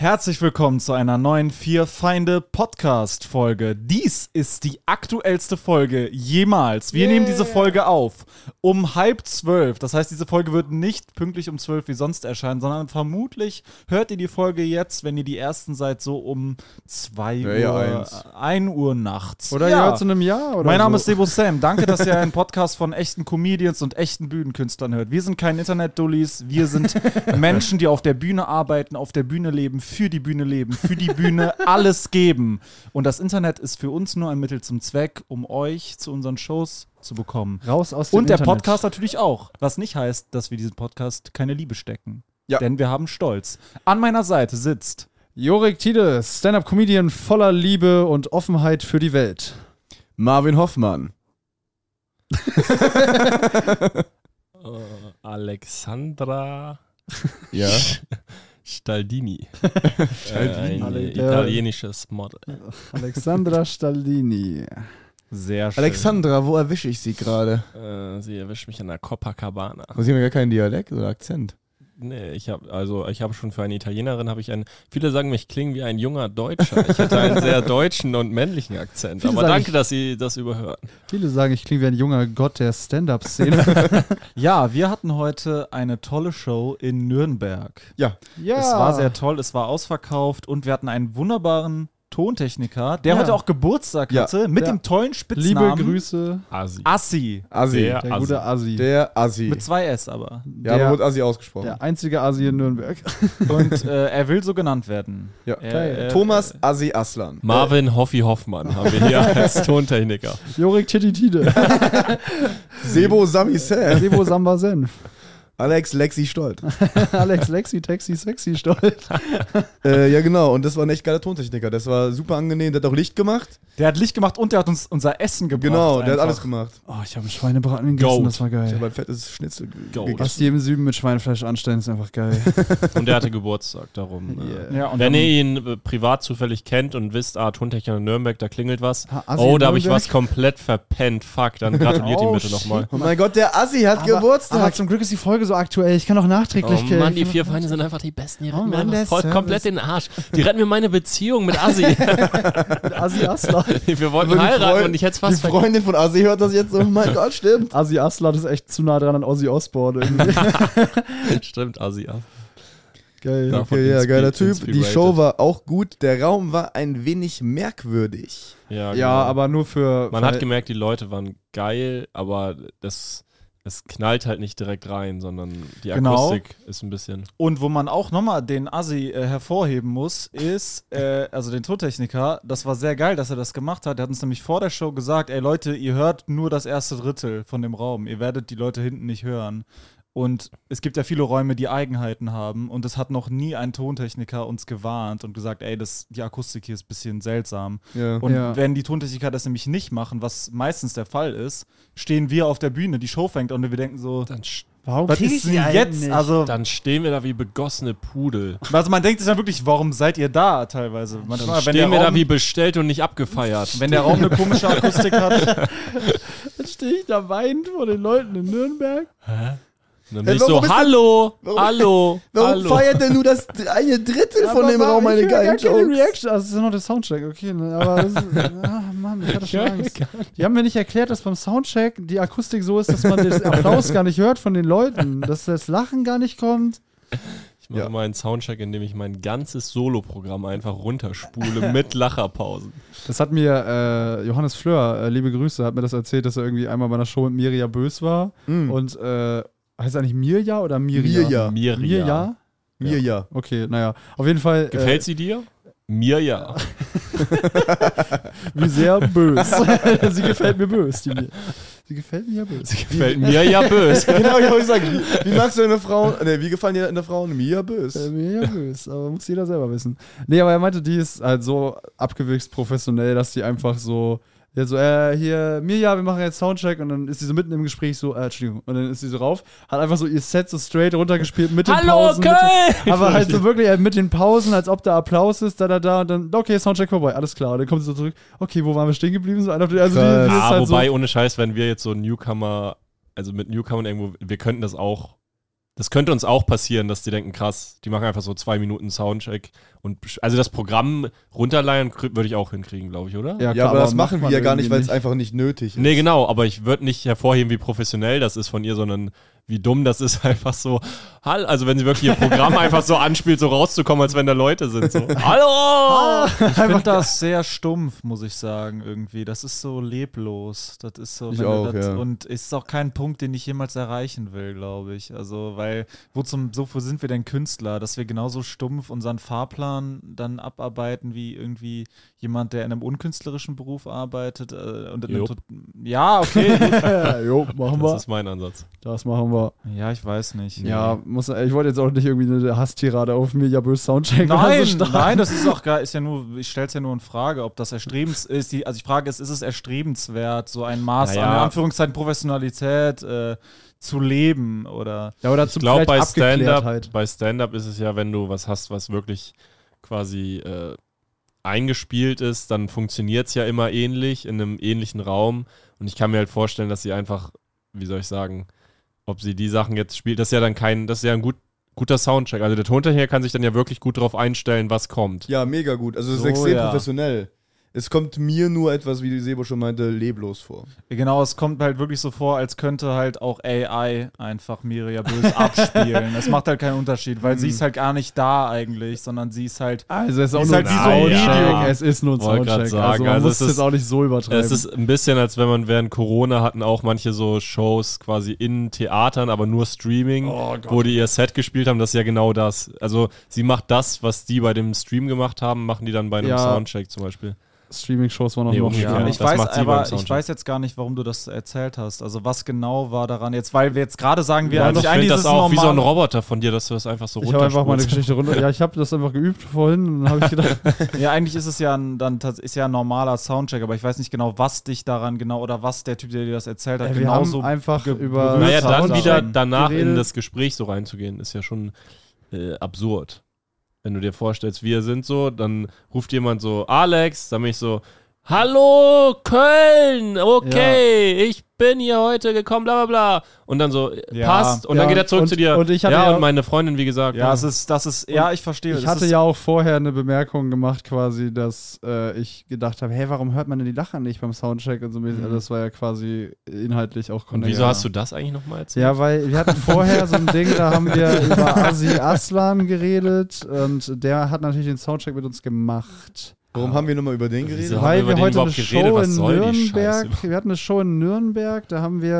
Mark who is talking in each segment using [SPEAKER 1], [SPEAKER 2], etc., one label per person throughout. [SPEAKER 1] Herzlich willkommen zu einer neuen Vier Feinde Podcast Folge. Dies ist die aktuellste Folge jemals. Wir nehmen diese Folge auf um halb zwölf. Das heißt, diese Folge wird nicht pünktlich um zwölf wie sonst erscheinen, sondern vermutlich hört ihr die Folge jetzt, wenn ihr die ersten seid, so um zwei
[SPEAKER 2] ja,
[SPEAKER 1] Uhr,
[SPEAKER 2] eins.
[SPEAKER 1] ein Uhr nachts.
[SPEAKER 3] Oder ja. ihr hört es in einem Jahr oder
[SPEAKER 1] mein
[SPEAKER 3] so.
[SPEAKER 1] Name ist Sebo Sam. Danke, dass ihr einen Podcast von echten Comedians und echten Bühnenkünstlern hört. Wir sind keine Internet-Dullis. Wir sind Menschen, die auf der Bühne arbeiten, auf der Bühne leben, für die Bühne leben, für die Bühne alles geben. Und das Internet ist für uns nur ein Mittel zum Zweck, um euch zu unseren Shows zu bekommen.
[SPEAKER 3] Raus aus dem
[SPEAKER 1] Und der
[SPEAKER 3] Internet.
[SPEAKER 1] Podcast natürlich auch. Was nicht heißt, dass wir diesen Podcast keine Liebe stecken.
[SPEAKER 2] Ja.
[SPEAKER 1] Denn wir haben Stolz. An meiner Seite sitzt
[SPEAKER 3] Jorik Tiede, Stand-Up-Comedian voller Liebe und Offenheit für die Welt.
[SPEAKER 2] Marvin Hoffmann.
[SPEAKER 4] Alexandra
[SPEAKER 2] Ja.
[SPEAKER 4] Staldini.
[SPEAKER 2] Staldini.
[SPEAKER 4] Äh, Ein
[SPEAKER 3] Alle-
[SPEAKER 4] italienisches Model.
[SPEAKER 3] Alexandra Staldini.
[SPEAKER 1] sehr schön.
[SPEAKER 2] Alexandra, wo erwische ich Sie gerade?
[SPEAKER 4] Äh, sie erwischt mich an der Copacabana.
[SPEAKER 2] Sie haben ja gar keinen Dialekt oder Akzent.
[SPEAKER 4] Nee, ich habe also ich habe schon für eine Italienerin habe ich einen. Viele sagen mich klingen wie ein junger Deutscher. Ich hatte einen sehr deutschen und männlichen Akzent.
[SPEAKER 3] Viele
[SPEAKER 4] Aber
[SPEAKER 3] sagen
[SPEAKER 4] danke,
[SPEAKER 3] ich-
[SPEAKER 4] dass Sie das überhören.
[SPEAKER 3] Viele sagen, ich klinge wie ein junger Gott der Stand-Up-Szene.
[SPEAKER 1] Ja, wir hatten heute eine tolle Show in Nürnberg.
[SPEAKER 2] Ja.
[SPEAKER 3] ja.
[SPEAKER 1] Es war sehr toll, es war ausverkauft und wir hatten einen wunderbaren Tontechniker, der
[SPEAKER 3] Ja.
[SPEAKER 1] heute auch Geburtstag
[SPEAKER 2] Ja.
[SPEAKER 1] hatte, mit
[SPEAKER 3] Ja.
[SPEAKER 1] dem tollen
[SPEAKER 3] Liebe
[SPEAKER 1] Spitznamen
[SPEAKER 3] Grüße,
[SPEAKER 4] Asi.
[SPEAKER 1] Assi.
[SPEAKER 2] Assi.
[SPEAKER 4] Der
[SPEAKER 3] der
[SPEAKER 4] Assi.
[SPEAKER 3] gute Asi.
[SPEAKER 2] Der Assi.
[SPEAKER 1] Mit zwei S aber.
[SPEAKER 2] ja, aber
[SPEAKER 3] der-
[SPEAKER 2] wurde Asi ausgesprochen.
[SPEAKER 3] der einzige Asi in Nürnberg.
[SPEAKER 1] Und äh, er will so genannt werden.
[SPEAKER 2] Ja.
[SPEAKER 3] Äh, Geil.
[SPEAKER 1] Er, er,
[SPEAKER 2] Thomas Assi Aslan.
[SPEAKER 4] Äh, Marvin Hoffi Hoffmann haben wir hier als Tontechniker.
[SPEAKER 3] Jorik Tittitide.
[SPEAKER 2] Sebo Sami Sam.
[SPEAKER 3] Sebo Samba Senf.
[SPEAKER 2] Alex Lexi Stolt.
[SPEAKER 3] Alex Lexi, Taxi, Sexy, Stolz.
[SPEAKER 2] äh, ja, genau. Und das war ein echt geiler Tontechniker. Das war super angenehm. Der hat auch Licht gemacht.
[SPEAKER 1] Der hat Licht gemacht und der hat uns unser Essen gebracht.
[SPEAKER 2] Genau, der hat
[SPEAKER 1] einfach.
[SPEAKER 2] alles gemacht.
[SPEAKER 3] Oh, ich habe einen Schweinebraten gegessen,
[SPEAKER 4] Goat.
[SPEAKER 3] das war
[SPEAKER 2] Ich
[SPEAKER 3] geil.
[SPEAKER 2] habe ein fettes Schnitzel ge-
[SPEAKER 4] Go.
[SPEAKER 3] Was
[SPEAKER 2] gegessen.
[SPEAKER 3] die im Süden mit Schweinefleisch anstellen, ist einfach geil.
[SPEAKER 4] Und der hatte Geburtstag darum. äh,
[SPEAKER 3] Yeah.
[SPEAKER 1] Ja, und
[SPEAKER 4] Wenn
[SPEAKER 1] dann-
[SPEAKER 4] ihr ihn äh, privat zufällig kennt und wisst, ah, Tontechniker in Nürnberg, da klingelt was.
[SPEAKER 3] Ah, Assi
[SPEAKER 4] oh,
[SPEAKER 3] in
[SPEAKER 4] da habe ich
[SPEAKER 3] Nürnberg?
[SPEAKER 4] was komplett verpennt. Fuck, dann gratuliert
[SPEAKER 1] Oh,
[SPEAKER 4] ihm bitte
[SPEAKER 1] shit.
[SPEAKER 4] nochmal.
[SPEAKER 2] Oh mein Gott, der Assi hat Geburtstag.
[SPEAKER 3] Aber zum Glück ist die Folge so aktuell. Ich kann auch nachträglich.
[SPEAKER 4] Feinde sind einfach Oh die Besten. Die
[SPEAKER 3] Oh Mann, der Service.
[SPEAKER 4] den Arsch. Die retten mir meine Beziehung mit Assi.
[SPEAKER 3] Asi Aslan.
[SPEAKER 4] wir
[SPEAKER 2] Aber
[SPEAKER 4] wollten
[SPEAKER 2] die
[SPEAKER 4] heiraten
[SPEAKER 2] Freund-
[SPEAKER 4] und ich hätte es fast
[SPEAKER 2] Die
[SPEAKER 4] vergessen.
[SPEAKER 2] Freundin von Assi hört das jetzt. Oh mein Gott, stimmt.
[SPEAKER 3] Asi Aslan ist echt zu nah dran an Ozzy Osbourne. irgendwie.
[SPEAKER 4] Stimmt, Assi. ja.
[SPEAKER 3] geil.
[SPEAKER 4] Ja.
[SPEAKER 2] Okay, ja,
[SPEAKER 4] Inspi-
[SPEAKER 2] geiler Typ. Die
[SPEAKER 4] inspiriert.
[SPEAKER 2] Show war auch gut. Der Raum war ein wenig merkwürdig.
[SPEAKER 4] Ja, genau.
[SPEAKER 3] Ja, aber nur für.
[SPEAKER 4] Man hat gemerkt, die Leute waren geil, aber das, es knallt halt nicht direkt rein, sondern die
[SPEAKER 1] Genau.
[SPEAKER 4] Akustik ist ein bisschen.
[SPEAKER 1] Und wo man auch nochmal den Assi äh, hervorheben muss, ist, äh, also den Tontechniker, das war sehr geil, dass er das gemacht hat. Er hat uns nämlich vor der Show gesagt, ey Leute, ihr hört nur das erste Drittel von dem Raum. Ihr werdet die Leute hinten nicht hören. Und es gibt ja viele Räume, die Eigenheiten haben. Und es hat noch nie ein Tontechniker uns gewarnt und gesagt, ey, das, die Akustik hier ist ein bisschen seltsam.
[SPEAKER 2] Ja.
[SPEAKER 1] Und
[SPEAKER 3] Ja.
[SPEAKER 1] wenn die Tontechniker das nämlich nicht machen, was meistens der Fall ist, stehen wir auf der Bühne, die Show fängt an und wir denken so,
[SPEAKER 4] Dann,
[SPEAKER 3] Warum
[SPEAKER 1] was
[SPEAKER 3] krieg
[SPEAKER 1] ist
[SPEAKER 3] ich die
[SPEAKER 1] denn
[SPEAKER 3] einen
[SPEAKER 1] jetzt?
[SPEAKER 3] nicht?
[SPEAKER 1] Also,
[SPEAKER 4] stehen wir da wie begossene Pudel.
[SPEAKER 1] Also man denkt sich dann wirklich, warum seid ihr da teilweise? Manchmal, wenn der,
[SPEAKER 4] Stehen wir da
[SPEAKER 1] Raum,
[SPEAKER 4] wie bestellt und nicht abgefeiert.
[SPEAKER 1] wenn der Raum eine komische Akustik hat.
[SPEAKER 3] Jetzt stehe ich da weinend vor den Leuten in Nürnberg.
[SPEAKER 4] Dann
[SPEAKER 2] Äh,
[SPEAKER 4] bin ich
[SPEAKER 2] warum
[SPEAKER 4] so,
[SPEAKER 2] bist du-
[SPEAKER 4] hallo,
[SPEAKER 2] warum-
[SPEAKER 4] hallo,
[SPEAKER 2] Warum
[SPEAKER 4] hallo.
[SPEAKER 2] feiert er nur das eine Drittel
[SPEAKER 3] Aber
[SPEAKER 2] von dem
[SPEAKER 3] warum-
[SPEAKER 2] Raum
[SPEAKER 3] ich
[SPEAKER 2] meine
[SPEAKER 3] höre gar
[SPEAKER 2] geilen
[SPEAKER 3] keine
[SPEAKER 2] Jokes?
[SPEAKER 3] Reaction. Also, das ist ja noch der Soundcheck, okay. ne, Aber das ist, ah, Mann, ich hatte schon
[SPEAKER 4] höre
[SPEAKER 3] Angst. Die haben mir nicht erklärt, dass beim Soundcheck die Akustik so ist, dass man den Applaus gar nicht hört von den Leuten, dass das Lachen gar nicht kommt.
[SPEAKER 4] Ich mache
[SPEAKER 2] Ja.
[SPEAKER 4] mal einen Soundcheck, indem ich mein ganzes Soloprogramm einfach runterspule mit Lacherpausen.
[SPEAKER 3] Das hat mir äh, Johannes Fleur, äh, liebe Grüße, hat mir das erzählt, dass er irgendwie einmal bei einer Show mit Mirja Bös war. Und äh, heißt er eigentlich Mirja oder Mirja?
[SPEAKER 2] Mirja.
[SPEAKER 4] Mirja.
[SPEAKER 3] Mirja?
[SPEAKER 2] Mir ja.
[SPEAKER 3] Okay, naja. Auf jeden Fall. äh,
[SPEAKER 4] Gefällt sie dir? Mir ja.
[SPEAKER 3] Wie sehr bös. Sie gefällt mir bös, die mir. Sie gefällt mir ja bös.
[SPEAKER 4] Fällt mir ja böse.
[SPEAKER 2] genau, ich wollte sagen, wie, wie magst du deine Frauen? Ne, wie gefallen dir deine Frauen? Mia
[SPEAKER 3] Äh,
[SPEAKER 2] böse.
[SPEAKER 3] mir ja bös, aber muss jeder selber wissen. Nee, aber er meinte, die ist halt so abgewichst professionell, dass die einfach so, ja, so, äh, hier, mir ja, wir machen jetzt Soundcheck und dann ist sie so mitten im Gespräch so, äh, Entschuldigung, und dann ist sie so rauf, hat einfach so ihr Set so straight runtergespielt mit den
[SPEAKER 4] Hallo,
[SPEAKER 3] Pausen. Mit
[SPEAKER 4] Köln!
[SPEAKER 3] den, aber halt so wirklich äh, mit den Pausen, als ob da Applaus ist, da, da, da, und dann, okay, Soundcheck vorbei, alles klar. Und dann kommt sie so zurück, okay, wo waren wir stehen geblieben? So, einer auf die, also die, die ist
[SPEAKER 4] Ah,
[SPEAKER 3] halt
[SPEAKER 4] wobei,
[SPEAKER 3] so,
[SPEAKER 4] ohne Scheiß, wenn wir jetzt so Newcomer, also mit Newcomern irgendwo, wir könnten das auch, das könnte uns auch passieren, dass die denken, krass, die machen einfach so zwei Minuten Soundcheck und besch- also das Programm runterleihen kr- würde ich auch hinkriegen, glaube ich, oder?
[SPEAKER 2] Ja,
[SPEAKER 3] klar,
[SPEAKER 2] aber das
[SPEAKER 3] macht
[SPEAKER 2] machen wir
[SPEAKER 3] man
[SPEAKER 2] ja gar
[SPEAKER 3] irgendwie
[SPEAKER 2] nicht, weil es einfach nicht nötig ist.
[SPEAKER 4] Nee, genau, aber ich würde nicht hervorheben, wie professionell das ist von ihr, sondern wie dumm das ist, einfach so, hall- also wenn sie wirklich ihr Programm einfach so anspielt, so rauszukommen, als wenn da Leute sind. So, Hallo!
[SPEAKER 1] Ich finde das sehr stumpf, muss ich sagen, irgendwie. Das ist so leblos. Das ist so,
[SPEAKER 2] Ich
[SPEAKER 1] wenn du
[SPEAKER 2] auch,
[SPEAKER 1] das,
[SPEAKER 2] ja.
[SPEAKER 1] und ist auch kein Punkt, den ich jemals erreichen will, glaube ich. Also, weil, wozu so wo sind wir denn Künstler, dass wir genauso stumpf unseren Fahrplan dann abarbeiten wie irgendwie jemand, der in einem unkünstlerischen Beruf arbeitet äh, und in einem
[SPEAKER 4] Jupp.
[SPEAKER 1] tot- ja, okay.
[SPEAKER 3] Ja, jo, machen wir.
[SPEAKER 4] Das ist mein Ansatz.
[SPEAKER 3] Das machen wir.
[SPEAKER 1] ja, ich weiß nicht.
[SPEAKER 3] Ja, muss, ich wollte jetzt auch nicht irgendwie eine Hasstirade auf mir, ja, böse Soundcheck
[SPEAKER 1] Nein,
[SPEAKER 3] oder so starten.
[SPEAKER 1] nein, das ist auch gar, ist ja nur, ich stell's ja nur in Frage, ob das erstrebens ist. Die, also die Frage ist, ist es erstrebenswert, so ein Maß
[SPEAKER 4] Naja.
[SPEAKER 1] an in Anführungszeichen Professionalität äh, zu leben oder
[SPEAKER 3] Ja, oder zum halt.
[SPEAKER 4] Ich glaube, bei
[SPEAKER 3] Abgeklärtheit.
[SPEAKER 4] Stand-Up bei Stand-Up ist es ja, wenn du was hast, was wirklich quasi äh, eingespielt ist, dann funktioniert es ja immer ähnlich in einem ähnlichen Raum. Und ich kann mir halt vorstellen, dass sie einfach, wie soll ich sagen, ob sie die Sachen jetzt spielt, das ist ja dann kein, das ist ja ein gut, guter Soundcheck. Also der Tontechniker kann sich dann ja wirklich gut darauf einstellen, was kommt.
[SPEAKER 2] Ja, mega gut. Also es
[SPEAKER 1] So,
[SPEAKER 2] ist extrem
[SPEAKER 1] ja.
[SPEAKER 2] professionell. Es kommt mir nur etwas, wie die Sebo schon meinte, leblos vor.
[SPEAKER 1] genau, es kommt halt wirklich so vor, als könnte halt auch AI einfach Miria Bös abspielen. Das macht halt keinen Unterschied, weil
[SPEAKER 4] Hm.
[SPEAKER 1] sie ist halt gar nicht da eigentlich, sondern sie ist halt
[SPEAKER 3] Also es ist auch
[SPEAKER 1] Ist
[SPEAKER 3] nur
[SPEAKER 1] halt
[SPEAKER 3] ein
[SPEAKER 1] wie so ein
[SPEAKER 3] Soundcheck.
[SPEAKER 4] Video.
[SPEAKER 3] Es ist nur ein
[SPEAKER 4] Wollte grad
[SPEAKER 3] Soundcheck. also
[SPEAKER 4] sagen,
[SPEAKER 3] man
[SPEAKER 4] also
[SPEAKER 3] muss
[SPEAKER 4] es
[SPEAKER 3] es
[SPEAKER 4] ist-
[SPEAKER 3] jetzt auch nicht so übertreiben.
[SPEAKER 4] Es ist ein bisschen, als wenn man während Corona hatten auch manche so Shows quasi in Theatern, aber nur Streaming,
[SPEAKER 3] Oh
[SPEAKER 4] wo die ihr Set gespielt haben. Das ist ja genau das. Also sie macht das, was die bei dem Stream gemacht haben, machen die dann bei einem
[SPEAKER 3] Ja.
[SPEAKER 4] Soundcheck zum Beispiel.
[SPEAKER 3] Streaming-Shows waren auch
[SPEAKER 4] Nee,
[SPEAKER 3] noch
[SPEAKER 4] umgekehrt.
[SPEAKER 3] schlimmer.
[SPEAKER 1] Ja,
[SPEAKER 4] Ja,
[SPEAKER 1] ich
[SPEAKER 4] das
[SPEAKER 1] weiß
[SPEAKER 4] macht sie beim
[SPEAKER 1] aber,
[SPEAKER 4] Soundcheck.
[SPEAKER 1] ich weiß jetzt gar nicht, warum du das erzählt hast. Also was genau war daran jetzt, weil wir jetzt gerade sagen wir,
[SPEAKER 4] Ja,
[SPEAKER 1] eigentlich
[SPEAKER 4] ich
[SPEAKER 1] eigentlich
[SPEAKER 4] finde das
[SPEAKER 1] ist es
[SPEAKER 4] auch wie so ein
[SPEAKER 1] normal-
[SPEAKER 4] Roboter von dir, dass du das einfach so
[SPEAKER 3] Ich habe einfach meine
[SPEAKER 4] runterspulst.
[SPEAKER 3] Geschichte runter. Ja, ich habe das einfach geübt vorhin und dann habe ich gedacht,
[SPEAKER 1] Ja, eigentlich ist es ja ein, dann tats- ist ja ein normaler Soundcheck, aber ich weiß nicht genau, was dich daran genau oder was der Typ, der dir das erzählt hat,
[SPEAKER 3] Ey, wir
[SPEAKER 1] genau
[SPEAKER 3] haben
[SPEAKER 1] so
[SPEAKER 3] einfach
[SPEAKER 1] ge-
[SPEAKER 3] über-
[SPEAKER 1] berührt
[SPEAKER 4] Naja,
[SPEAKER 1] hat.
[SPEAKER 4] dann
[SPEAKER 3] Soundcheck
[SPEAKER 4] wieder danach in
[SPEAKER 3] geredet.
[SPEAKER 4] das Gespräch so reinzugehen, ist ja schon äh, absurd. Wenn du dir vorstellst, wir sind so, dann ruft jemand so, Alex, dann bin ich so, Hallo Köln, okay, ich bin hier heute gekommen, bla bla bla. Und dann so, äh,
[SPEAKER 1] Ja,
[SPEAKER 4] passt. Und
[SPEAKER 3] ja,
[SPEAKER 4] dann geht er zurück
[SPEAKER 3] und-
[SPEAKER 4] zu dir.
[SPEAKER 3] und ich hatte
[SPEAKER 4] ja,
[SPEAKER 3] ja-
[SPEAKER 4] und meine Freundin, wie gesagt. ne?
[SPEAKER 1] ja, es ist, das ist, ja, ich verstehe.
[SPEAKER 3] ich
[SPEAKER 1] das
[SPEAKER 3] hatte
[SPEAKER 1] ist,
[SPEAKER 3] ja auch vorher eine Bemerkung gemacht, quasi, dass äh, ich gedacht habe, hey, warum hört man denn die Lachen nicht beim Soundcheck und so mäßig? Also Das war ja quasi inhaltlich auch
[SPEAKER 4] Mhm. und wieso
[SPEAKER 3] connected.
[SPEAKER 4] hast du das eigentlich nochmal erzählt?
[SPEAKER 3] Ja, weil wir hatten vorher so ein Ding, da haben wir über Asi Aslan geredet und der hat natürlich den Soundcheck mit uns gemacht.
[SPEAKER 2] Warum haben wir nochmal über den geredet?
[SPEAKER 4] Haben wir
[SPEAKER 3] Weil
[SPEAKER 4] über
[SPEAKER 3] wir
[SPEAKER 4] den
[SPEAKER 3] heute eine
[SPEAKER 4] überhaupt
[SPEAKER 3] Show
[SPEAKER 4] geredet? Was
[SPEAKER 3] in
[SPEAKER 4] soll die Scheiße
[SPEAKER 3] Nürnberg,
[SPEAKER 4] überhaupt?
[SPEAKER 3] wir hatten eine Show in Nürnberg, da haben wir,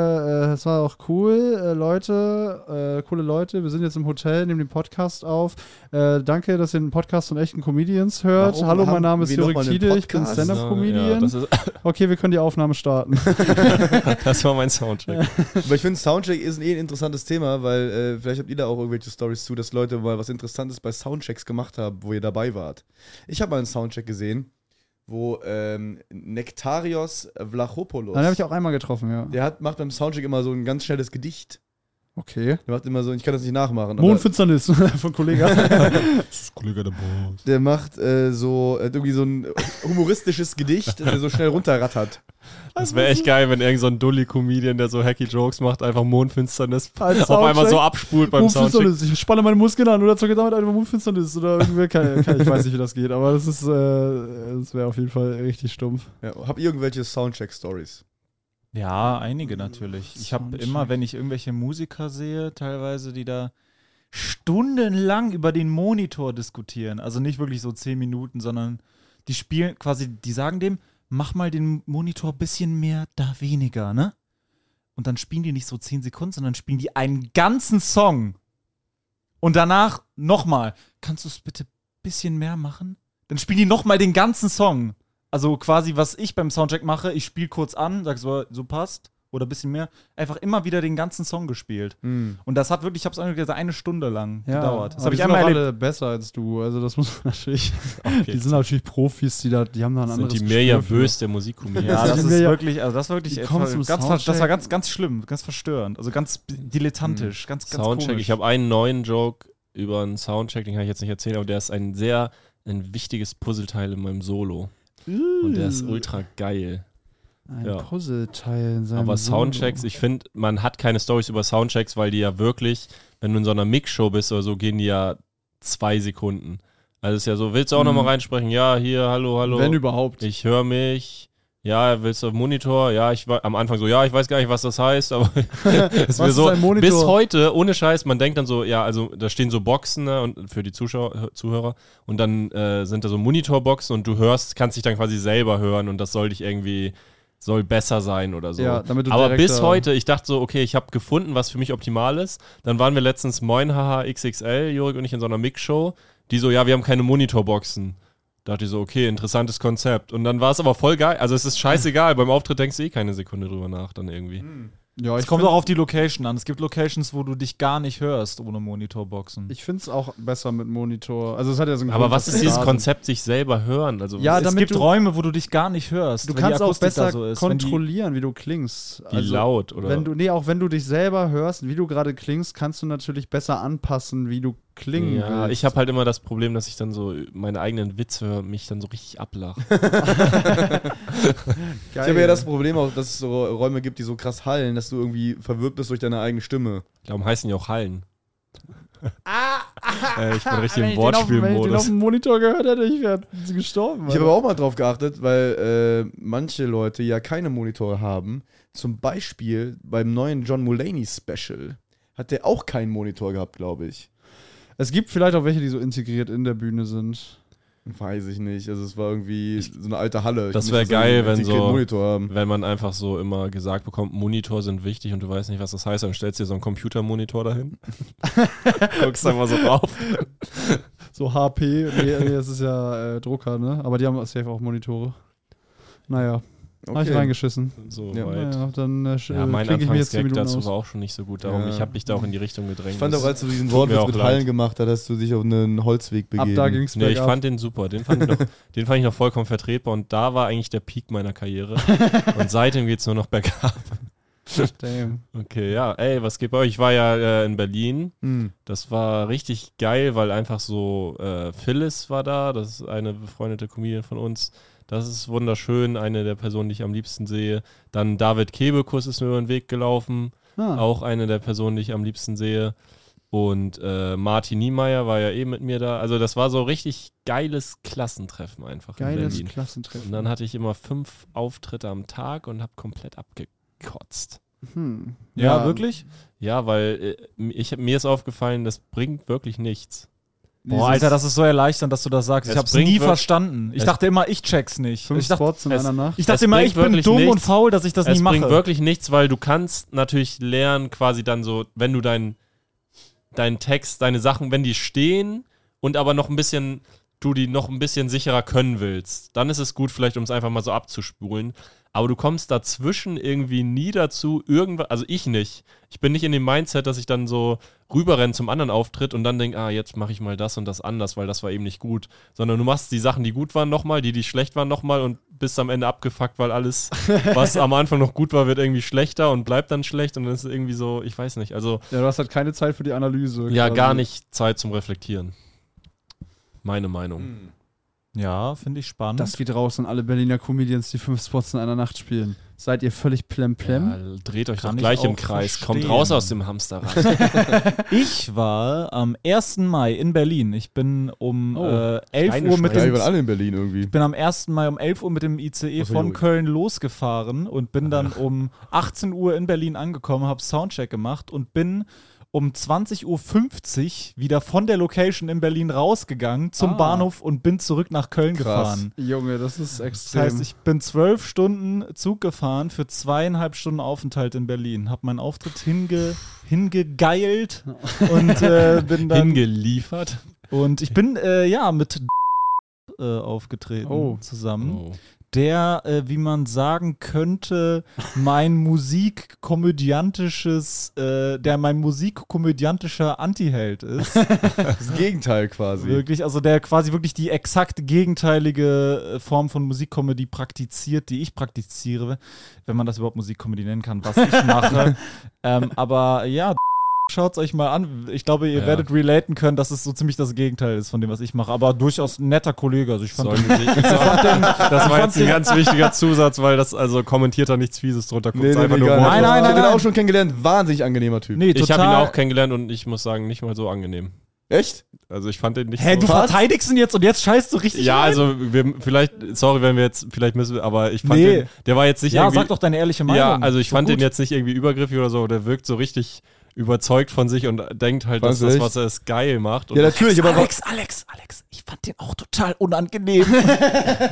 [SPEAKER 3] äh, es war auch cool, äh, Leute, äh, coole Leute, wir sind jetzt im Hotel, nehmen den Podcast auf. Äh, danke, dass ihr den Podcast von echten Comedians hört.
[SPEAKER 2] Warum
[SPEAKER 3] Hallo, mein
[SPEAKER 2] haben
[SPEAKER 3] Name ist
[SPEAKER 2] wir
[SPEAKER 3] Jörg
[SPEAKER 2] nochmal einen
[SPEAKER 3] Tiede, ich bin
[SPEAKER 2] Podcast?
[SPEAKER 4] Ja,
[SPEAKER 3] Stand-Up-Comedian.
[SPEAKER 4] das, ist,
[SPEAKER 3] okay, wir können die Aufnahme starten.
[SPEAKER 4] das war mein Soundcheck.
[SPEAKER 2] Aber ich finde, Soundcheck ist eh ein interessantes Thema, weil äh, vielleicht habt ihr da auch irgendwelche Stories zu, dass Leute mal was Interessantes bei Soundchecks gemacht haben, wo ihr dabei wart. Ich habe mal einen Soundcheck gesehen, wo ähm, Nektarios Vlachopoulos,
[SPEAKER 3] Dann habe ich auch einmal getroffen, ja.
[SPEAKER 2] der hat, macht beim Soundcheck immer so ein ganz schnelles Gedicht.
[SPEAKER 3] Okay.
[SPEAKER 2] Der macht immer so, ich kann das nicht nachmachen. aber-
[SPEAKER 3] Mondfinsternis von Kollege.
[SPEAKER 2] Der macht äh, so äh, irgendwie so ein humoristisches Gedicht, das er so schnell runterrattert.
[SPEAKER 4] Das wäre echt geil, wenn irgend so ein Dulli-Comedian, der so hacky Jokes macht, einfach Mondfinsternis
[SPEAKER 3] Als
[SPEAKER 4] auf einmal
[SPEAKER 3] Soundcheck.
[SPEAKER 4] so abspult beim Soundcheck.
[SPEAKER 3] Mondfinsternis. Ich spanne meine Muskeln an oder zocke damit einfach Mondfinsternis oder irgendwie. Keine, keine, ich weiß nicht, wie das geht, aber das ist, äh, das wäre auf jeden Fall richtig stumpf.
[SPEAKER 2] Ja, hab ihr irgendwelche Soundcheck-Stories.
[SPEAKER 1] ja, einige natürlich. Ich habe
[SPEAKER 3] Soundcheck.
[SPEAKER 1] immer, wenn ich irgendwelche Musiker sehe, teilweise, die da stundenlang über den Monitor diskutieren. Also nicht wirklich so zehn Minuten, sondern die spielen quasi, die sagen dem, mach mal den Monitor bisschen mehr, da weniger, ne? Und dann spielen die nicht so zehn Sekunden, sondern spielen die einen ganzen Song. Und danach nochmal, kannst du es bitte bisschen mehr machen? Dann spielen die nochmal den ganzen Song. Also quasi, was ich beim Soundcheck mache, ich spiele kurz an, sag so, so passt oder ein bisschen mehr, einfach immer wieder den ganzen Song gespielt.
[SPEAKER 3] Hm.
[SPEAKER 1] Und das hat wirklich, ich hab's angehört, eine Stunde lang gedauert. Das
[SPEAKER 3] aber
[SPEAKER 1] habe ich
[SPEAKER 3] die sind
[SPEAKER 1] einmal
[SPEAKER 3] auch
[SPEAKER 1] erlebt.
[SPEAKER 3] alle besser als du. Also das muss man natürlich.
[SPEAKER 4] Okay.
[SPEAKER 3] Die sind natürlich Profis, die da, die haben da ein
[SPEAKER 4] sind
[SPEAKER 3] anderes
[SPEAKER 4] die Mirja
[SPEAKER 3] Gespür für.
[SPEAKER 4] Bös der Musikkomödie.
[SPEAKER 1] Ja, das
[SPEAKER 3] sind
[SPEAKER 1] ist
[SPEAKER 3] wir ja-
[SPEAKER 1] wirklich, also das war wirklich
[SPEAKER 3] Wie
[SPEAKER 1] ey,
[SPEAKER 3] kommst du zum
[SPEAKER 1] ganz, ver- das war
[SPEAKER 3] Soundcheck?
[SPEAKER 1] ganz, ganz schlimm, ganz verstörend, also ganz b- dilettantisch, ganz, ganz
[SPEAKER 4] Soundcheck.
[SPEAKER 1] komisch.
[SPEAKER 4] Ich habe einen neuen Joke über einen Soundcheck, den kann ich jetzt nicht erzählen, aber der ist ein sehr ein wichtiges Puzzleteil in meinem Solo. Und der ist ultra geil.
[SPEAKER 3] Ein
[SPEAKER 4] Ja.
[SPEAKER 3] Puzzleteil in seinem
[SPEAKER 4] Aber
[SPEAKER 3] Solo.
[SPEAKER 4] Soundchecks, ich finde, man hat keine Stories über Soundchecks, weil die ja wirklich, wenn du in so einer Mixshow bist oder so, gehen die ja zwei Sekunden. Also ist ja so, willst du auch nochmal reinsprechen? Ja, hier, hallo, hallo.
[SPEAKER 3] Wenn überhaupt.
[SPEAKER 4] Ich höre mich. Ja, willst du auf Monitor? Ja, ich war am Anfang so, ja, ich weiß gar nicht, was das heißt, aber es
[SPEAKER 3] Was
[SPEAKER 4] mir
[SPEAKER 3] ist
[SPEAKER 4] so
[SPEAKER 3] ein Monitor?
[SPEAKER 4] bis heute ohne Scheiß, man denkt dann so, ja, also da stehen so Boxen ne, und für die Zuschauer Zuhörer und dann äh, sind da so Monitorboxen und du hörst, kannst dich dann quasi selber hören und das soll dich irgendwie soll besser sein oder so.
[SPEAKER 3] Ja, damit du
[SPEAKER 4] Aber
[SPEAKER 3] direkt,
[SPEAKER 4] bis
[SPEAKER 3] äh,
[SPEAKER 4] heute, ich dachte so, okay, ich habe gefunden, was für mich optimal ist. Dann waren wir letztens Moin Haha XXL, Jurik und ich in so einer Mixshow, die so, ja, wir haben keine Monitorboxen. Dachte ich so, okay, interessantes Konzept. Und dann war es aber voll geil. Also es ist scheißegal, beim Auftritt denkst du eh keine Sekunde drüber nach dann irgendwie.
[SPEAKER 3] ja,
[SPEAKER 1] Es
[SPEAKER 3] ich
[SPEAKER 1] kommt
[SPEAKER 3] find-
[SPEAKER 1] auch auf die Location an. Es gibt Locations, wo du dich gar nicht hörst ohne Monitorboxen.
[SPEAKER 3] Ich finde es auch besser mit Monitor. Also es hat ja so einen
[SPEAKER 4] Aber
[SPEAKER 3] Grund,
[SPEAKER 4] was
[SPEAKER 3] dass
[SPEAKER 4] ist
[SPEAKER 3] die
[SPEAKER 4] dieses
[SPEAKER 3] da
[SPEAKER 4] Konzept, sich selber hören? Also
[SPEAKER 3] Ja,
[SPEAKER 4] was
[SPEAKER 1] es
[SPEAKER 3] damit
[SPEAKER 1] gibt
[SPEAKER 3] du-
[SPEAKER 1] Räume, wo du dich gar nicht hörst.
[SPEAKER 3] sind. Du
[SPEAKER 1] wenn die
[SPEAKER 3] kannst auch
[SPEAKER 1] Akustik
[SPEAKER 3] besser
[SPEAKER 1] da so ist, wenn die-
[SPEAKER 3] kontrollieren, wie du klingst. Also
[SPEAKER 4] wie laut oder
[SPEAKER 3] Wenn du, nee, auch wenn du dich selber hörst, wie du gerade klingst, kannst du natürlich besser anpassen, wie du klingen
[SPEAKER 4] ja,
[SPEAKER 3] willst.
[SPEAKER 4] ich habe halt immer das Problem, dass ich dann so meine eigenen Witze höre und mich dann so richtig ablache.
[SPEAKER 3] Geil.
[SPEAKER 2] Ich habe ja das Problem auch, dass es so Räume gibt, die so krass hallen, dass du irgendwie verwirrt bist durch deine eigene Stimme.
[SPEAKER 4] Darum heißen die auch Hallen.
[SPEAKER 3] Ah,
[SPEAKER 4] äh, ich bin richtig
[SPEAKER 3] Wenn
[SPEAKER 4] im
[SPEAKER 3] ich den auf- Wenn ich den auf
[SPEAKER 4] Wortspielmodus.
[SPEAKER 3] dem Monitor gehört hätte, ich wäre gestorben.
[SPEAKER 2] Ich habe aber auch mal drauf geachtet, weil äh, manche Leute ja keine Monitore haben. Zum Beispiel beim neuen John Mulaney Special hat der auch keinen Monitor gehabt, glaube ich.
[SPEAKER 3] Es gibt vielleicht auch welche, die so integriert in der Bühne sind.
[SPEAKER 2] Weiß ich nicht. Also es war irgendwie so eine alte Halle. Ich
[SPEAKER 4] Das
[SPEAKER 2] muss
[SPEAKER 4] wär
[SPEAKER 2] sagen,
[SPEAKER 4] geil, wenn
[SPEAKER 2] die keinen
[SPEAKER 4] so-
[SPEAKER 2] Monitor haben.
[SPEAKER 4] Wenn man einfach so immer gesagt bekommt, Monitor sind wichtig und du weißt nicht, was das heißt, dann stellst du dir so einen Computermonitor dahin. Guckst da mal so drauf.
[SPEAKER 3] So HP, nee, nee, das ist ja äh, Drucker, ne? Aber die haben safe auch Monitore. Naja, habe ich reingeschissen.
[SPEAKER 4] So
[SPEAKER 2] Ja,
[SPEAKER 4] weit.
[SPEAKER 3] Naja, dann äh, sch-
[SPEAKER 4] Ja, mein
[SPEAKER 3] klinke ich mir jetzt 10
[SPEAKER 4] Anfangsgag
[SPEAKER 3] Minuten
[SPEAKER 4] dazu
[SPEAKER 3] aus.
[SPEAKER 4] war auch schon nicht so gut. Darum,
[SPEAKER 2] Ja.
[SPEAKER 4] ich habe dich da auch in die Richtung gedrängt.
[SPEAKER 2] Ich fand auch, als du diesen
[SPEAKER 4] mir
[SPEAKER 2] Wortwitz
[SPEAKER 4] auch
[SPEAKER 2] mit
[SPEAKER 4] leid.
[SPEAKER 2] Hallen gemacht hast, hast du dich auf einen Holzweg
[SPEAKER 3] Ab
[SPEAKER 2] begeben.
[SPEAKER 3] da ging es
[SPEAKER 4] Nee, ich fand den super. Den fand ich, noch, den fand ich noch vollkommen vertretbar und da war eigentlich der Peak meiner Karriere. Und seitdem geht es nur noch bergab.
[SPEAKER 3] Damn.
[SPEAKER 4] Okay, ja. Ey, was geht bei euch? Ich war ja äh, in Berlin.
[SPEAKER 2] Hm.
[SPEAKER 4] Das war richtig geil, weil einfach so äh, Phyllis war da. Das ist eine befreundete Comedian von uns. Das ist wunderschön. Eine der Personen, die ich am liebsten sehe. Dann David Kebekus ist mir über den Weg gelaufen.
[SPEAKER 3] Ah,
[SPEAKER 4] Auch eine der Personen, die ich am liebsten sehe. Und äh, Martin Niemeyer war ja eh mit mir da. Also das war so richtig geiles Klassentreffen einfach in
[SPEAKER 3] geiles
[SPEAKER 4] Berlin. Und
[SPEAKER 3] Klassentreffen.
[SPEAKER 4] dann hatte ich immer fünf Auftritte am Tag und habe komplett abgekotzt.
[SPEAKER 3] Hm.
[SPEAKER 1] ja, wirklich?
[SPEAKER 4] Ja, weil äh, ich, mir ist aufgefallen, das bringt wirklich nichts.
[SPEAKER 1] Boah, Alter, das ist so erleichternd, dass du das sagst.
[SPEAKER 4] Es
[SPEAKER 1] Ich hab's
[SPEAKER 4] bringt
[SPEAKER 1] nie
[SPEAKER 4] wirklich-
[SPEAKER 1] verstanden. Ich
[SPEAKER 4] es-
[SPEAKER 1] dachte immer, ich check's nicht.
[SPEAKER 3] Fünf
[SPEAKER 1] Ich dachte,
[SPEAKER 3] Spots in
[SPEAKER 4] es-
[SPEAKER 3] einer Nacht.
[SPEAKER 1] ich dachte
[SPEAKER 4] Es
[SPEAKER 1] immer,
[SPEAKER 4] bringt
[SPEAKER 1] ich bin
[SPEAKER 4] wirklich
[SPEAKER 1] dumm und
[SPEAKER 4] nichts.
[SPEAKER 1] faul, dass ich das nie
[SPEAKER 4] es
[SPEAKER 1] mache.
[SPEAKER 4] bringt wirklich nichts, weil du kannst natürlich lernen, quasi dann so, wenn du deinen dein Text, deine Sachen, wenn die stehen und aber noch ein bisschen, du die noch ein bisschen sicherer können willst, dann ist es gut, vielleicht um es einfach mal so abzuspulen. Aber du kommst dazwischen irgendwie nie dazu, irgendwas, also ich nicht. Ich bin nicht in dem Mindset, dass ich dann so rüberrenne zum anderen Auftritt und dann denke, ah, jetzt mache ich mal das und das anders, weil das war eben nicht gut. Sondern du machst die Sachen, die gut waren, nochmal, die, die schlecht waren, nochmal und bist am Ende abgefuckt, weil alles, was am Anfang noch gut war, wird irgendwie schlechter und bleibt dann schlecht und dann ist es irgendwie so, ich weiß nicht. Also,
[SPEAKER 3] Ja, du hast halt keine Zeit für die Analyse.
[SPEAKER 4] ja,
[SPEAKER 1] also
[SPEAKER 3] quasi.
[SPEAKER 4] gar nicht Zeit zum Reflektieren. Meine Meinung.
[SPEAKER 1] Ja, finde ich spannend.
[SPEAKER 3] Das geht raus an alle Berliner Comedians, die fünf Spots in einer Nacht spielen. Seid ihr völlig plemplem?
[SPEAKER 4] Ja, dreht euch
[SPEAKER 1] Kann
[SPEAKER 4] doch
[SPEAKER 1] ich
[SPEAKER 4] gleich im
[SPEAKER 1] auch
[SPEAKER 4] Kreis. Kommt
[SPEAKER 1] verstehen.
[SPEAKER 4] raus aus dem Hamsterrad.
[SPEAKER 1] Ich war am 1. Mai in Berlin. Ich bin um
[SPEAKER 3] Oh,
[SPEAKER 1] äh, 11
[SPEAKER 4] Steine
[SPEAKER 1] Uhr mit
[SPEAKER 2] Ja, wir
[SPEAKER 1] dem
[SPEAKER 2] waren alle in Berlin irgendwie.
[SPEAKER 1] ich bin am 1. Mai um 11 Uhr mit dem ICE
[SPEAKER 2] Achso,
[SPEAKER 1] von
[SPEAKER 2] Juri.
[SPEAKER 1] Köln losgefahren und bin dann um 18 Uhr in Berlin angekommen, habe Soundcheck gemacht und bin um 20.50 Uhr wieder von der Location in Berlin rausgegangen zum
[SPEAKER 3] Ah.
[SPEAKER 1] Bahnhof und bin zurück nach Köln
[SPEAKER 2] Krass.
[SPEAKER 1] gefahren.
[SPEAKER 3] Junge, das ist
[SPEAKER 1] Das
[SPEAKER 3] extrem.
[SPEAKER 1] heißt, ich bin zwölf Stunden Zug gefahren für zweieinhalb Stunden Aufenthalt in Berlin, habe meinen Auftritt hinge, hingegeilt und äh, bin dann
[SPEAKER 4] Hingeliefert.
[SPEAKER 1] und ich bin äh, ja mit äh, aufgetreten
[SPEAKER 3] Oh.
[SPEAKER 1] zusammen.
[SPEAKER 4] Oh.
[SPEAKER 1] der, äh, wie man sagen könnte, mein musikkomödiantisches, äh, der mein musikkomödiantischer Antiheld ist.
[SPEAKER 2] Das Gegenteil quasi.
[SPEAKER 1] wirklich, also der quasi wirklich die exakt gegenteilige äh, Form von Musikcomedy praktiziert, die ich praktiziere, wenn man das überhaupt Musikcomedy nennen kann, was ich mache. ähm, aber ja, schaut es euch mal an. Ich glaube, ihr
[SPEAKER 4] Ja.
[SPEAKER 1] werdet relaten können, dass es so ziemlich das Gegenteil ist von dem, was ich mache. Aber durchaus ein netter Kollege. Also ich fand
[SPEAKER 4] Sollte sich, das war jetzt ein ganz wichtiger Zusatz, weil das also kommentiert da nichts Fieses drunter. Guckt's einfach nur
[SPEAKER 2] gar nicht.
[SPEAKER 4] Worte.
[SPEAKER 1] Nein, nein,
[SPEAKER 2] Ich hab
[SPEAKER 1] nein,
[SPEAKER 2] den auch
[SPEAKER 1] nein.
[SPEAKER 2] schon kennengelernt. Wahnsinnig angenehmer Typ.
[SPEAKER 1] Nee,
[SPEAKER 4] Ich habe ihn
[SPEAKER 1] total-
[SPEAKER 4] auch kennengelernt und ich muss sagen, nicht mal so angenehm.
[SPEAKER 2] Echt?
[SPEAKER 4] Also ich fand den nicht
[SPEAKER 1] Hä,
[SPEAKER 4] so
[SPEAKER 1] du verteidigst ihn jetzt und jetzt scheißt du richtig
[SPEAKER 4] Ja,
[SPEAKER 1] rein?
[SPEAKER 4] also wir, vielleicht, sorry, wenn wir jetzt, vielleicht müssen wir, aber ich fand
[SPEAKER 1] Nee.
[SPEAKER 4] den, der war jetzt nicht
[SPEAKER 1] ja,
[SPEAKER 4] irgendwie.
[SPEAKER 1] sag doch deine ehrliche Meinung.
[SPEAKER 4] ja, also ich
[SPEAKER 1] So
[SPEAKER 4] fand
[SPEAKER 1] gut.
[SPEAKER 4] den jetzt nicht irgendwie übergriffig oder so, der wirkt so richtig überzeugt von sich und denkt halt, dass
[SPEAKER 2] Fandst du
[SPEAKER 4] das,
[SPEAKER 2] echt?
[SPEAKER 4] was er ist, geil macht. Und
[SPEAKER 2] Ja, natürlich, aber.
[SPEAKER 1] Alex, Alex, Alex, ich fand den auch total unangenehm.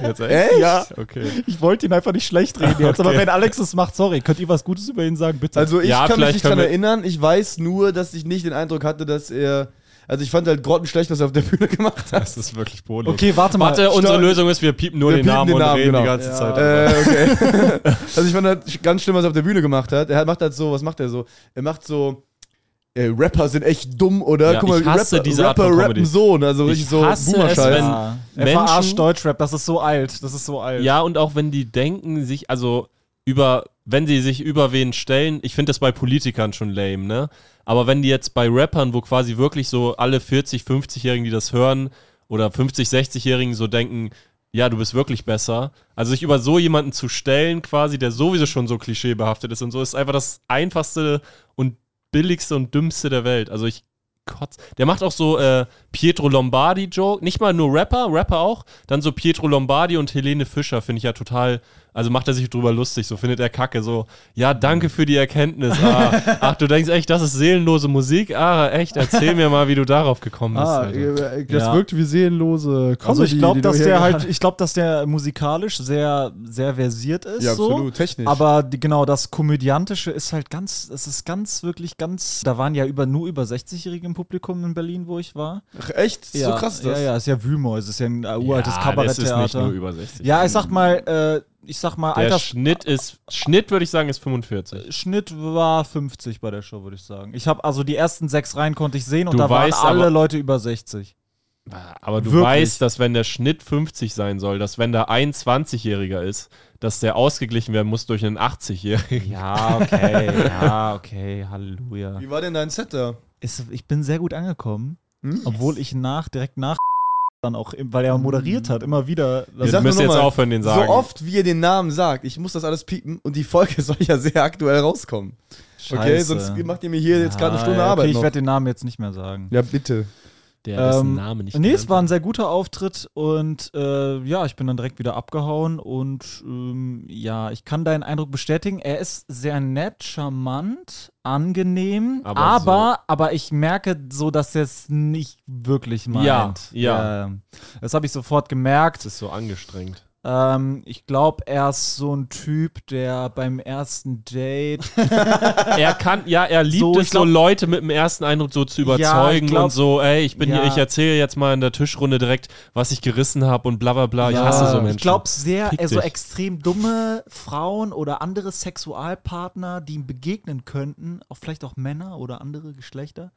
[SPEAKER 4] jetzt
[SPEAKER 2] Echt?
[SPEAKER 1] Ja.
[SPEAKER 4] Okay.
[SPEAKER 1] Ich wollte ihn einfach nicht schlecht reden jetzt, aber
[SPEAKER 4] Okay.
[SPEAKER 1] wenn Alex es macht, sorry, könnt ihr was Gutes über ihn sagen, bitte?
[SPEAKER 2] Also ich
[SPEAKER 4] Ja,
[SPEAKER 2] kann mich
[SPEAKER 4] vielleicht
[SPEAKER 2] nicht
[SPEAKER 4] können
[SPEAKER 2] dran
[SPEAKER 4] wir-
[SPEAKER 2] erinnern. Ich weiß nur, dass ich nicht den Eindruck hatte, dass er. Also ich fand halt grottenschlecht, was er auf der Bühne gemacht hat.
[SPEAKER 4] Das ist wirklich bodenlos.
[SPEAKER 1] okay, warte mal.
[SPEAKER 4] Warte, unsere
[SPEAKER 2] Stopp.
[SPEAKER 4] Lösung ist, wir piepen nur
[SPEAKER 2] Wir
[SPEAKER 4] den
[SPEAKER 2] piepen
[SPEAKER 4] Namen
[SPEAKER 2] den
[SPEAKER 4] und
[SPEAKER 2] Namen,
[SPEAKER 4] reden
[SPEAKER 2] genau.
[SPEAKER 4] die ganze
[SPEAKER 2] Ja.
[SPEAKER 4] Zeit.
[SPEAKER 2] Äh, okay. also ich fand halt ganz schlimm, was er auf der Bühne gemacht hat. Er macht halt so, was macht er so? Er macht so. Äh, Rapper sind echt dumm, oder?
[SPEAKER 4] Ja, ich hasse
[SPEAKER 2] Rapper,
[SPEAKER 4] diese Art
[SPEAKER 2] Rapper
[SPEAKER 4] von Comedy.
[SPEAKER 2] rappen so, ne? also richtig so Boomer-Scheiß.
[SPEAKER 4] wenn
[SPEAKER 1] ja. Er
[SPEAKER 4] Menschen-
[SPEAKER 1] verarscht Deutschrap, das ist so alt, das ist so alt.
[SPEAKER 4] Ja, und auch wenn die denken, sich, also über, wenn sie sich über wen stellen, ich finde das bei Politikern schon lame, ne? Aber wenn die jetzt bei Rappern, wo quasi wirklich so alle 40, 50-Jährigen, die das hören, oder 50, 60-Jährigen so denken, ja, du bist wirklich besser. Also sich über so jemanden zu stellen, quasi, der sowieso schon so klischeebehaftet ist und so, ist einfach das einfachste und billigste und dümmste der Welt. Also ich kotz. Der macht auch so äh, Pietro Lombardi-Joke. Nicht mal nur Rapper, Rapper auch. Dann so Pietro Lombardi und Helene Fischer finde ich ja total. Also macht er sich drüber lustig, so findet er Kacke. So, ja, danke für die Erkenntnis. Ah, ach, du denkst echt, das ist seelenlose Musik? Ah, echt, erzähl mir mal, wie du darauf gekommen bist.
[SPEAKER 3] Ah,
[SPEAKER 4] Alter.
[SPEAKER 3] äh, das
[SPEAKER 1] halt Ja.
[SPEAKER 3] wirkt wie seelenlose Comedy.
[SPEAKER 1] also ich glaube,
[SPEAKER 3] die du
[SPEAKER 1] dass
[SPEAKER 3] hier
[SPEAKER 1] der halt,
[SPEAKER 3] gerade-
[SPEAKER 1] ich glaube, dass der musikalisch sehr, sehr versiert ist.
[SPEAKER 2] Ja,
[SPEAKER 1] so.
[SPEAKER 2] absolut, technisch.
[SPEAKER 1] Aber die, genau, das Komödiantische ist halt ganz, es ist ganz, wirklich ganz, da waren ja über, nur über 60-Jährige im Publikum in Berlin, wo ich war.
[SPEAKER 2] Ach, echt?
[SPEAKER 1] ja,
[SPEAKER 2] So krass ist das.
[SPEAKER 1] Ja, ja, ist ja Wühlmäuse, ist ja ein äh, uraltes
[SPEAKER 4] ja, Das ist nicht nur
[SPEAKER 1] Kabaretttheater.
[SPEAKER 4] über 60.
[SPEAKER 1] Ja, ich sag mal, äh, ich sag mal,
[SPEAKER 4] der
[SPEAKER 1] Alters
[SPEAKER 4] Schnitt ist, Schnitt würde ich sagen, ist 45.
[SPEAKER 1] Schnitt war 50 bei der Show, würde ich sagen. Ich habe also die ersten sechs Reihen konnte ich sehen und
[SPEAKER 4] Du
[SPEAKER 1] da
[SPEAKER 4] weißt
[SPEAKER 1] waren alle
[SPEAKER 4] aber-
[SPEAKER 1] Leute über 60.
[SPEAKER 4] Aber du
[SPEAKER 1] Wirklich?
[SPEAKER 4] weißt, dass wenn der Schnitt 50 sein soll, dass wenn da ein 20-Jähriger ist, dass der ausgeglichen werden muss durch einen 80-Jährigen.
[SPEAKER 1] Ja, okay, ja, okay, Halleluja.
[SPEAKER 2] Wie war denn dein Set da?
[SPEAKER 1] Ist, ich bin sehr gut angekommen,
[SPEAKER 2] Hm?
[SPEAKER 1] obwohl ich nach, direkt nach dann auch, im- weil er
[SPEAKER 2] Mhm.
[SPEAKER 1] moderiert hat, immer wieder.
[SPEAKER 2] Ich
[SPEAKER 4] Wir
[SPEAKER 2] sag nur
[SPEAKER 4] müssen jetzt
[SPEAKER 2] nochmal,
[SPEAKER 4] aufhören, den sagen.
[SPEAKER 2] So oft, wie ihr den Namen sagt, ich muss das alles piepen und die Folge soll ja sehr aktuell rauskommen. Okay,
[SPEAKER 1] Scheiße.
[SPEAKER 2] sonst macht ihr mir hier jetzt gerade eine
[SPEAKER 1] Ja,
[SPEAKER 2] Stunde
[SPEAKER 1] okay,
[SPEAKER 2] Arbeit.
[SPEAKER 1] Ich
[SPEAKER 2] noch.
[SPEAKER 1] werde den Namen jetzt nicht mehr sagen.
[SPEAKER 2] Ja, bitte.
[SPEAKER 4] Der
[SPEAKER 1] Ähm,
[SPEAKER 4] dessen Name nicht
[SPEAKER 1] nee, es
[SPEAKER 4] genannt
[SPEAKER 1] war ein sehr guter Auftritt und äh, ja, ich bin dann direkt wieder abgehauen und ähm, ja, ich kann deinen Eindruck bestätigen. Er ist sehr nett, charmant, angenehm, aber,
[SPEAKER 4] Aber
[SPEAKER 1] aber, ich merke so, dass er es nicht wirklich meint.
[SPEAKER 4] Ja, ja.
[SPEAKER 1] Ähm, das habe ich sofort
[SPEAKER 4] Es
[SPEAKER 1] gemerkt.
[SPEAKER 4] ist so angestrengt.
[SPEAKER 1] Ähm, ich glaube, er ist so ein Typ, der beim ersten Date
[SPEAKER 4] er kann, ja, er liebt
[SPEAKER 1] So, ich
[SPEAKER 4] es,
[SPEAKER 1] glaub-
[SPEAKER 4] so Leute mit dem ersten Eindruck so zu überzeugen
[SPEAKER 1] ich glaub-
[SPEAKER 4] und so, ey, ich bin
[SPEAKER 1] Ja.
[SPEAKER 4] hier, ich erzähle jetzt mal in der Tischrunde direkt, was ich gerissen habe und bla bla bla. Ich hasse so Menschen.
[SPEAKER 1] Ich glaube sehr,
[SPEAKER 4] Fick
[SPEAKER 1] äh, so
[SPEAKER 4] dich.
[SPEAKER 1] extrem dumme Frauen oder andere Sexualpartner, die ihm begegnen könnten, auch vielleicht auch Männer oder andere Geschlechter,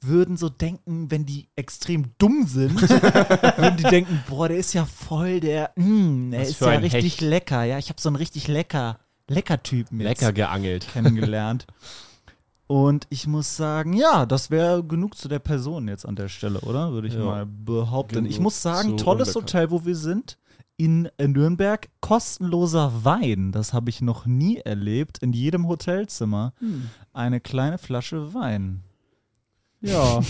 [SPEAKER 1] würden so denken, wenn die extrem dumm sind, würden die denken, boah, der ist ja voll, der, mm, der
[SPEAKER 4] Was
[SPEAKER 1] ist
[SPEAKER 4] für
[SPEAKER 1] ja
[SPEAKER 4] ein
[SPEAKER 1] richtig
[SPEAKER 4] Hecht.
[SPEAKER 1] lecker. Ja, ich habe so einen richtig lecker, lecker Typen jetzt
[SPEAKER 4] lecker geangelt.
[SPEAKER 1] kennengelernt. Und ich muss sagen, ja, das wäre genug zu der Person jetzt an der Stelle, oder? Würde ich
[SPEAKER 4] Ja.
[SPEAKER 1] mal behaupten.
[SPEAKER 4] Genug
[SPEAKER 1] ich muss sagen,
[SPEAKER 4] zu
[SPEAKER 1] tolles
[SPEAKER 4] unbekannt.
[SPEAKER 1] Hotel, wo wir sind, in äh, Nürnberg. Kostenloser Wein, das habe ich noch nie erlebt. In jedem Hotelzimmer
[SPEAKER 3] Hm.
[SPEAKER 1] eine kleine Flasche Wein.
[SPEAKER 3] Ja,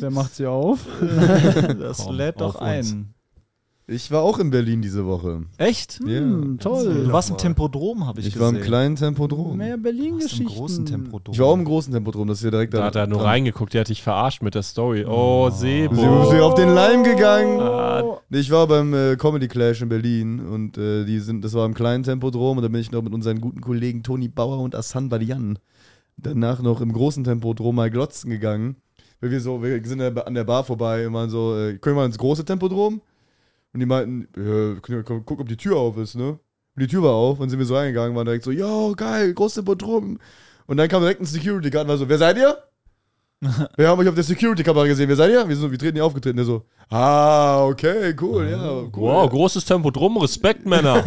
[SPEAKER 3] wer macht sie auf?
[SPEAKER 1] das
[SPEAKER 4] Komm,
[SPEAKER 1] lädt doch
[SPEAKER 4] auf uns.
[SPEAKER 1] ein.
[SPEAKER 2] Ich war auch in Berlin diese Woche.
[SPEAKER 1] Echt?
[SPEAKER 2] Ja.
[SPEAKER 3] Hm,
[SPEAKER 1] Du
[SPEAKER 3] toll.
[SPEAKER 1] warst im
[SPEAKER 2] mal.
[SPEAKER 1] Tempodrom, habe ich,
[SPEAKER 2] Ich, war
[SPEAKER 1] gesehen.
[SPEAKER 2] im kleinen Tempodrom.
[SPEAKER 3] Mehr
[SPEAKER 1] Du warst
[SPEAKER 3] Berlin-Geschichten. Ah.
[SPEAKER 1] im großen Tempodrom.
[SPEAKER 2] Ich war auch im großen Tempodrom, das ist ja direkt
[SPEAKER 4] Da hat er nur
[SPEAKER 2] dran.
[SPEAKER 4] reingeguckt, der hat dich verarscht mit der Story. Oh,
[SPEAKER 2] Sie sind
[SPEAKER 4] Sebo.
[SPEAKER 2] wir auf den Leim gegangen.
[SPEAKER 4] Ah,
[SPEAKER 2] Nee, Ich war beim äh, Comedy Clash in Berlin und äh, die sind, das war im kleinen Tempodrom und da bin ich noch mit unseren guten Kollegen Toni Bauer und Assan Badian danach noch im großen Tempodrom mal glotzen gegangen. Weil wir so, wir sind ja an der Bar vorbei und waren so, äh, können wir mal ins große Tempodrom? Und die meinten, äh, guck, guck, guck, ob die Tür auf ist, ne? Und die Tür war auf und sind wir so reingegangen, waren direkt so, yo, geil, große Bottrum. Und dann kam direkt ein Security Guard und war so, wer seid ihr? wir haben euch auf der Security-Kamera gesehen, wer seid ihr? Wir, sind, so, wir treten hier aufgetreten. Der so, ah, okay, cool, ja,
[SPEAKER 1] Ah,
[SPEAKER 2] cool.
[SPEAKER 4] Wow, großes Tempo drum, Respekt, Männer.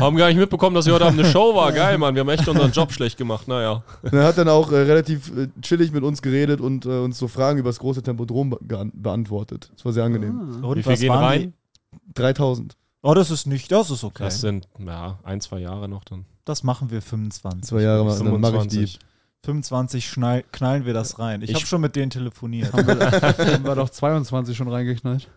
[SPEAKER 4] haben gar nicht mitbekommen, dass ihr heute Abend eine Show war. Geil, Mann, wir haben echt unseren Job schlecht gemacht. Naja.
[SPEAKER 2] Und er hat dann auch äh, relativ äh, chillig mit uns geredet und äh, uns so Fragen über das große Tempodrom be gean- beantwortet. Das war sehr angenehm.
[SPEAKER 1] Und
[SPEAKER 4] Wie viel
[SPEAKER 1] was
[SPEAKER 4] gehen
[SPEAKER 1] waren
[SPEAKER 4] rein?
[SPEAKER 1] die?
[SPEAKER 2] 3000.
[SPEAKER 1] Oh, das ist nicht, das ist okay.
[SPEAKER 4] Das
[SPEAKER 1] Das,
[SPEAKER 4] sind, ja, ein, zwei Jahre noch dann.
[SPEAKER 1] machen wir 25.
[SPEAKER 2] Zwei Jahre, mal- dann mache ich die.
[SPEAKER 4] 25.
[SPEAKER 1] 25 schnall, knallen wir das rein. Ich,
[SPEAKER 4] Ich-
[SPEAKER 1] habe schon mit denen telefoniert.
[SPEAKER 3] Haben wir doch 22 schon reingeknallt.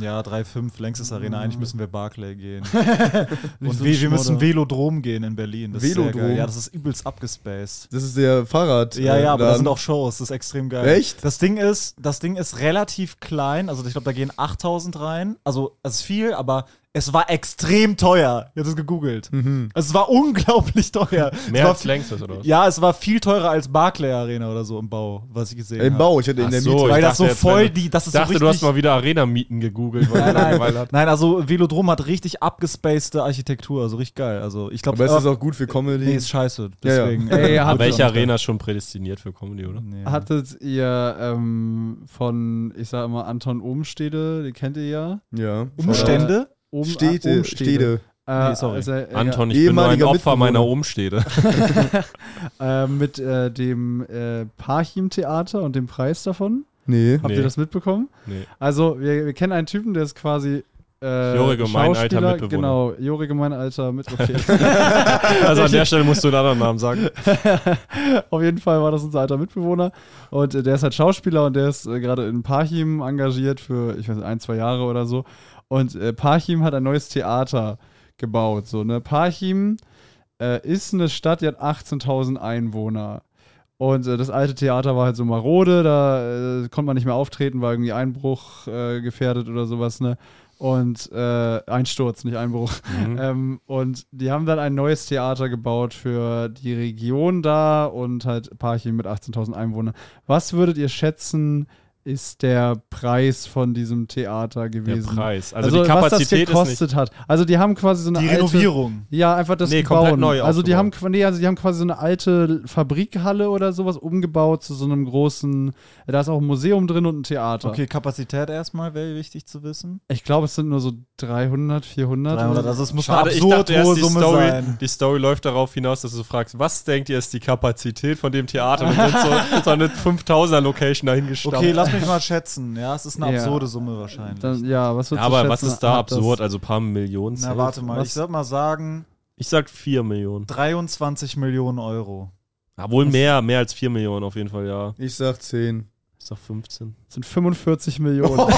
[SPEAKER 1] ja, 3-5, längstes Arena. Eigentlich müssen wir Barclay gehen.
[SPEAKER 3] Nicht
[SPEAKER 1] Und
[SPEAKER 3] so ein
[SPEAKER 1] wir, wir müssen
[SPEAKER 3] Schmodder.
[SPEAKER 1] Velodrom gehen in Berlin. Das Ist sehr
[SPEAKER 2] Velodrom?
[SPEAKER 1] geil. Ja, das ist übelst abgespaced.
[SPEAKER 2] Das ist der Fahrrad.
[SPEAKER 1] Ja,
[SPEAKER 2] äh,
[SPEAKER 1] ja, aber da
[SPEAKER 2] Laden.
[SPEAKER 1] sind auch Shows, das ist extrem geil.
[SPEAKER 2] Echt?
[SPEAKER 1] Das Ding ist, das Ding ist relativ klein, also ich glaube, da gehen 8000 rein. Also, es ist viel, aber es war extrem teuer. Ich habe es gegoogelt. Es war unglaublich teuer. es
[SPEAKER 4] Mehr
[SPEAKER 1] war
[SPEAKER 4] als
[SPEAKER 1] viel-
[SPEAKER 4] längst oder was?
[SPEAKER 1] Ja, es war viel teurer als Barclay Arena oder so im Bau, was ich gesehen habe.
[SPEAKER 2] Im Bau, ich hätte in
[SPEAKER 4] Ach
[SPEAKER 2] der
[SPEAKER 4] so,
[SPEAKER 2] Miete.
[SPEAKER 4] Oh, ich
[SPEAKER 1] Weil das
[SPEAKER 4] dachte
[SPEAKER 1] so
[SPEAKER 4] jetzt,
[SPEAKER 1] voll
[SPEAKER 4] wenn
[SPEAKER 1] die, das
[SPEAKER 4] Ich
[SPEAKER 1] ist
[SPEAKER 4] dachte,
[SPEAKER 1] so
[SPEAKER 4] du hast
[SPEAKER 1] richtig.
[SPEAKER 4] mal wieder Arena-Mieten gegoogelt, weil du Langeweile hat.
[SPEAKER 1] Nein, also Velodrom hat richtig abgespacede Architektur, also richtig geil. Also ich glaube,
[SPEAKER 2] Aber es ist auch gut für Comedy.
[SPEAKER 1] nee, ist scheiße.
[SPEAKER 2] Ja, ja.
[SPEAKER 1] Deswegen. äh,
[SPEAKER 3] Ey, ihr habt-
[SPEAKER 4] Welche Arena ist schon prädestiniert für Comedy, oder?
[SPEAKER 1] Nee.
[SPEAKER 3] Hattet ihr ähm, von, ich sag immer, Anton Umstede, den kennt ihr ja.
[SPEAKER 2] ja.
[SPEAKER 1] Umstände?
[SPEAKER 3] Um,
[SPEAKER 2] Städte, Städte.
[SPEAKER 3] Äh,
[SPEAKER 1] Nee, sorry.
[SPEAKER 3] Also, äh,
[SPEAKER 4] Anton, ich bin
[SPEAKER 2] Ehemaliger
[SPEAKER 4] nur ein Opfer
[SPEAKER 2] Mitbewohner.
[SPEAKER 4] meiner Umstände.
[SPEAKER 3] Äh, mit äh, dem äh, Parchim-Theater und dem Preis davon.
[SPEAKER 2] Nee.
[SPEAKER 3] Habt
[SPEAKER 4] Nee.
[SPEAKER 3] ihr das mitbekommen?
[SPEAKER 4] Nee.
[SPEAKER 3] Also, wir, wir kennen einen Typen, der ist quasi. Äh,
[SPEAKER 4] Jorige, mein alter
[SPEAKER 3] Schauspieler.
[SPEAKER 4] Mitbewohner.
[SPEAKER 3] Genau, Jorige, mein alter Mitbewohner.
[SPEAKER 4] Also an der Stelle musst du einen anderen Namen sagen.
[SPEAKER 3] Auf jeden Fall war das unser alter Mitbewohner. Und äh, der ist halt Schauspieler und der ist äh, gerade in Parchim engagiert für, ich weiß nicht, ein, zwei Jahre oder so. Und äh, Parchim hat ein neues Theater gebaut. So, ne? Parchim äh, ist eine Stadt, die hat 18.000 Einwohner. Und äh, das alte Theater war halt so marode, da äh, konnte man nicht mehr auftreten, war irgendwie Einbruch äh, gefährdet oder sowas, ne? Und äh, Einsturz, nicht Einbruch. Ähm, und die haben dann ein neues Theater gebaut für die Region da und halt Parchim mit 18.000 Einwohnern. Was würdet ihr schätzen, ist der Preis von diesem Theater
[SPEAKER 4] Der
[SPEAKER 3] gewesen?
[SPEAKER 4] Preis. Also, die Kapazität
[SPEAKER 3] was das
[SPEAKER 4] ist nicht.
[SPEAKER 3] gekostet hat. Also die haben quasi so eine
[SPEAKER 1] Die
[SPEAKER 3] alte,
[SPEAKER 1] Renovierung.
[SPEAKER 3] ja, einfach das
[SPEAKER 4] Nee,
[SPEAKER 3] Bauen.
[SPEAKER 4] komplett neu
[SPEAKER 3] also die haben
[SPEAKER 4] aufgebaut.
[SPEAKER 3] qu- nee, also die haben quasi so eine alte Fabrikhalle oder sowas umgebaut zu so einem großen, da ist auch ein Museum drin und ein Theater.
[SPEAKER 1] Okay, Kapazität erstmal wäre wichtig zu wissen.
[SPEAKER 3] Ich glaube, es sind nur so 300, 400. oder
[SPEAKER 1] 300,
[SPEAKER 3] so.
[SPEAKER 1] also es muss
[SPEAKER 4] Schade,
[SPEAKER 1] eine
[SPEAKER 4] ich
[SPEAKER 1] absurd
[SPEAKER 4] dachte erst,
[SPEAKER 1] hohe
[SPEAKER 4] die
[SPEAKER 1] Summe
[SPEAKER 4] Story,
[SPEAKER 1] sein.
[SPEAKER 4] die Story läuft darauf hinaus, dass du fragst, was denkt ihr ist die Kapazität von dem Theater? Und dann so, so eine 5000er-Location dahingestammt.
[SPEAKER 1] Okay, lass mich mal schätzen. Ja, es ist eine
[SPEAKER 3] Ja.
[SPEAKER 1] absurde Summe wahrscheinlich.
[SPEAKER 3] Dann, ja, was würdest
[SPEAKER 4] ja,
[SPEAKER 3] du
[SPEAKER 4] aber
[SPEAKER 3] schätzen,
[SPEAKER 4] was ist da
[SPEAKER 3] hat das-
[SPEAKER 4] absurd? Also paar Millionen?
[SPEAKER 1] Na,
[SPEAKER 4] safe.
[SPEAKER 1] warte mal.
[SPEAKER 4] Was?
[SPEAKER 1] Ich würde mal sagen,
[SPEAKER 4] Ich sag 4 Millionen.
[SPEAKER 1] 23 Millionen Euro.
[SPEAKER 4] Ja, wohl mehr, mehr als 4 Millionen auf jeden Fall, ja.
[SPEAKER 2] Ich sag 10.
[SPEAKER 4] Ich sag 15.
[SPEAKER 3] sind 45 Millionen.
[SPEAKER 1] Oh.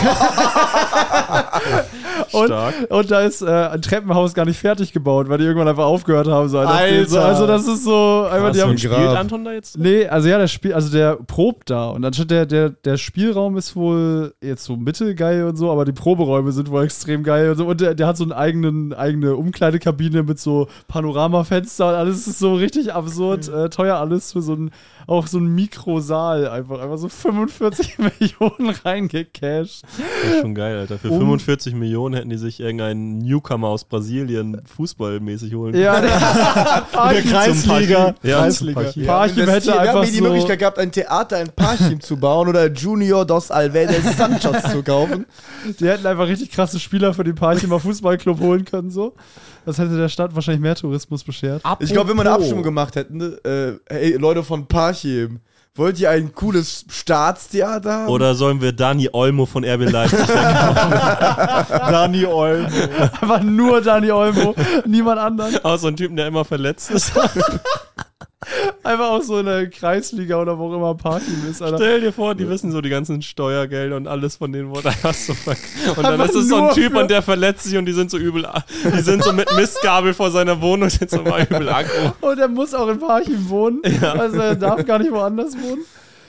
[SPEAKER 3] und,
[SPEAKER 4] Stark.
[SPEAKER 3] und da ist äh, ein Treppenhaus gar nicht fertig gebaut, weil die irgendwann einfach aufgehört haben. So einfach
[SPEAKER 1] Alter.
[SPEAKER 3] So, also das ist so, einfach, die
[SPEAKER 4] Krass,
[SPEAKER 3] haben
[SPEAKER 4] und spielt
[SPEAKER 2] Grab.
[SPEAKER 4] Anton da jetzt?
[SPEAKER 3] Nee, also ja, der Spiel, also der probt da und anstatt der, der, der Spielraum ist wohl jetzt so mittelgeil und so, aber die Proberäume sind wohl extrem geil und so. Und der, der hat so einen eigenen, eigene Umkleidekabine mit so Panoramafenster und alles ist so richtig absurd, äh, teuer alles für so ein, auch so ein Mikrosaal einfach, einfach so 45 Millionen reingecashed.
[SPEAKER 4] Das ist schon geil, Alter. Für
[SPEAKER 1] Um-
[SPEAKER 4] 45 Millionen hätten die sich irgendeinen Newcomer aus Brasilien fußballmäßig holen
[SPEAKER 3] Ja,
[SPEAKER 1] Der Kreisliga.
[SPEAKER 4] Ja,
[SPEAKER 1] Kreisliga.
[SPEAKER 4] Parchim.
[SPEAKER 3] Parchim
[SPEAKER 2] Wir haben
[SPEAKER 3] hätte einfach
[SPEAKER 2] die
[SPEAKER 3] so,
[SPEAKER 2] Möglichkeit gehabt, ein Theater in Parchim zu bauen oder Junior dos Alvedes Sanchos zu kaufen.
[SPEAKER 3] die hätten einfach richtig krasse Spieler für den Parchimer Fußballclub holen können, so. Das hätte der Stadt wahrscheinlich mehr Tourismus beschert.
[SPEAKER 2] Ich glaube, wenn wir eine Abstimmung gemacht hätten, ne, äh, hey, Leute von Parchim, wollt ihr ein cooles Staatstheater haben?
[SPEAKER 4] Oder sollen wir Dani Olmo von RB Leipzig?
[SPEAKER 1] Dani Olmo.
[SPEAKER 3] Einfach nur Dani Olmo, niemand anderen.
[SPEAKER 4] Auch so ein Typen, der immer verletzt ist.
[SPEAKER 3] Einfach auch so in der Kreisliga oder wo auch immer Party ist, Alter.
[SPEAKER 4] Stell dir vor, die wissen so die ganzen Steuergelder und alles von denen wurde einfach so ver- Und dann
[SPEAKER 3] Aber
[SPEAKER 4] ist es so ein
[SPEAKER 3] nur
[SPEAKER 4] Typ
[SPEAKER 3] für-
[SPEAKER 4] und der verletzt sich und die sind so übel, die sind so mit Mistgabel vor seiner Wohnung jetzt so mal übel aggro.
[SPEAKER 3] Und er muss auch in Parchim wohnen. Also er darf gar nicht woanders wohnen.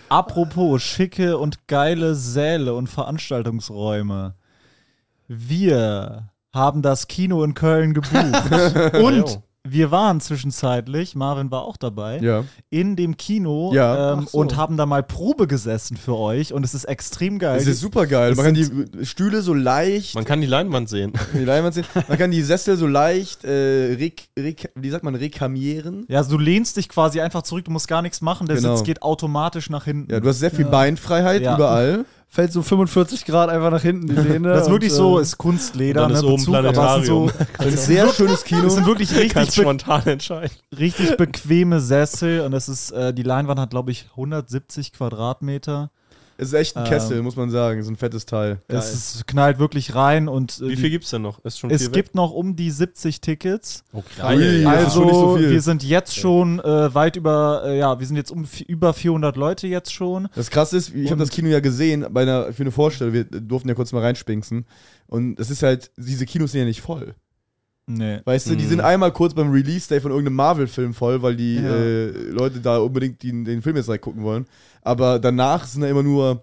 [SPEAKER 1] Apropos schicke und geile Säle und Veranstaltungsräume. Wir haben das Kino in Köln gebucht. und Wir waren zwischenzeitlich, Marvin war auch dabei,
[SPEAKER 2] Ja.
[SPEAKER 1] in dem Kino
[SPEAKER 2] Ja.
[SPEAKER 1] ähm,
[SPEAKER 2] Ach so.
[SPEAKER 1] und haben da mal Probe gesessen für euch und es ist extrem geil.
[SPEAKER 2] Das ist super geil. Man kann die Stühle so leicht,
[SPEAKER 4] Man kann die Leinwand sehen.
[SPEAKER 2] die Leinwand sehen, man kann die Sessel so leicht, äh, rek, rek, wie sagt man, rekamieren.
[SPEAKER 1] ja, also du lehnst dich quasi einfach zurück, du musst gar nichts machen, der
[SPEAKER 2] Genau.
[SPEAKER 1] Sitz geht automatisch nach hinten.
[SPEAKER 2] Ja, du hast sehr viel Beinfreiheit
[SPEAKER 1] Ja.
[SPEAKER 2] überall.
[SPEAKER 3] Fällt so 45 Grad einfach nach hinten, die Lehne.
[SPEAKER 1] das ist wirklich
[SPEAKER 3] und,
[SPEAKER 1] so,
[SPEAKER 2] ähm,
[SPEAKER 3] äh,
[SPEAKER 1] ist Kunstleder,
[SPEAKER 4] und dann
[SPEAKER 1] ne,
[SPEAKER 4] ist oben
[SPEAKER 1] aber es sind so,
[SPEAKER 2] Das ist ein sehr schönes Kino.
[SPEAKER 1] das sind wirklich richtig,
[SPEAKER 4] Kannst
[SPEAKER 1] be
[SPEAKER 4] spontan entscheiden.
[SPEAKER 1] richtig bequeme Sessel und das ist, äh, die Leinwand hat glaube ich 170 Quadratmeter.
[SPEAKER 2] Es ist echt ein Kessel, muss man sagen. Es ist ein fettes Teil.
[SPEAKER 1] Es ist, knallt wirklich rein und äh,
[SPEAKER 4] Wie viel gibt's denn noch? Ist schon
[SPEAKER 1] die, es
[SPEAKER 4] viel
[SPEAKER 1] gibt noch um die 70 Tickets.
[SPEAKER 4] weg?
[SPEAKER 2] Ui,
[SPEAKER 4] Okay.
[SPEAKER 2] das ist schon nicht so
[SPEAKER 1] Also
[SPEAKER 2] viel.
[SPEAKER 1] wir sind jetzt schon äh, weit über, äh, ja, wir sind jetzt um vi- über 400 Leute jetzt schon.
[SPEAKER 2] Das krasse ist, ich habe das Kino ja gesehen bei einer, für eine Vorstellung. Wir durften ja kurz mal reinspinksen. Und es ist halt, diese Kinos sind ja nicht voll.
[SPEAKER 1] Nee.
[SPEAKER 2] Weißt du, die
[SPEAKER 4] Mhm.
[SPEAKER 2] sind einmal kurz beim Release-Day von irgendeinem Marvel-Film voll, weil die
[SPEAKER 1] Ja.
[SPEAKER 2] äh, Leute da unbedingt den, den Film jetzt direkt gucken wollen. Aber danach sind da immer nur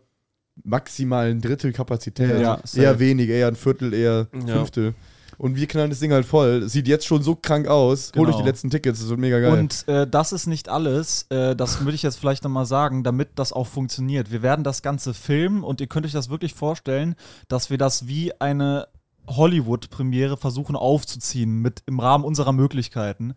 [SPEAKER 2] maximal ein Drittel Kapazität.
[SPEAKER 1] Ja,
[SPEAKER 2] eher
[SPEAKER 1] safe.
[SPEAKER 2] wenig, eher ein Viertel, eher
[SPEAKER 4] Ja.
[SPEAKER 2] Fünftel. Und wir knallen das Ding halt voll. Es Sieht jetzt schon so krank aus. Holt euch
[SPEAKER 1] Genau.
[SPEAKER 2] die letzten Tickets, das wird mega geil.
[SPEAKER 1] Und äh, das ist nicht alles. Äh, das würde ich jetzt vielleicht nochmal sagen, damit das auch funktioniert. Wir werden das Ganze filmen und ihr könnt euch das wirklich vorstellen, dass wir das wie eine Hollywood-Premiere versuchen aufzuziehen mit im Rahmen unserer Möglichkeiten.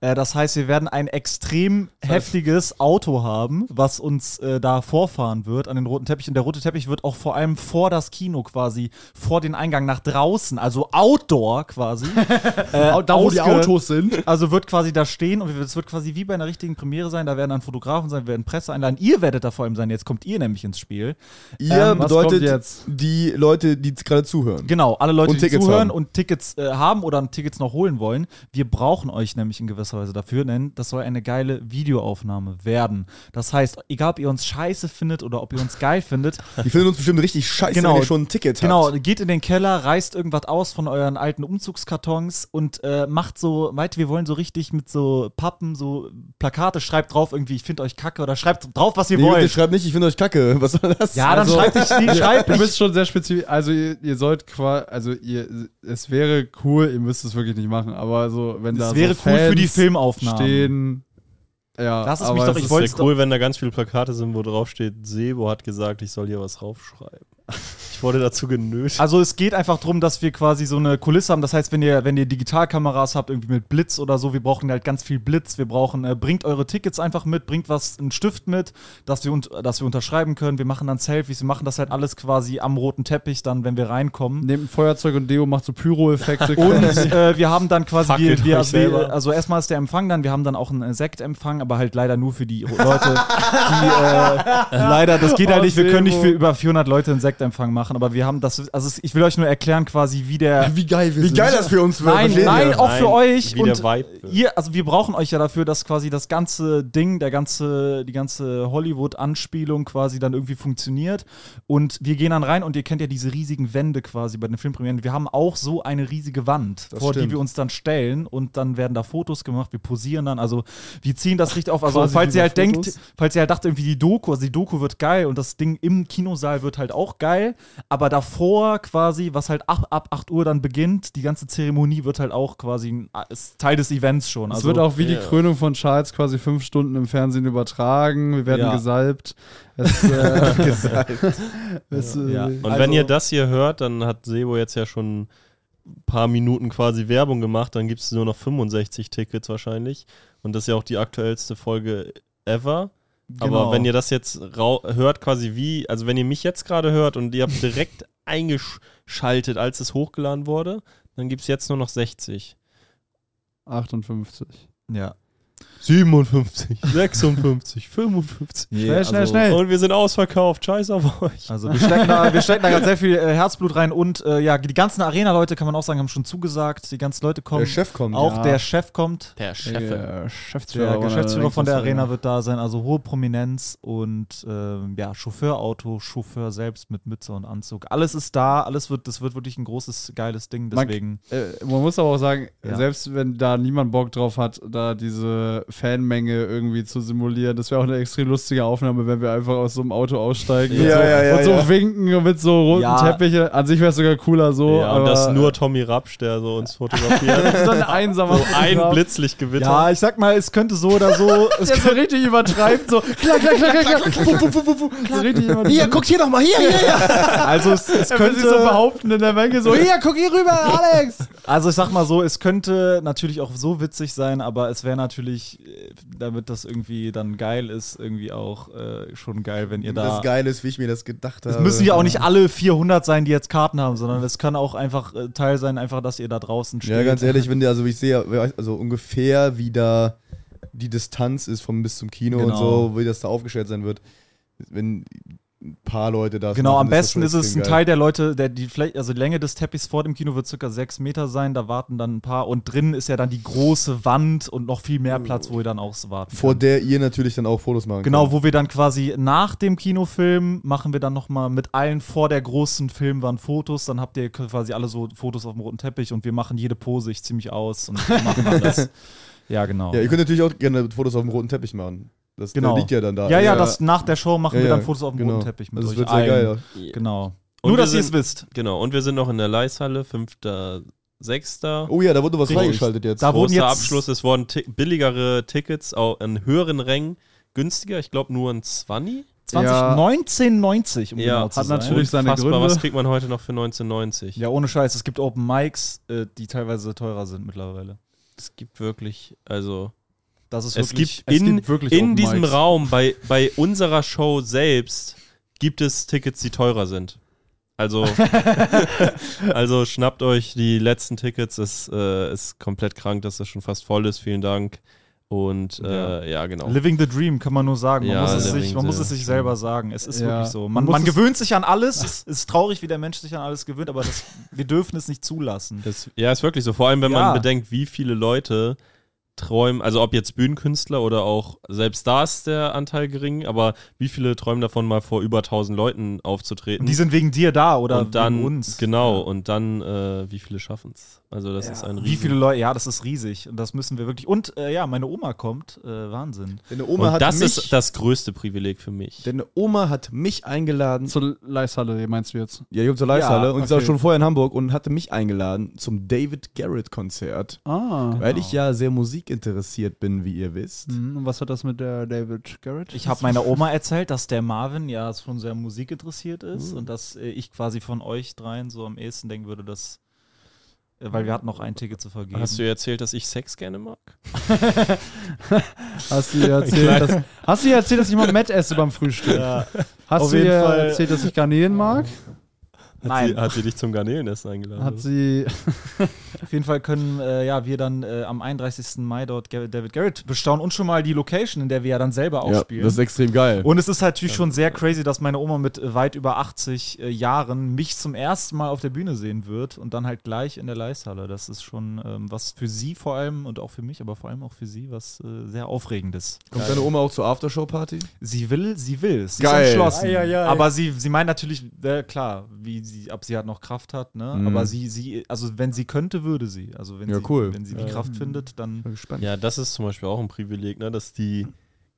[SPEAKER 1] Äh, das heißt, wir werden ein extrem
[SPEAKER 3] Äh.
[SPEAKER 1] heftiges Auto haben, was uns äh, da vorfahren wird an den roten Teppich. Und der rote Teppich wird auch vor allem vor das Kino quasi, vor den Eingang nach draußen, also Outdoor quasi. äh,
[SPEAKER 3] da, wo die
[SPEAKER 1] ausge-
[SPEAKER 3] Autos sind.
[SPEAKER 1] also wird quasi da stehen und es wird quasi wie bei einer richtigen Premiere sein. Da werden dann Fotografen sein, wir werden Presse einladen. Ihr werdet da vor allem sein. Jetzt kommt ihr nämlich ins Spiel.
[SPEAKER 2] Ihr
[SPEAKER 3] Ähm, was
[SPEAKER 2] bedeutet
[SPEAKER 3] kommt jetzt?
[SPEAKER 2] die Leute, die gerade zuhören.
[SPEAKER 1] Genau, alle Leute,
[SPEAKER 2] Und
[SPEAKER 1] die
[SPEAKER 2] Tickets
[SPEAKER 1] zuhören
[SPEAKER 2] haben.
[SPEAKER 1] und Tickets äh, haben oder Tickets noch holen wollen, wir brauchen euch nämlich in gewisser Weise dafür, denn das soll eine geile Videoaufnahme werden. Das heißt, egal ob ihr uns scheiße findet oder ob ihr uns geil findet,
[SPEAKER 2] Die finden uns bestimmt richtig scheiße,
[SPEAKER 1] Genau.
[SPEAKER 2] wenn ihr schon ein Ticket
[SPEAKER 1] Genau,
[SPEAKER 2] habt.
[SPEAKER 1] geht in den Keller, reißt irgendwas aus von euren alten Umzugskartons und äh, macht so, meint, wir wollen so richtig mit so Pappen, so Plakate, schreibt drauf irgendwie, ich finde euch kacke oder schreibt drauf, was ihr
[SPEAKER 2] Nee, Leute,
[SPEAKER 1] wollt.
[SPEAKER 2] schreibt nicht, ich finde euch kacke. Was soll das?
[SPEAKER 1] ja, dann
[SPEAKER 3] also-
[SPEAKER 1] schreibt ich, die, schreibt
[SPEAKER 3] Du
[SPEAKER 1] ich.
[SPEAKER 3] bist schon sehr spezifisch. Also ihr, ihr sollt quasi, also ihr, es wäre cool, ihr müsst es wirklich nicht machen, aber so, wenn da
[SPEAKER 1] Das wäre
[SPEAKER 3] so
[SPEAKER 1] cool für
[SPEAKER 3] Fans
[SPEAKER 1] die Filmaufnahmen.
[SPEAKER 3] stehen. Ja,
[SPEAKER 1] Lass es mich
[SPEAKER 3] aber
[SPEAKER 1] doch- ich
[SPEAKER 3] es ist-
[SPEAKER 4] Das
[SPEAKER 1] wollt's
[SPEAKER 4] ist ja cool, wenn da ganz viele Plakate sind, wo drauf steht, Sebo hat gesagt, ich soll hier was raufschreiben. Ich wurde dazu genötigt.
[SPEAKER 1] Also es geht einfach darum, dass wir quasi so eine Kulisse haben. Das heißt, wenn ihr, wenn ihr Digitalkameras habt, irgendwie mit Blitz oder so, wir brauchen halt ganz viel Blitz. Wir brauchen, äh, bringt eure Tickets einfach mit, bringt was, einen Stift mit, dass wir, und, dass wir unterschreiben können. Wir machen dann Selfies, wir machen das halt alles quasi am roten Teppich dann, wenn wir reinkommen.
[SPEAKER 3] Nehmt ein Feuerzeug und Deo macht so Pyro-Effekte.
[SPEAKER 1] Und äh, wir haben dann quasi, wir,
[SPEAKER 4] Fackelt
[SPEAKER 1] wir,
[SPEAKER 4] euch
[SPEAKER 1] also, wir,
[SPEAKER 4] selber.
[SPEAKER 1] also erstmal ist der Empfang dann, wir haben dann auch einen äh, Sektempfang, aber halt leider nur für die Leute, die äh, leider, das geht halt
[SPEAKER 3] Oh,
[SPEAKER 1] nicht, wir können nicht
[SPEAKER 3] Sebo.
[SPEAKER 1] für über 400 Leute einen Sektempfang machen, aber wir haben das, also es- ich will euch nur erklären quasi, wie der...
[SPEAKER 3] wie geil wir
[SPEAKER 2] Wie geil das für uns wird.
[SPEAKER 1] Nein,
[SPEAKER 2] versteht
[SPEAKER 1] nein,
[SPEAKER 2] ihr?
[SPEAKER 1] auch für
[SPEAKER 4] Nein,
[SPEAKER 1] euch
[SPEAKER 4] wie
[SPEAKER 1] und
[SPEAKER 4] der Vibe wird.
[SPEAKER 1] ihr, also wir brauchen euch ja dafür, dass quasi das ganze Ding, der ganze, die ganze Hollywood-Anspielung quasi dann irgendwie funktioniert. Und wir gehen dann rein und ihr kennt ja diese riesigen Wände quasi bei den Filmpremieren. Wir haben auch so eine riesige Wand,
[SPEAKER 2] Das
[SPEAKER 1] vor die
[SPEAKER 2] stimmt.
[SPEAKER 1] wir uns dann stellen und dann werden da Fotos gemacht, wir posieren dann, also wir ziehen das richtig auf. Also
[SPEAKER 3] Quasi
[SPEAKER 1] falls
[SPEAKER 3] wie
[SPEAKER 1] ihr
[SPEAKER 3] bei
[SPEAKER 1] halt denkt,
[SPEAKER 3] Fotos.
[SPEAKER 1] falls ihr halt dacht, irgendwie die Doku, also die Doku wird geil und das Ding im Kinosaal wird halt auch geil, aber davor quasi, was halt ab, ab 8 Uhr dann beginnt, die ganze Zeremonie wird halt auch quasi ein, ist Teil des Events schon.
[SPEAKER 3] Es
[SPEAKER 1] Also
[SPEAKER 3] wird auch wie
[SPEAKER 4] Ja.
[SPEAKER 3] die Krönung von Charles quasi fünf Stunden im Fernsehen übertragen. Wir werden
[SPEAKER 1] Ja.
[SPEAKER 3] gesalbt. Es, äh, es, äh,
[SPEAKER 1] Ja.
[SPEAKER 4] Und wenn ihr das hier hört, dann hat Sebo jetzt ja schon ein paar Minuten quasi Werbung gemacht, dann gibt es nur noch 65 Tickets wahrscheinlich. Und das ist ja auch die aktuellste Folge ever.
[SPEAKER 1] Genau.
[SPEAKER 4] Aber wenn ihr das jetzt rau- hört, quasi wie, also wenn ihr mich jetzt gerade hört und ihr habt direkt eingeschaltet, als es hochgeladen wurde, dann gibt es jetzt nur noch 60.
[SPEAKER 3] 58.
[SPEAKER 1] ja.
[SPEAKER 4] 57, 56, 55.
[SPEAKER 1] Nee,
[SPEAKER 3] Schnell, schnell,
[SPEAKER 1] also-
[SPEAKER 3] schnell.
[SPEAKER 4] Und wir sind ausverkauft. Scheiß auf euch.
[SPEAKER 1] Also wir stecken da, wir stecken da gerade sehr viel äh, Herzblut rein und äh, ja, die ganzen Arena-Leute kann man auch sagen, haben schon zugesagt, die ganzen Leute kommen.
[SPEAKER 2] Der Chef kommt.
[SPEAKER 1] auch
[SPEAKER 3] ja.
[SPEAKER 1] der Chef kommt.
[SPEAKER 4] Der
[SPEAKER 3] Der
[SPEAKER 1] Der
[SPEAKER 3] Geschäftsführer,
[SPEAKER 1] Geschäftsführer von der Arena wird da sein, also hohe Prominenz und ähm, ja, Chauffeurauto, Chauffeur selbst mit Mütze und Anzug. Alles ist da, alles wird, das wird wirklich ein großes, geiles Ding.
[SPEAKER 3] Man-
[SPEAKER 1] Deswegen.
[SPEAKER 3] Äh, man muss aber auch sagen,
[SPEAKER 1] Ja.
[SPEAKER 3] selbst wenn da niemand Bock drauf hat, da diese eine Fanmenge irgendwie zu simulieren. Das wäre auch eine extrem lustige Aufnahme, wenn wir einfach aus so einem Auto aussteigen und
[SPEAKER 2] Ja,
[SPEAKER 3] so,
[SPEAKER 2] ja, ja,
[SPEAKER 3] und so
[SPEAKER 2] ja.
[SPEAKER 3] winken und mit so roten
[SPEAKER 1] Ja.
[SPEAKER 3] Teppichen. An sich wäre es sogar cooler so.
[SPEAKER 4] ja,
[SPEAKER 3] aber
[SPEAKER 4] und das
[SPEAKER 1] äh,
[SPEAKER 4] nur Tommy Rapsch, der so uns fotografiert.
[SPEAKER 3] so ein einsamer
[SPEAKER 4] so ein
[SPEAKER 3] Fotograf,
[SPEAKER 4] Blitzlichtgewitter.
[SPEAKER 1] Ja, ich sag mal, es könnte so oder so. Es
[SPEAKER 3] Der so richtig übertreibt, so klack, klack, klack, klack, klack, puh, puh, puh, puh, puh. So richtig übertreibt.
[SPEAKER 2] guckt hier nochmal, hier, hier, hier.
[SPEAKER 1] also es, es
[SPEAKER 3] Er will sich
[SPEAKER 1] könnte
[SPEAKER 3] so behaupten in der Menge, so hier, guck hier rüber, Alex.
[SPEAKER 1] Also ich sag mal so, es könnte natürlich auch so witzig sein, aber es wäre natürlich, äh, damit das irgendwie dann geil ist, irgendwie auch äh, schon geil, wenn ihr da.
[SPEAKER 2] Das Geile ist, wie ich mir das gedacht habe.
[SPEAKER 1] Es müssen ja auch nicht alle 400 sein, die jetzt Karten haben, sondern es kann auch einfach äh, Teil sein, einfach, dass ihr da draußen steht.
[SPEAKER 2] Ja, ganz ehrlich, wenn der, also ich sehe, ja, also ungefähr wie da die Distanz ist vom bis zum Kino und
[SPEAKER 1] Genau.
[SPEAKER 2] so, wie das da aufgestellt sein wird. Wenn ein paar Leute da
[SPEAKER 1] Genau, am
[SPEAKER 2] machen, das
[SPEAKER 1] besten
[SPEAKER 2] schon
[SPEAKER 1] ist es ein
[SPEAKER 2] extrem
[SPEAKER 1] Teil der Leute, der die Fläche, also die Länge des Teppichs vor dem Kino wird circa 6 Meter sein, da warten dann ein paar und drinnen ist ja dann die große Wand und noch viel mehr Platz, wo ihr dann auch so warten
[SPEAKER 2] Oh. Vor
[SPEAKER 1] könnt.
[SPEAKER 2] der ihr natürlich dann auch Fotos machen
[SPEAKER 1] Genau,
[SPEAKER 2] könnt.
[SPEAKER 1] wo wir dann quasi nach dem Kinofilm machen wir dann nochmal mit allen vor der großen Filmwand Fotos. Dann habt ihr quasi alle so Fotos auf dem roten Teppich und wir machen jede Pose ich ziemlich aus und machen alles. Ja, genau.
[SPEAKER 2] Ja, ihr könnt natürlich auch gerne Fotos auf dem roten Teppich machen. Das der
[SPEAKER 1] Genau.
[SPEAKER 2] liegt ja dann da.
[SPEAKER 1] ja, ja, das nach der Show machen
[SPEAKER 2] Ja,
[SPEAKER 1] wir
[SPEAKER 2] ja,
[SPEAKER 1] dann Fotos auf dem
[SPEAKER 2] genau.
[SPEAKER 1] roten Teppich mit
[SPEAKER 2] Das
[SPEAKER 1] euch
[SPEAKER 2] wird sehr
[SPEAKER 1] allen.
[SPEAKER 2] geil.
[SPEAKER 1] Genau.
[SPEAKER 4] Und
[SPEAKER 1] Nur,
[SPEAKER 4] wir
[SPEAKER 1] dass ihr es
[SPEAKER 4] sind-
[SPEAKER 1] wisst.
[SPEAKER 4] Genau, und wir sind noch in der Leishalle, 5.6.
[SPEAKER 2] Oh ja, da wurde was
[SPEAKER 4] Richtig.
[SPEAKER 2] freigeschaltet jetzt.
[SPEAKER 1] Da wurden
[SPEAKER 4] Großer
[SPEAKER 1] jetzt-
[SPEAKER 4] Abschluss, es wurden ti billigere Tickets au- an höheren Rängen, günstiger, ich glaube nur ein 20.
[SPEAKER 1] 20,
[SPEAKER 3] Ja.
[SPEAKER 1] 1990, um genau zu
[SPEAKER 3] hat
[SPEAKER 1] sein.
[SPEAKER 3] natürlich seine
[SPEAKER 4] Unfassbar,
[SPEAKER 3] Gründe.
[SPEAKER 4] was kriegt man heute noch für 1990?
[SPEAKER 1] Ja, ohne Scheiß. Es gibt Open Mics, äh, die teilweise teurer sind mittlerweile.
[SPEAKER 4] Es gibt wirklich, also
[SPEAKER 1] Das ist
[SPEAKER 4] es
[SPEAKER 1] wirklich.
[SPEAKER 4] gibt in,
[SPEAKER 3] gibt wirklich Open
[SPEAKER 4] in diesem
[SPEAKER 3] Mics.
[SPEAKER 4] Raum, bei, bei unserer Show selbst, gibt es Tickets, die teurer sind. Also, also schnappt euch die letzten Tickets. Es äh, ist komplett krank, dass das schon fast voll ist. Vielen Dank. Und äh, ja, genau.
[SPEAKER 1] Living the Dream kann man nur sagen. Man,
[SPEAKER 4] Ja,
[SPEAKER 1] muss, es
[SPEAKER 4] living
[SPEAKER 1] sich, man
[SPEAKER 4] the
[SPEAKER 1] muss es sich selber sagen. Es ist
[SPEAKER 3] Ja.
[SPEAKER 1] wirklich so. Man,
[SPEAKER 3] Man muss
[SPEAKER 1] man,
[SPEAKER 3] es-
[SPEAKER 1] gewöhnt sich an alles. Es ist traurig, wie der Mensch sich an alles gewöhnt, aber das, wir dürfen es nicht zulassen.
[SPEAKER 4] Das, ja, ist wirklich so. Vor allem, wenn
[SPEAKER 1] Ja.
[SPEAKER 4] man bedenkt, wie viele Leute träumen, also ob jetzt Bühnenkünstler oder auch, selbst da ist der Anteil gering, aber wie viele träumen davon, mal vor über 1000 Leuten aufzutreten?
[SPEAKER 1] Und die sind wegen dir da oder
[SPEAKER 4] und dann,
[SPEAKER 1] wegen uns.
[SPEAKER 4] Genau, und dann, äh, wie viele schaffen es? Also, das ist ein
[SPEAKER 1] Ja.
[SPEAKER 4] riesen
[SPEAKER 1] Wie viele Leute, ja, das ist riesig. Und das müssen wir wirklich. Und äh, ja, meine Oma kommt. Äh, Wahnsinn.
[SPEAKER 2] Deine
[SPEAKER 4] Und
[SPEAKER 2] Oma, hat
[SPEAKER 4] das
[SPEAKER 2] mich,
[SPEAKER 4] ist das größte Privileg für mich.
[SPEAKER 2] deine Oma hat mich eingeladen.
[SPEAKER 3] Zur Leishalle, meinst du jetzt?
[SPEAKER 2] Ja, ich komme zur Live-Halle
[SPEAKER 1] Ja,
[SPEAKER 2] und sie war
[SPEAKER 1] okay.
[SPEAKER 2] schon vorher in Hamburg und hatte mich eingeladen zum David Garrett-Konzert.
[SPEAKER 3] Ah.
[SPEAKER 2] Weil ich ja sehr musikinteressiert bin, wie ihr wisst.
[SPEAKER 3] Mhm, Und was hat das mit der David Garrett?
[SPEAKER 1] Ich habe meiner Oma erzählt, dass der Marvin ja schon sehr musikinteressiert ist
[SPEAKER 4] Hm.
[SPEAKER 1] und dass äh, ich quasi von euch dreien so am ehesten denken würde, dass. äh, Weil wir hatten noch ein Ticket zu vergeben.
[SPEAKER 4] Hast du ihr erzählt, dass ich Sex gerne mag?
[SPEAKER 3] Hast du ihr erzählt, dass, hast du ihr erzählt, dass ich mal Matt esse beim Frühstück?
[SPEAKER 1] ja,
[SPEAKER 3] Hast
[SPEAKER 1] Auf
[SPEAKER 3] du
[SPEAKER 1] jeden
[SPEAKER 3] ihr
[SPEAKER 1] Fall.
[SPEAKER 3] erzählt, dass ich Garnelen mag?
[SPEAKER 4] Hat
[SPEAKER 1] Nein.
[SPEAKER 4] Sie, hat sie dich zum Garnelenessen eingeladen?
[SPEAKER 3] Hat sie.
[SPEAKER 1] auf jeden Fall können äh, ja, wir dann äh, am 31. Mai dort Gar- David Garrett bestaunen und schon mal die Location, in der wir ja dann selber auch spielen.
[SPEAKER 2] extrem geil.
[SPEAKER 1] Und es ist natürlich schon sehr crazy, dass meine Oma mit äh, weit über 80 äh, Jahren mich zum ersten Mal auf der Bühne sehen wird und dann halt gleich in der Leisthalle. Das ist schon ähm, was für sie vor allem und auch für mich, aber vor allem auch für sie was äh, sehr Aufregendes.
[SPEAKER 2] Kommt deine Oma auch zur Aftershow-Party?
[SPEAKER 1] Sie will, sie will. Sie
[SPEAKER 2] Geil.
[SPEAKER 1] ist entschlossen.
[SPEAKER 3] Ei, ei, ei.
[SPEAKER 1] Aber sie, sie meint natürlich, äh, klar, wie sie, ob sie halt noch Kraft hat, ne?
[SPEAKER 2] Mhm.
[SPEAKER 1] Aber sie, sie, also wenn sie könnte, würde sie. Also wenn
[SPEAKER 2] Ja,
[SPEAKER 1] sie,
[SPEAKER 2] cool. Mhm.
[SPEAKER 1] wenn sie die
[SPEAKER 4] Ja.
[SPEAKER 1] Kraft findet, dann.
[SPEAKER 2] Bin gespannt.
[SPEAKER 4] Ja, das ist zum Beispiel auch ein Privileg, ne, dass die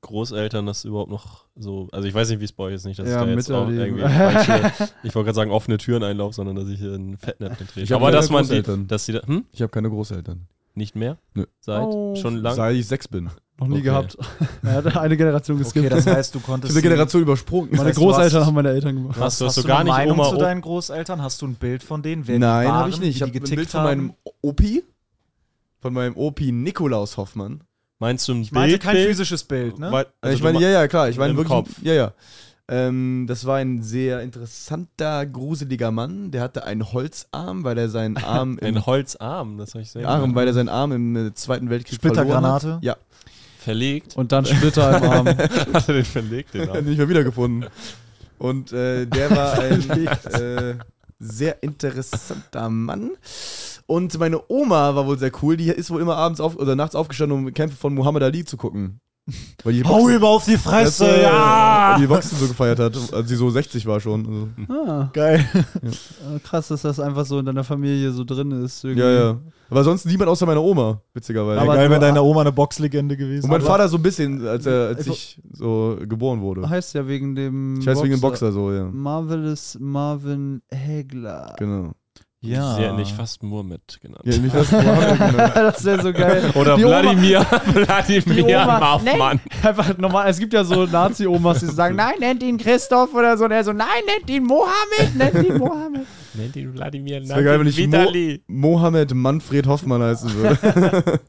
[SPEAKER 4] Großeltern das überhaupt noch so. Also ich weiß nicht, wie es bei euch ist, nicht, dass
[SPEAKER 3] Ja,
[SPEAKER 4] ich da jetzt auch
[SPEAKER 3] miterleben.
[SPEAKER 4] irgendwie falsche, ich wollte gerade sagen, offene Türen einlaufe, sondern dass ich hier in Fettnäpfchen
[SPEAKER 2] Ich
[SPEAKER 4] trete.
[SPEAKER 2] hab
[SPEAKER 4] Aber dass
[SPEAKER 2] leider
[SPEAKER 4] man die,
[SPEAKER 2] Großeltern.
[SPEAKER 4] dass die da, hm?
[SPEAKER 2] Ich habe keine Großeltern.
[SPEAKER 4] Nicht mehr?
[SPEAKER 2] Nö.
[SPEAKER 4] Seit
[SPEAKER 3] Oh.
[SPEAKER 4] schon lang.
[SPEAKER 2] Seit ich sechs bin.
[SPEAKER 3] Noch nie
[SPEAKER 4] Okay.
[SPEAKER 3] gehabt. Er hat eine Generation geskippt.
[SPEAKER 1] heißt, du
[SPEAKER 2] Ich
[SPEAKER 1] konntest.
[SPEAKER 2] habe eine Generation übersprungen.
[SPEAKER 3] meine
[SPEAKER 1] heißt, du
[SPEAKER 3] Großeltern
[SPEAKER 1] hast-
[SPEAKER 3] haben meine Eltern gemacht.
[SPEAKER 4] hast,
[SPEAKER 1] Hast,
[SPEAKER 4] du hast
[SPEAKER 1] hast
[SPEAKER 4] so
[SPEAKER 1] du
[SPEAKER 4] gar
[SPEAKER 1] gar eine
[SPEAKER 4] nicht
[SPEAKER 1] Meinung
[SPEAKER 4] Oma,
[SPEAKER 1] zu
[SPEAKER 4] Opa.
[SPEAKER 1] deinen Großeltern? Hast du ein Bild von denen? Wer die
[SPEAKER 2] Nein,
[SPEAKER 1] waren,
[SPEAKER 2] habe ich nicht.
[SPEAKER 1] wie
[SPEAKER 2] Ich
[SPEAKER 1] die
[SPEAKER 2] habe ein
[SPEAKER 1] getickt
[SPEAKER 2] Bild von meinem
[SPEAKER 1] haben?
[SPEAKER 2] Opi, von meinem Opi Nikolaus Hoffmann.
[SPEAKER 4] Meinst du ein
[SPEAKER 1] Ich meinte
[SPEAKER 4] Bild?
[SPEAKER 1] kein
[SPEAKER 4] Bild?
[SPEAKER 1] physisches Bild, ne?
[SPEAKER 4] Weil-
[SPEAKER 2] Also
[SPEAKER 4] also
[SPEAKER 2] ich meine,
[SPEAKER 4] du
[SPEAKER 2] ja, ja, klar. Ich meine
[SPEAKER 4] im
[SPEAKER 2] wirklich.
[SPEAKER 4] Kopf.
[SPEAKER 2] Ja, ja. Ähm, das war ein sehr interessanter, gruseliger Mann. Der hatte einen Holzarm, weil er seinen Arm
[SPEAKER 4] ma-
[SPEAKER 2] im
[SPEAKER 4] ein Holzarm, das habe ich selber
[SPEAKER 2] Arm, weil er seinen Arm im äh, Zweiten Weltkrieg verloren
[SPEAKER 1] Splittergranate?
[SPEAKER 2] hat. Ja,
[SPEAKER 4] verlegt.
[SPEAKER 3] Und dann Splitter im Arm.
[SPEAKER 4] Hat er den verlegt, den Arm?
[SPEAKER 2] nicht mehr wiedergefunden. Und äh, der war ein äh, sehr interessanter Mann. Und meine Oma war wohl sehr cool. Die ist wohl immer abends auf, oder nachts aufgestanden, um Kämpfe von Muhammad Ali zu gucken. Weil die
[SPEAKER 1] Hau ihm auf die
[SPEAKER 2] Weißt du,
[SPEAKER 1] Fresse, ja!
[SPEAKER 2] weil die Boxen so gefeiert hat, als sie so 60 war schon. Also,
[SPEAKER 3] Ah,
[SPEAKER 1] Geil.
[SPEAKER 3] äh, krass, dass das einfach so in deiner Familie so drin ist. irgendwie.
[SPEAKER 2] ja, ja. Aber sonst niemand außer meiner Oma, witzigerweise.
[SPEAKER 3] Aber-
[SPEAKER 1] Geil,
[SPEAKER 3] du-
[SPEAKER 1] wenn deine Oma eine Boxlegende
[SPEAKER 2] Und
[SPEAKER 1] gewesen
[SPEAKER 2] mein
[SPEAKER 1] wäre.
[SPEAKER 2] Vater so ein bisschen, als, er, als
[SPEAKER 3] Also-
[SPEAKER 2] ich so geboren wurde.
[SPEAKER 3] Heißt ja wegen dem.
[SPEAKER 2] Ich heiße wegen dem Boxer so, ja.
[SPEAKER 3] Marvelous Marvin Hagler.
[SPEAKER 2] Genau.
[SPEAKER 1] Ja.
[SPEAKER 4] Sie
[SPEAKER 3] Ah.
[SPEAKER 4] hätten dich fast Murmet genannt.
[SPEAKER 2] Ja, nicht das genau.
[SPEAKER 3] das wäre so geil.
[SPEAKER 4] Oder
[SPEAKER 3] Die Oma-
[SPEAKER 4] Wladimir,
[SPEAKER 3] Die
[SPEAKER 4] Wladimir
[SPEAKER 3] Oma-
[SPEAKER 4] Maffmann.
[SPEAKER 3] Einfach normal. Es gibt ja so Nazi-Omas, die sagen, nein, nennt ihn Christoph oder so. Und er so, nein, nennt ihn Mohammed, nennt ihn Mohammed.
[SPEAKER 4] Nennt ihn Wladimir,
[SPEAKER 2] wär geil, wenn ich Mo- Mohammed Manfred Hoffmann heißen würde.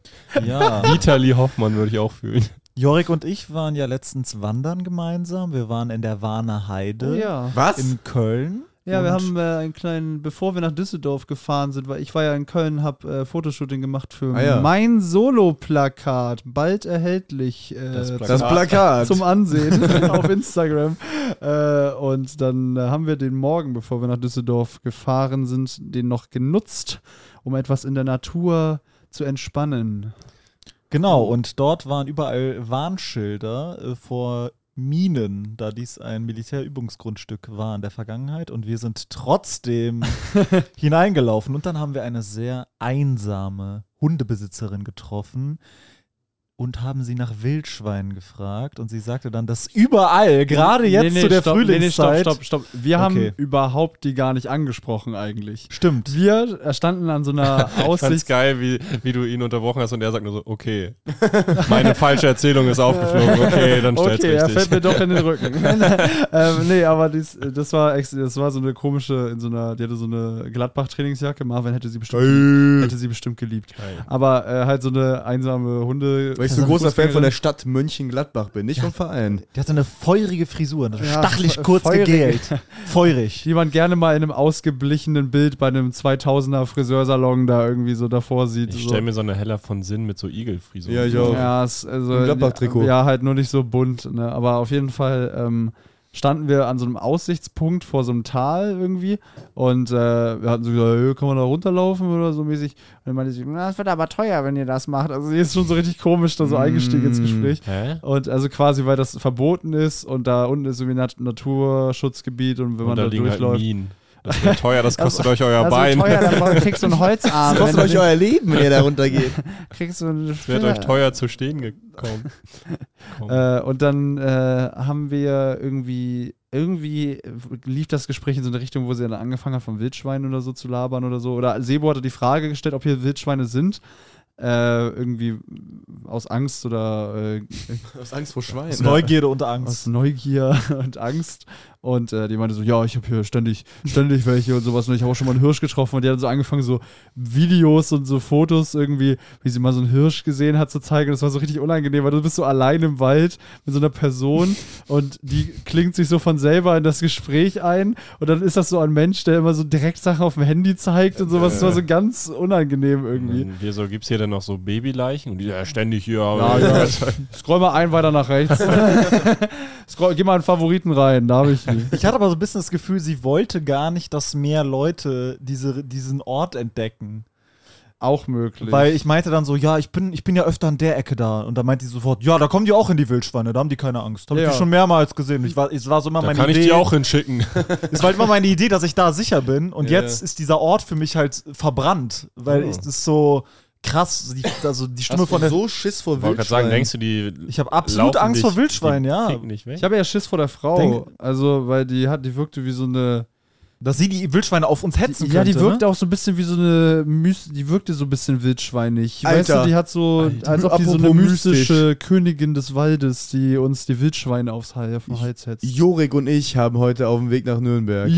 [SPEAKER 1] Ja.
[SPEAKER 4] Vitali Hoffmann würde ich auch fühlen.
[SPEAKER 1] Jorik und ich waren ja letztens wandern gemeinsam. Wir waren in der Warner Heide
[SPEAKER 3] Ja.
[SPEAKER 2] Was?
[SPEAKER 1] in Köln.
[SPEAKER 3] Ja, wir
[SPEAKER 1] Und-
[SPEAKER 3] haben äh, einen kleinen, bevor wir nach Düsseldorf gefahren sind, weil ich war ja in Köln, hab äh, Fotoshooting gemacht für
[SPEAKER 2] Ah, ja.
[SPEAKER 3] mein Solo-Plakat, bald erhältlich äh,
[SPEAKER 4] Das Plakat.
[SPEAKER 2] Das Plakat.
[SPEAKER 3] zum Ansehen auf Instagram. Äh, und dann äh, haben wir den Morgen, bevor wir nach Düsseldorf gefahren sind, den noch genutzt, um etwas in der Natur zu entspannen.
[SPEAKER 1] Genau,
[SPEAKER 3] Mhm.
[SPEAKER 1] und dort waren überall Warnschilder äh, vor Minen, da dies ein Militärübungsgrundstück war in der Vergangenheit und wir sind trotzdem hineingelaufen und dann haben wir eine sehr einsame Hundebesitzerin getroffen und haben sie nach Wildschweinen gefragt und sie sagte dann, dass überall, gerade jetzt
[SPEAKER 3] Nee, nee,
[SPEAKER 1] zu der
[SPEAKER 3] stopp,
[SPEAKER 1] Frühlingszeit,
[SPEAKER 3] Nee, nee, stopp, stopp, stopp. Wir
[SPEAKER 1] Okay.
[SPEAKER 3] haben überhaupt die gar nicht angesprochen eigentlich.
[SPEAKER 1] stimmt,
[SPEAKER 3] Wir standen an so einer
[SPEAKER 4] Ich fand's
[SPEAKER 3] Aussicht.
[SPEAKER 4] geil, wie, wie du ihn unterbrochen hast und er sagt nur so, okay. Meine falsche Erzählung ist aufgeflogen. Okay, dann stell's
[SPEAKER 3] Okay, er fällt
[SPEAKER 4] richtig.
[SPEAKER 3] mir doch in den Rücken. ähm, nee, aber dies, das, war ex, das war so eine komische, in so einer, die hatte so eine Gladbach-Trainingsjacke. Marvin hätte sie bestimmt, hätte sie bestimmt geliebt. Aber äh, halt so eine einsame Hunde.
[SPEAKER 2] Weil ich so ne? ein großer Fan von der Stadt Mönchengladbach bin, nicht vom Verein.
[SPEAKER 1] die hatte eine feurige Frisur, eine
[SPEAKER 3] Ja,
[SPEAKER 1] stachelig
[SPEAKER 3] fe-
[SPEAKER 1] kurz
[SPEAKER 3] feurig.
[SPEAKER 1] gegelt, feurig.
[SPEAKER 3] die man gerne mal in einem ausgeblichenen Bild bei einem 2000er Friseursalon da irgendwie so davor sieht.
[SPEAKER 4] Ich
[SPEAKER 3] so.
[SPEAKER 4] stell mir so eine Heller von Sinn mit so Igelfrisur.
[SPEAKER 2] Ja, ich
[SPEAKER 4] vor.
[SPEAKER 2] auch.
[SPEAKER 3] Ja, es, also,
[SPEAKER 2] Im Gladbach-Trikot.
[SPEAKER 3] Ja, halt nur nicht so bunt. Ne? Aber auf jeden Fall ähm, standen wir an so einem Aussichtspunkt vor so einem Tal irgendwie und äh, wir hatten so gesagt, "Hey, kann man da runterlaufen oder so mäßig. Und dann meinte sie, na, das wird aber teuer, wenn ihr das macht. Also sie ist schon so richtig komisch da so eingestiegen
[SPEAKER 2] Mm.
[SPEAKER 3] ins Gespräch.
[SPEAKER 4] Hä?
[SPEAKER 3] Und also quasi, weil das verboten ist und da unten ist irgendwie Nat Naturschutzgebiet und wenn
[SPEAKER 4] Und
[SPEAKER 3] man
[SPEAKER 4] da
[SPEAKER 3] da,
[SPEAKER 4] liegen halt
[SPEAKER 3] durchläuft.
[SPEAKER 4] Minen. Das wird teuer, das kostet euch euer
[SPEAKER 3] das
[SPEAKER 4] Bein.
[SPEAKER 3] wird Also teuer, dann kriegst du einen Holzarm.
[SPEAKER 2] Das kostet
[SPEAKER 3] wenn du
[SPEAKER 2] euch euer Leben, wenn ihr da runtergeht.
[SPEAKER 3] den- kriegst du einen
[SPEAKER 4] Das wird euch teuer zu stehen gekommen. Komm.
[SPEAKER 3] Äh, und dann äh, haben wir irgendwie, irgendwie lief das Gespräch in so eine Richtung, wo sie dann angefangen hat, von Wildschweinen oder so zu labern oder so. Oder Sebo hatte die Frage gestellt, ob hier Wildschweine sind. Äh, irgendwie aus Angst oder äh,
[SPEAKER 2] Aus Angst vor Schweinen.
[SPEAKER 1] Aus Neugierde und Angst.
[SPEAKER 3] aus Neugier und Angst. Und äh, die meinte so, ja, ich habe hier ständig, ständig welche und sowas. Und ich habe auch schon mal einen Hirsch getroffen. Und die hat so angefangen, so Videos und so Fotos irgendwie, wie sie mal so einen Hirsch gesehen hat, zu zeigen. Und das war so richtig unangenehm, weil du bist so allein im Wald mit so einer Person und die klingt sich so von selber in das Gespräch ein. Und dann ist das so ein Mensch, der immer so direkt Sachen auf dem Handy zeigt und sowas. Das war so ganz unangenehm irgendwie.
[SPEAKER 4] Und Wieso gibt's hier denn noch so Babyleichen? Und die ja ständig hier.
[SPEAKER 3] Ja, ja. Scroll mal ein weiter nach rechts. Scroll, geh mal in Favoriten rein, da habe ich die.
[SPEAKER 1] Ich hatte aber so ein bisschen das Gefühl, sie wollte gar nicht, dass mehr Leute diese, diesen Ort entdecken.
[SPEAKER 3] Auch möglich.
[SPEAKER 1] Weil ich meinte dann so, ja, ich bin, ich bin ja öfter an der Ecke da. Und dann meinte sie sofort, ja, da kommen die auch in die Wildschweine, da haben die keine Angst. Habe ich
[SPEAKER 3] Ja.
[SPEAKER 1] die schon mehrmals gesehen. Ich war, es war so immer
[SPEAKER 4] Da
[SPEAKER 1] meine
[SPEAKER 4] kann
[SPEAKER 1] Idee.
[SPEAKER 4] ich die auch hinschicken.
[SPEAKER 1] Es war immer meine Idee, dass ich da sicher bin. Und
[SPEAKER 2] Ja.
[SPEAKER 1] jetzt ist dieser Ort für mich halt verbrannt. Weil es ist so krass, die, also die Stimme
[SPEAKER 2] Hast
[SPEAKER 1] von
[SPEAKER 2] du
[SPEAKER 1] der.
[SPEAKER 2] so Schiss vor
[SPEAKER 4] Ich wollte
[SPEAKER 2] Wildschweinen?
[SPEAKER 4] gerade sagen, denkst du, die.
[SPEAKER 1] ich habe absolut
[SPEAKER 4] laufen
[SPEAKER 1] Angst vor
[SPEAKER 4] dich-
[SPEAKER 1] Wildschweinen,
[SPEAKER 4] die
[SPEAKER 1] ja.
[SPEAKER 4] ficken Nicht weg?
[SPEAKER 3] Ich habe ja Schiss vor der Frau.
[SPEAKER 1] Denk-
[SPEAKER 3] also, weil die hat, die wirkte wie so eine.
[SPEAKER 1] Dass sie die Wildschweine auf uns hetzen
[SPEAKER 3] ja, die
[SPEAKER 1] könnte,
[SPEAKER 3] wirkte
[SPEAKER 1] ne?
[SPEAKER 3] auch so ein bisschen wie so eine Myst die wirkte so ein bisschen wildschweinig. Weißt
[SPEAKER 2] Alter.
[SPEAKER 3] du, die hat so, als ob die so eine
[SPEAKER 2] Apropos mystisch.
[SPEAKER 3] mystische Königin des Waldes, die uns die Wildschweine aufs Hals, auf den Hals hetzt.
[SPEAKER 2] Jorik und ich haben heute auf dem Weg nach Nürnberg.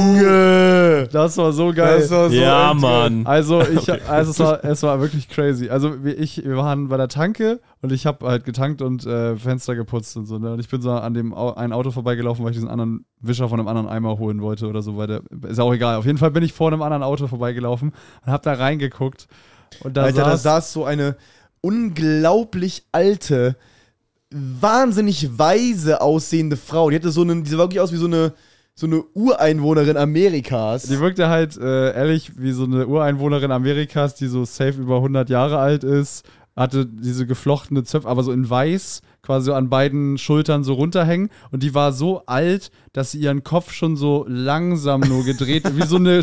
[SPEAKER 3] Junge! Das war so geil.
[SPEAKER 2] war
[SPEAKER 4] ja,
[SPEAKER 2] endgeil.
[SPEAKER 4] Mann.
[SPEAKER 3] Also, ich, also es, war, es war wirklich crazy. Also wir, ich, wir waren bei der Tanke und ich habe halt getankt und äh, Fenster geputzt und so. Ne? Und ich bin so an dem Au ein Auto vorbeigelaufen, weil ich diesen anderen Wischer von einem anderen Eimer holen wollte oder so. Weil der, ist auch egal. Auf jeden Fall bin ich vor einem anderen Auto vorbeigelaufen und habe da reingeguckt. Und da
[SPEAKER 2] Alter, da
[SPEAKER 3] saß,
[SPEAKER 2] saß so eine unglaublich alte, wahnsinnig weise aussehende Frau. Die hatte so einen, die sah wirklich aus wie so eine, so eine Ureinwohnerin Amerikas.
[SPEAKER 3] die wirkte halt äh, ehrlich wie so eine Ureinwohnerin Amerikas, die so safe über 100 Jahre alt ist. hatte diese geflochtene Zöpfe, aber so in weiß, quasi so an beiden Schultern so runterhängen. Und die war so alt, dass sie ihren Kopf schon so langsam nur gedreht, wie so eine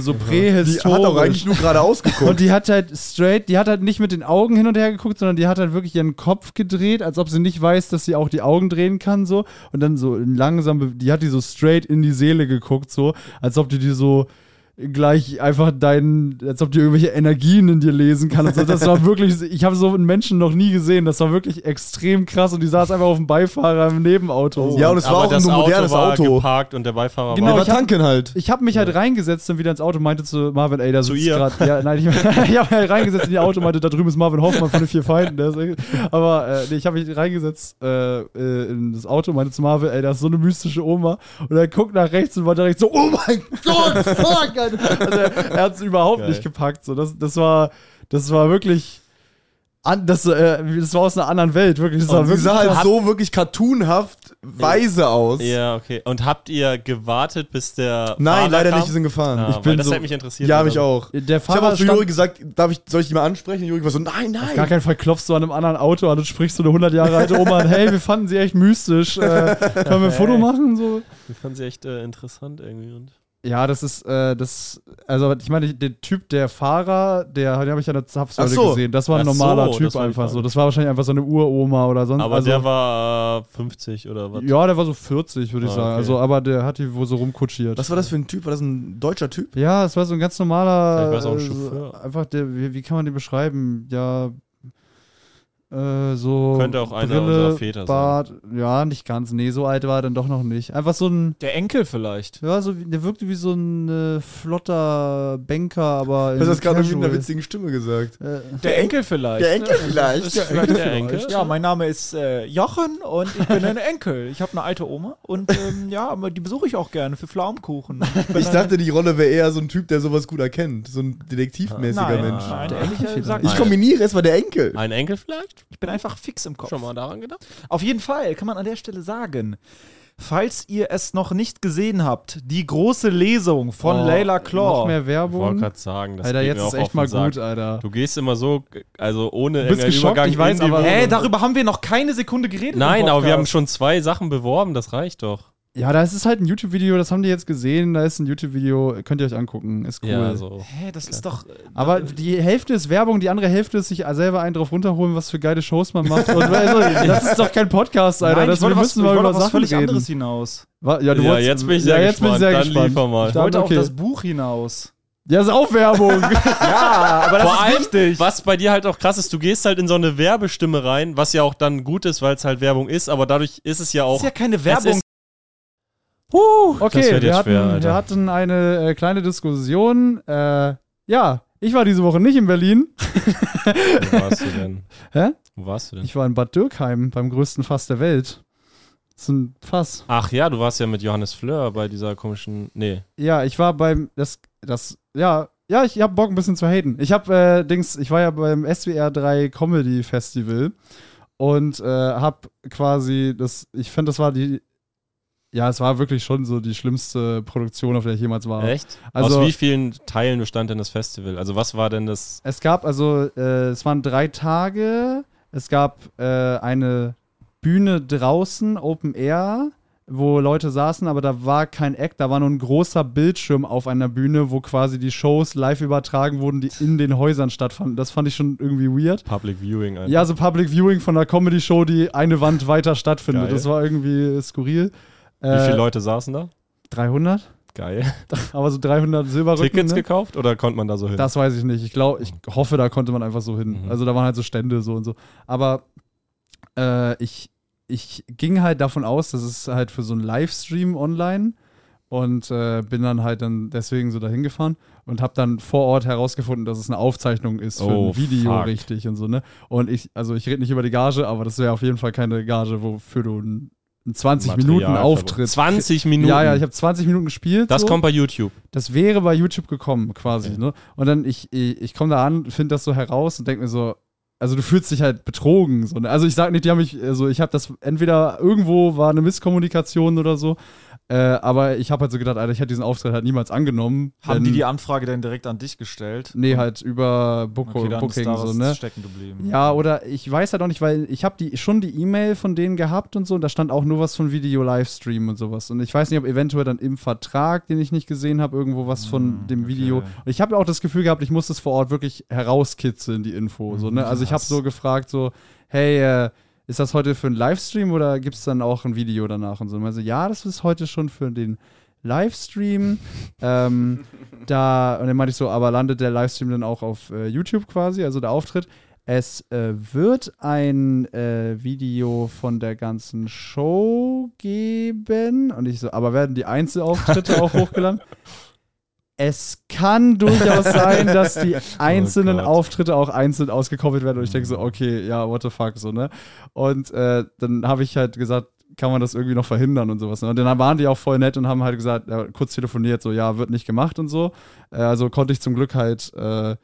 [SPEAKER 3] so prähistorisch.
[SPEAKER 2] Die hat auch eigentlich nur gerade ausgeguckt.
[SPEAKER 3] Und die hat halt straight, die hat halt nicht mit den Augen hin und her geguckt, sondern die hat halt wirklich ihren Kopf gedreht, als ob sie nicht weiß, dass sie auch die Augen drehen kann, so. Und dann so langsam, be- die hat die so straight in die Seele geguckt, so, als ob die die so gleich einfach deinen, als ob die irgendwelche Energien in dir lesen kann. Und so. Das war wirklich, ich habe so einen Menschen noch nie gesehen. Das war wirklich extrem krass und die saß einfach auf dem Beifahrer im Nebenauto.
[SPEAKER 2] ja, und es war auch ein modernes
[SPEAKER 4] war
[SPEAKER 2] Auto.
[SPEAKER 4] geparkt und der Beifahrer
[SPEAKER 3] Genau,
[SPEAKER 4] war
[SPEAKER 3] ich hab-
[SPEAKER 2] tanken halt.
[SPEAKER 3] Ich habe mich halt reingesetzt und wieder ins Auto meinte zu Marvin, ey, da
[SPEAKER 4] Zu
[SPEAKER 3] sitzt
[SPEAKER 4] ihr.
[SPEAKER 3] gerade. Ja, nein, ich, ich habe halt reingesetzt in ihr Auto und meinte, da drüben ist Marvin Hoffmann von den vier Feinden. Der ist, echt- aber äh, nee, ich habe mich reingesetzt äh, äh, in das Auto und meinte zu Marvin, ey, da ist so eine mystische Oma. Und er guckt nach rechts und war direkt so, oh mein Gott, fuck! Alter. Also, er hat es überhaupt
[SPEAKER 4] Geil.
[SPEAKER 3] nicht gepackt. So, das, das, war, das war wirklich. An, das, äh, das war aus einer anderen Welt, wirklich. Das war
[SPEAKER 2] Und sie
[SPEAKER 3] wirklich
[SPEAKER 2] sah halt
[SPEAKER 3] krass.
[SPEAKER 2] so wirklich cartoonhaft weise aus.
[SPEAKER 4] Ja, okay. Und habt ihr gewartet, bis der.
[SPEAKER 2] Nein,
[SPEAKER 4] Fahrer
[SPEAKER 2] leider
[SPEAKER 4] kam?
[SPEAKER 2] nicht, die sind gefahren.
[SPEAKER 4] Ah,
[SPEAKER 2] ich
[SPEAKER 4] weil
[SPEAKER 3] bin
[SPEAKER 4] das
[SPEAKER 3] so-
[SPEAKER 4] hätte mich interessiert.
[SPEAKER 2] ja, mich auch.
[SPEAKER 3] Der
[SPEAKER 2] Ich habe
[SPEAKER 3] Fahrer
[SPEAKER 2] auch zu
[SPEAKER 3] stand-
[SPEAKER 2] Juri gesagt, darf ich, soll ich die mal ansprechen? Und Juri war so, nein, nein.
[SPEAKER 3] Gar keinen Fall klopfst du an einem anderen Auto an und sprichst so eine 100 Jahre alte Oma an, hey, wir fanden sie echt mystisch, äh, können wir ein Foto machen? So.
[SPEAKER 4] Ich fand sie echt äh, interessant irgendwie. Und
[SPEAKER 3] Ja, das ist, äh, das, also ich meine, der Typ, der Fahrer, der, den habe ich ja in der Zapfsäule
[SPEAKER 2] Ach so.
[SPEAKER 3] gesehen, das war ein
[SPEAKER 4] Ach so,
[SPEAKER 3] normaler Typ
[SPEAKER 4] das war die
[SPEAKER 3] einfach
[SPEAKER 4] Frage.
[SPEAKER 3] so, das war wahrscheinlich einfach so eine Uroma oder sonst
[SPEAKER 4] aber
[SPEAKER 3] also,
[SPEAKER 4] der war äh, 50 oder was?
[SPEAKER 3] Ja, der war so 40, würde ich
[SPEAKER 4] Ah,
[SPEAKER 3] sagen,
[SPEAKER 4] okay.
[SPEAKER 3] also, aber der hat die wohl so rumkutschiert.
[SPEAKER 2] Was war das für ein Typ? War das ein deutscher Typ?
[SPEAKER 3] Ja, es war so ein ganz normaler.
[SPEAKER 4] Vielleicht war es auch ein
[SPEAKER 3] äh, so
[SPEAKER 4] Chauffeur.
[SPEAKER 3] Einfach der, wie, wie kann man den beschreiben? Ja. Äh, so.
[SPEAKER 4] Könnte auch einer unserer Väter sein.
[SPEAKER 3] Bart, sein. Ja, nicht ganz. Nee, so alt war er dann doch noch nicht. Einfach so ein.
[SPEAKER 1] Der Enkel vielleicht.
[SPEAKER 3] Ja, so, wie- der wirkte wie so ein äh, flotter Banker, aber.
[SPEAKER 2] Du hast das
[SPEAKER 3] in
[SPEAKER 2] gerade mit einer
[SPEAKER 3] casual.
[SPEAKER 2] witzigen Stimme gesagt.
[SPEAKER 3] Äh,
[SPEAKER 1] Der Enkel vielleicht.
[SPEAKER 2] Enkel vielleicht.
[SPEAKER 1] Ja,
[SPEAKER 4] Vielleicht der Enkel?
[SPEAKER 1] Ja, mein Name ist äh, Jochen und ich bin ein Enkel. Ich habe eine alte Oma und ähm, ja, aber die besuche ich auch gerne für Pflaumenkuchen.
[SPEAKER 2] Ich dachte, die Rolle wäre eher so ein Typ, der sowas gut erkennt. So ein detektivmäßiger
[SPEAKER 1] nein,
[SPEAKER 2] Mensch.
[SPEAKER 1] nein,
[SPEAKER 4] Der
[SPEAKER 1] ich, äh, sag,
[SPEAKER 2] Ich
[SPEAKER 1] ich,
[SPEAKER 2] kombiniere, es war der Enkel.
[SPEAKER 4] Ein Enkel vielleicht?
[SPEAKER 1] ich bin einfach fix im Kopf.
[SPEAKER 4] Schon mal daran gedacht?
[SPEAKER 1] Auf jeden Fall kann man an der Stelle sagen, falls ihr es noch nicht gesehen habt, die große Lesung von
[SPEAKER 3] oh,
[SPEAKER 1] Layla
[SPEAKER 3] Noch
[SPEAKER 1] Claw.
[SPEAKER 3] mehr
[SPEAKER 4] Ich wollte
[SPEAKER 3] Werbung.
[SPEAKER 4] gerade sagen, das
[SPEAKER 3] Alter,
[SPEAKER 4] geht
[SPEAKER 3] jetzt
[SPEAKER 4] mir
[SPEAKER 3] ist
[SPEAKER 4] auch auf
[SPEAKER 3] echt
[SPEAKER 4] den
[SPEAKER 3] mal
[SPEAKER 4] Sack.
[SPEAKER 3] gut, Alter.
[SPEAKER 4] Du gehst immer so, also ohne
[SPEAKER 3] bist
[SPEAKER 4] irgendeinen
[SPEAKER 3] geschockt, ich weiß,
[SPEAKER 4] in die
[SPEAKER 3] aber-
[SPEAKER 4] Wohnung.
[SPEAKER 1] Hey, darüber haben wir noch keine Sekunde geredet. im
[SPEAKER 4] Nein, aber wir haben
[SPEAKER 1] Podcast.
[SPEAKER 4] schon zwei Sachen beworben, das reicht doch.
[SPEAKER 3] Ja, da ist es halt ein YouTube-Video, das haben die jetzt gesehen. Da ist ein YouTube-Video, könnt ihr euch angucken. Ist cool.
[SPEAKER 4] Ja, so.
[SPEAKER 1] Hä, das ist doch. äh,
[SPEAKER 3] Aber die Hälfte ist Werbung, die andere Hälfte ist sich selber einen drauf runterholen, was für geile Shows man macht. Und also, das ist doch kein Podcast, Alter.
[SPEAKER 1] nein,
[SPEAKER 3] das,
[SPEAKER 1] ich wollte
[SPEAKER 3] wir
[SPEAKER 1] was-
[SPEAKER 3] müssen
[SPEAKER 1] ich
[SPEAKER 3] mal
[SPEAKER 1] wollte
[SPEAKER 3] über
[SPEAKER 1] auf was
[SPEAKER 3] Sachen
[SPEAKER 1] völlig
[SPEAKER 3] reden.
[SPEAKER 1] anderes hinaus.
[SPEAKER 3] Wa-
[SPEAKER 4] Ja, jetzt bin ich sehr gespannt. Dann liefer mal.
[SPEAKER 3] Ich
[SPEAKER 1] Ich wollte
[SPEAKER 3] dachte, okay.
[SPEAKER 1] auf das Buch hinaus.
[SPEAKER 3] ja, ist auch Werbung.
[SPEAKER 1] Ja, aber das
[SPEAKER 4] Vor allem,
[SPEAKER 1] wichtig.
[SPEAKER 4] was bei dir halt auch krass ist, du gehst halt in so eine Werbestimme rein, was ja auch dann gut ist, weil es halt Werbung ist, aber dadurch ist es ja auch.
[SPEAKER 1] ist ja keine Werbung.
[SPEAKER 4] ist-
[SPEAKER 1] Huh.
[SPEAKER 3] Okay,
[SPEAKER 4] wird
[SPEAKER 3] wir,
[SPEAKER 4] jetzt
[SPEAKER 3] hatten,
[SPEAKER 4] schwer, Alter.
[SPEAKER 3] wir hatten eine äh, kleine Diskussion. Äh, ja, ich war diese Woche nicht in Berlin.
[SPEAKER 4] Wo warst du denn?
[SPEAKER 3] Hä?
[SPEAKER 4] Wo warst du denn?
[SPEAKER 3] Ich war in Bad Dürkheim beim größten Fass der Welt. Das ist ein Fass.
[SPEAKER 4] Ach ja, du warst ja mit Johannes Fleur bei dieser komischen. Nee.
[SPEAKER 3] Ja, ich war beim das das ja ja ich hab Bock ein bisschen zu haten. Ich hab äh, Dings, ich war ja beim SWR 3 Comedy Festival und äh, hab quasi das. Ich fand das war die ja es war wirklich schon so die schlimmste Produktion, auf der ich jemals war.
[SPEAKER 4] Echt?
[SPEAKER 3] Also-
[SPEAKER 4] Aus wie vielen Teilen bestand denn das Festival? Also, was war denn das?
[SPEAKER 3] Es gab also, äh, es waren drei Tage. Es gab äh, eine Bühne draußen, Open Air, wo Leute saßen, aber da war kein Act, da war nur ein großer Bildschirm auf einer Bühne, wo quasi die Shows live übertragen wurden, die in den Häusern stattfanden. Das fand ich schon irgendwie weird.
[SPEAKER 4] Public Viewing einfach.
[SPEAKER 3] Ja, so Public Viewing von einer Comedy-Show, die eine Wand weiter stattfindet.
[SPEAKER 4] Geil.
[SPEAKER 3] Das war irgendwie skurril.
[SPEAKER 4] Wie
[SPEAKER 3] Äh,
[SPEAKER 4] viele Leute saßen da?
[SPEAKER 3] 300?
[SPEAKER 4] Geil.
[SPEAKER 3] Aber so 300 Silberrücken.
[SPEAKER 4] Tickets
[SPEAKER 3] ne?
[SPEAKER 4] gekauft oder konnte man da so hin?
[SPEAKER 3] Das weiß ich nicht. Ich glaube, ich hoffe, da konnte man einfach so hin.
[SPEAKER 4] Mhm.
[SPEAKER 3] Also da waren halt so Stände so und so. Aber äh, ich, ich ging halt davon aus, das ist halt für so einen Livestream online und äh, bin dann halt dann deswegen so dahin gefahren und habe dann vor Ort herausgefunden, dass es eine Aufzeichnung ist für
[SPEAKER 4] Oh,
[SPEAKER 3] ein Video
[SPEAKER 4] fuck.
[SPEAKER 3] richtig und so ne. Und ich, also ich rede nicht über die Gage, aber das wäre auf jeden Fall keine Gage, wofür du einen 20 Minuten
[SPEAKER 4] Material-
[SPEAKER 3] Auftritt.
[SPEAKER 4] 20 Minuten.
[SPEAKER 3] Ja, ja, ich habe 20 Minuten gespielt.
[SPEAKER 4] das
[SPEAKER 3] so.
[SPEAKER 4] kommt bei YouTube.
[SPEAKER 3] Das wäre bei YouTube gekommen, quasi.
[SPEAKER 4] Ja.
[SPEAKER 3] Ne? Und dann, ich, ich, ich komme da an, finde das so heraus und denke mir so, also du fühlst dich halt betrogen. So, ne? Also ich sag nicht, die haben mich, also ich habe das, entweder irgendwo war eine Misskommunikation oder so, äh, aber ich habe halt so gedacht, Alter, ich hätte diesen Auftritt halt niemals angenommen.
[SPEAKER 1] Haben
[SPEAKER 3] wenn-
[SPEAKER 1] die die Anfrage dann direkt an dich gestellt?
[SPEAKER 3] Nee, halt über Book
[SPEAKER 1] Okay, dann ist
[SPEAKER 3] Booking,
[SPEAKER 1] da
[SPEAKER 3] so,
[SPEAKER 1] was
[SPEAKER 3] ne?
[SPEAKER 1] stecken geblieben.
[SPEAKER 3] Ja, oder ich weiß halt auch nicht, weil ich habe die, schon die E-Mail von denen gehabt und so und da stand auch nur was von Video-Livestream und sowas. Und ich weiß nicht, ob eventuell dann im Vertrag, den ich nicht gesehen habe, irgendwo was von dem Video.
[SPEAKER 1] Hm, okay.
[SPEAKER 3] Und ich habe auch das Gefühl gehabt, ich muss das vor Ort wirklich herauskitzeln, die Info. So, ne? Also ich habe
[SPEAKER 1] Hm, krass.
[SPEAKER 3] so gefragt, so, hey, äh, ist das heute für einen Livestream oder gibt es dann auch ein Video danach und so? Und man so, ja, das ist heute schon für den Livestream. ähm, da, und dann meinte ich so, aber landet der Livestream dann auch auf äh, YouTube quasi, also der Auftritt? Es äh, wird ein äh, Video von der ganzen Show geben. Und ich so, aber werden die Einzelauftritte auch hochgeladen? Es kann durchaus sein, dass die einzelnen
[SPEAKER 4] Gott.
[SPEAKER 3] Auftritte auch einzeln ausgekoppelt werden. Und ich denke so, okay, ja, what the fuck, so, ne? Und äh, dann habe ich halt gesagt, kann man das irgendwie noch verhindern und sowas. ne? Und dann waren die auch voll nett und haben halt gesagt, ja, kurz telefoniert, so, ja, wird nicht gemacht und so. Äh, also konnte ich zum Glück halt äh,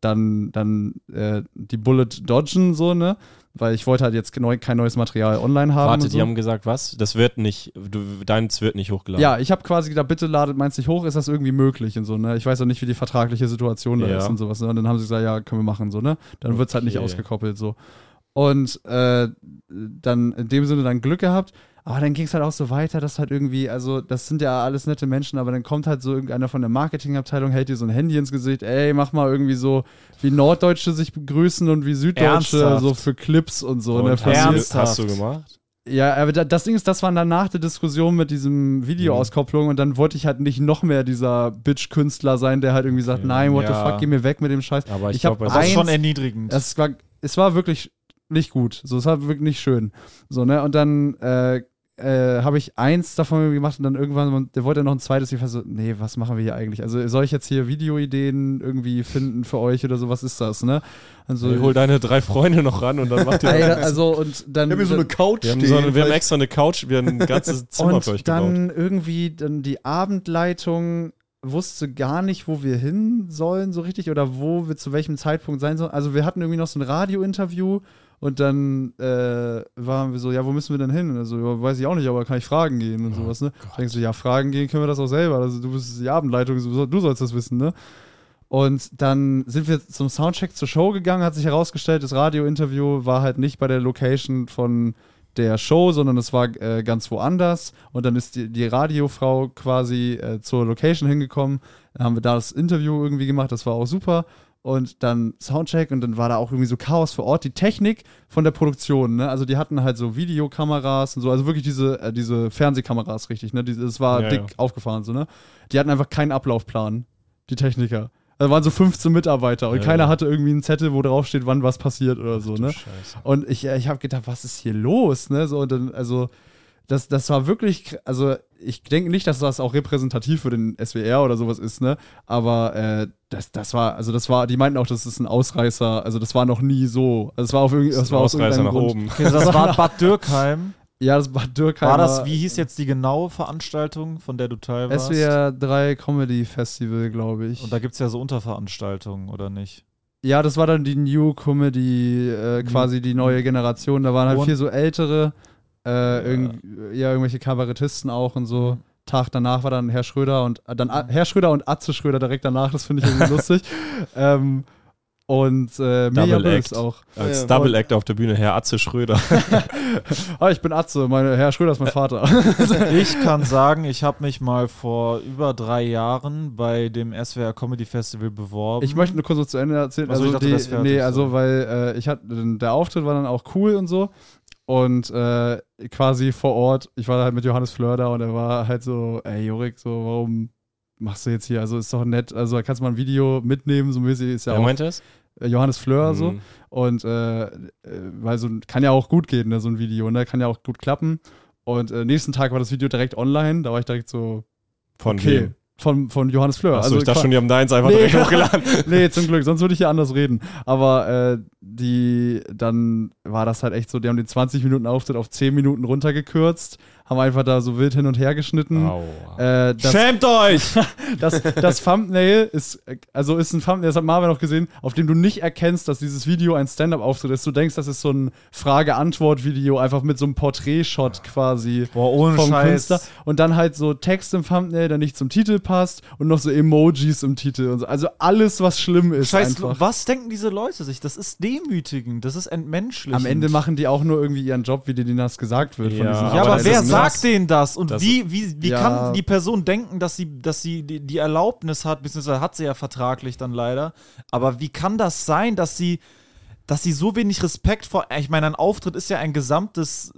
[SPEAKER 3] dann, dann äh, die Bullet dodgen, so, ne? Weil ich wollte halt jetzt neu, kein neues Material online haben.
[SPEAKER 4] Warte,
[SPEAKER 3] und so.
[SPEAKER 4] die haben gesagt, was? Das wird nicht, du, deins wird nicht hochgeladen.
[SPEAKER 3] Ja, ich habe quasi gedacht, bitte ladet meins nicht hoch, ist das irgendwie möglich und so, ne? Ich weiß auch nicht, wie die vertragliche Situation da
[SPEAKER 4] Ja.
[SPEAKER 3] ist und sowas. Ne? Und dann haben sie gesagt, ja, können wir machen, so, ne? Dann wird's halt nicht
[SPEAKER 4] Okay.
[SPEAKER 3] ausgekoppelt, so. Und äh, dann in dem Sinne dann Glück gehabt. Aber dann ging's halt auch so weiter, dass halt irgendwie, also das sind ja alles nette Menschen, aber dann kommt halt so irgendeiner von der Marketingabteilung, hält dir so ein Handy ins Gesicht, ey, mach mal irgendwie so, wie Norddeutsche sich begrüßen und wie Süddeutsche,
[SPEAKER 1] Ernsthaft?
[SPEAKER 3] so für Clips und so.
[SPEAKER 4] Und
[SPEAKER 3] ne?
[SPEAKER 4] hast,
[SPEAKER 3] Für
[SPEAKER 1] Ernst?
[SPEAKER 4] du,
[SPEAKER 1] Ernsthaft?
[SPEAKER 4] hast du gemacht?
[SPEAKER 3] ja, aber da- das Ding ist, das war danach der Diskussion mit diesem Videoauskopplung und dann wollte ich halt nicht noch mehr dieser Bitch-Künstler sein, der halt irgendwie sagt,
[SPEAKER 4] Ja.
[SPEAKER 3] nein, what
[SPEAKER 4] Ja.
[SPEAKER 3] the fuck, geh mir weg mit dem Scheiß.
[SPEAKER 4] Aber ich
[SPEAKER 3] Ich hab
[SPEAKER 4] glaub, bei
[SPEAKER 1] Das ist schon
[SPEAKER 3] Eins-
[SPEAKER 1] erniedrigend.
[SPEAKER 3] Es war, es war wirklich nicht gut. So, es war wirklich nicht schön. So, ne? Und dann äh, äh, habe ich eins davon irgendwie gemacht und dann irgendwann, der wollte noch ein zweites. Ich war so, nee, was machen wir hier eigentlich? Also soll ich jetzt hier Videoideen irgendwie finden für euch oder so? Was ist das, ne? Also,
[SPEAKER 4] hol deine drei Freunde noch ran und dann macht ihr.
[SPEAKER 3] Ey, da- also und dann.
[SPEAKER 2] Ich hab hier so eine Couch
[SPEAKER 4] Wir haben,
[SPEAKER 2] stehen.
[SPEAKER 4] so eine, wir haben
[SPEAKER 2] vielleicht-
[SPEAKER 4] extra eine Couch, wir haben ein ganzes Zimmer für euch
[SPEAKER 3] und
[SPEAKER 4] gebaut.
[SPEAKER 3] dann irgendwie dann die Abendleitung wusste gar nicht, wo wir hin sollen so richtig oder wo wir zu welchem Zeitpunkt sein sollen. Also wir hatten irgendwie noch so ein Radiointerview und dann äh, waren wir so, ja, wo müssen wir denn hin? Also ja, weiß ich auch nicht, aber kann ich fragen gehen
[SPEAKER 4] Oh
[SPEAKER 3] und sowas. Ne? Denkst du, ja, fragen gehen können wir das auch selber. Also du bist die Abendleitung, so- du sollst das wissen, ne? Und dann sind wir zum Soundcheck zur Show gegangen, hat sich herausgestellt, das Radiointerview war halt nicht bei der Location von der Show, sondern es war äh, ganz woanders. Und dann ist die, die Radiofrau quasi äh, zur Location hingekommen. Dann haben wir da das Interview irgendwie gemacht, das war auch super. Und dann Soundcheck und dann war da auch irgendwie so Chaos vor Ort. Die Technik von der Produktion, ne? Also die hatten halt so Videokameras und so, also wirklich diese, äh, diese Fernsehkameras richtig, ne? Die, das war
[SPEAKER 4] Ja,
[SPEAKER 3] dick
[SPEAKER 4] ja.
[SPEAKER 3] aufgefahren, so, ne? Die hatten einfach keinen Ablaufplan, die Techniker. Also waren so 15 Mitarbeiter und
[SPEAKER 4] Ja,
[SPEAKER 3] keiner
[SPEAKER 4] ja.
[SPEAKER 3] hatte irgendwie einen Zettel, wo drauf steht, wann was passiert oder so, ne?
[SPEAKER 4] Scheiße.
[SPEAKER 3] Und ich, äh, ich habe gedacht, was ist hier los? Ne? So, und dann, also, das, das war wirklich, kr- also ich denke nicht, dass das auch repräsentativ für den SWR oder sowas ist, ne? Aber äh, das, das war, also das war, die meinten auch, das ist ein Ausreißer, also das war noch nie so. Also es war auf irgendwie,
[SPEAKER 4] Das
[SPEAKER 3] das
[SPEAKER 4] war
[SPEAKER 3] war aus
[SPEAKER 4] Ausreißer
[SPEAKER 3] irgendeinem
[SPEAKER 4] nach
[SPEAKER 3] Grund.
[SPEAKER 4] oben.
[SPEAKER 1] Okay, also das war Bad Dürkheim.
[SPEAKER 3] Ja, das war Dürkheim.
[SPEAKER 1] War das, wie hieß jetzt die genaue Veranstaltung, von der du teil warst?
[SPEAKER 3] SWR 3 Comedy Festival, glaube ich.
[SPEAKER 1] Und da gibt es ja so Unterveranstaltungen, oder nicht?
[SPEAKER 3] Ja, das war dann die New Comedy, äh, quasi die neue Generation. Da waren halt
[SPEAKER 1] Und-
[SPEAKER 3] viel so ältere, äh, irgend- ja, irgendwelche Kabarettisten auch und so.
[SPEAKER 4] Mhm.
[SPEAKER 3] Tag danach war dann Herr Schröder und äh, dann A Herr Schröder und Atze Schröder direkt danach, das finde ich irgendwie lustig. Ähm, und äh, Mirja
[SPEAKER 4] Double
[SPEAKER 3] Bös
[SPEAKER 4] Act.
[SPEAKER 3] auch.
[SPEAKER 4] Als
[SPEAKER 2] Ja.
[SPEAKER 4] Double Act auf der Bühne, Herr Atze Schröder.
[SPEAKER 3] Ah, ich bin Atze, meine, Herr Schröder
[SPEAKER 4] Äh,
[SPEAKER 3] ist mein Vater.
[SPEAKER 1] Ich kann sagen, ich habe mich mal vor über drei Jahren bei dem SWR Comedy Festival beworben.
[SPEAKER 3] Ich möchte nur kurz was zu Ende erzählen.
[SPEAKER 1] Also,
[SPEAKER 3] Also,
[SPEAKER 1] ich dachte,
[SPEAKER 3] die,
[SPEAKER 1] das wär
[SPEAKER 3] nee,
[SPEAKER 1] fertig,
[SPEAKER 3] also
[SPEAKER 1] so.
[SPEAKER 3] weil äh, ich hatte, der Auftritt war dann auch cool und so. Und äh, quasi vor Ort, ich war halt mit Johannes Fleur da und er war halt so, ey Jorik, so, warum machst du jetzt hier? Also ist doch nett, also da kannst du mal ein Video mitnehmen, so mäßig ist ja
[SPEAKER 4] Wer
[SPEAKER 3] auch
[SPEAKER 4] meinte das?
[SPEAKER 3] äh, Johannes Fleur so.
[SPEAKER 4] Mhm.
[SPEAKER 3] Und äh, äh, weil so ein- kann ja auch gut gehen, ne, so ein Video, ne? Kann ja auch gut klappen. Und äh, nächsten Tag war das Video direkt online, da war ich direkt so,
[SPEAKER 4] Von
[SPEAKER 3] okay,
[SPEAKER 4] wem?
[SPEAKER 3] von, von Johannes Fleur. Also
[SPEAKER 4] Achso, ich dachte
[SPEAKER 3] qua-
[SPEAKER 4] schon, die haben deins einfach
[SPEAKER 3] Nee.
[SPEAKER 4] direkt hochgeladen.
[SPEAKER 3] nee, zum Glück, sonst würde ich hier anders reden. Aber äh, die, dann war das halt echt so, die haben den 20 Minuten Auftritt auf 10 Minuten runtergekürzt, haben einfach da so wild hin und her geschnitten.
[SPEAKER 4] Aua.
[SPEAKER 3] Äh, das,
[SPEAKER 5] Schämt euch!
[SPEAKER 3] das, das Thumbnail ist, äh, also ist ein Thumbnail, das hat Marvin auch gesehen, auf dem du nicht erkennst, dass dieses Video ein Stand-Up-Auftritt ist. Du denkst, das ist so ein Frage-Antwort-Video, einfach mit so einem Porträt-Shot quasi
[SPEAKER 5] Boah, ohne
[SPEAKER 3] vom
[SPEAKER 5] Scheiß.
[SPEAKER 3] Künstler. Und dann halt so Text im Thumbnail, der nicht zum Titel passt und noch so Emojis im Titel und so. Also alles, was schlimm ist
[SPEAKER 5] Scheiß,
[SPEAKER 3] einfach.
[SPEAKER 5] was denken diese Leute sich? Das ist demütigend, das ist entmenschlich.
[SPEAKER 3] Am Ende machen die auch nur irgendwie ihren Job, wie denen das gesagt wird.
[SPEAKER 4] Ja,
[SPEAKER 3] von diesen ne?
[SPEAKER 5] Ja, aber
[SPEAKER 4] das
[SPEAKER 5] wer
[SPEAKER 4] ist
[SPEAKER 5] sagt denen das? Und
[SPEAKER 4] Das-
[SPEAKER 5] wie, wie, wie
[SPEAKER 3] Ja.
[SPEAKER 5] kann die Person denken, dass sie, dass sie die, die Erlaubnis hat, beziehungsweise hat sie ja vertraglich dann leider, aber wie kann das sein, dass sie, dass sie so wenig Respekt vor. Ich meine, ein Auftritt ist ja ein gesamtes,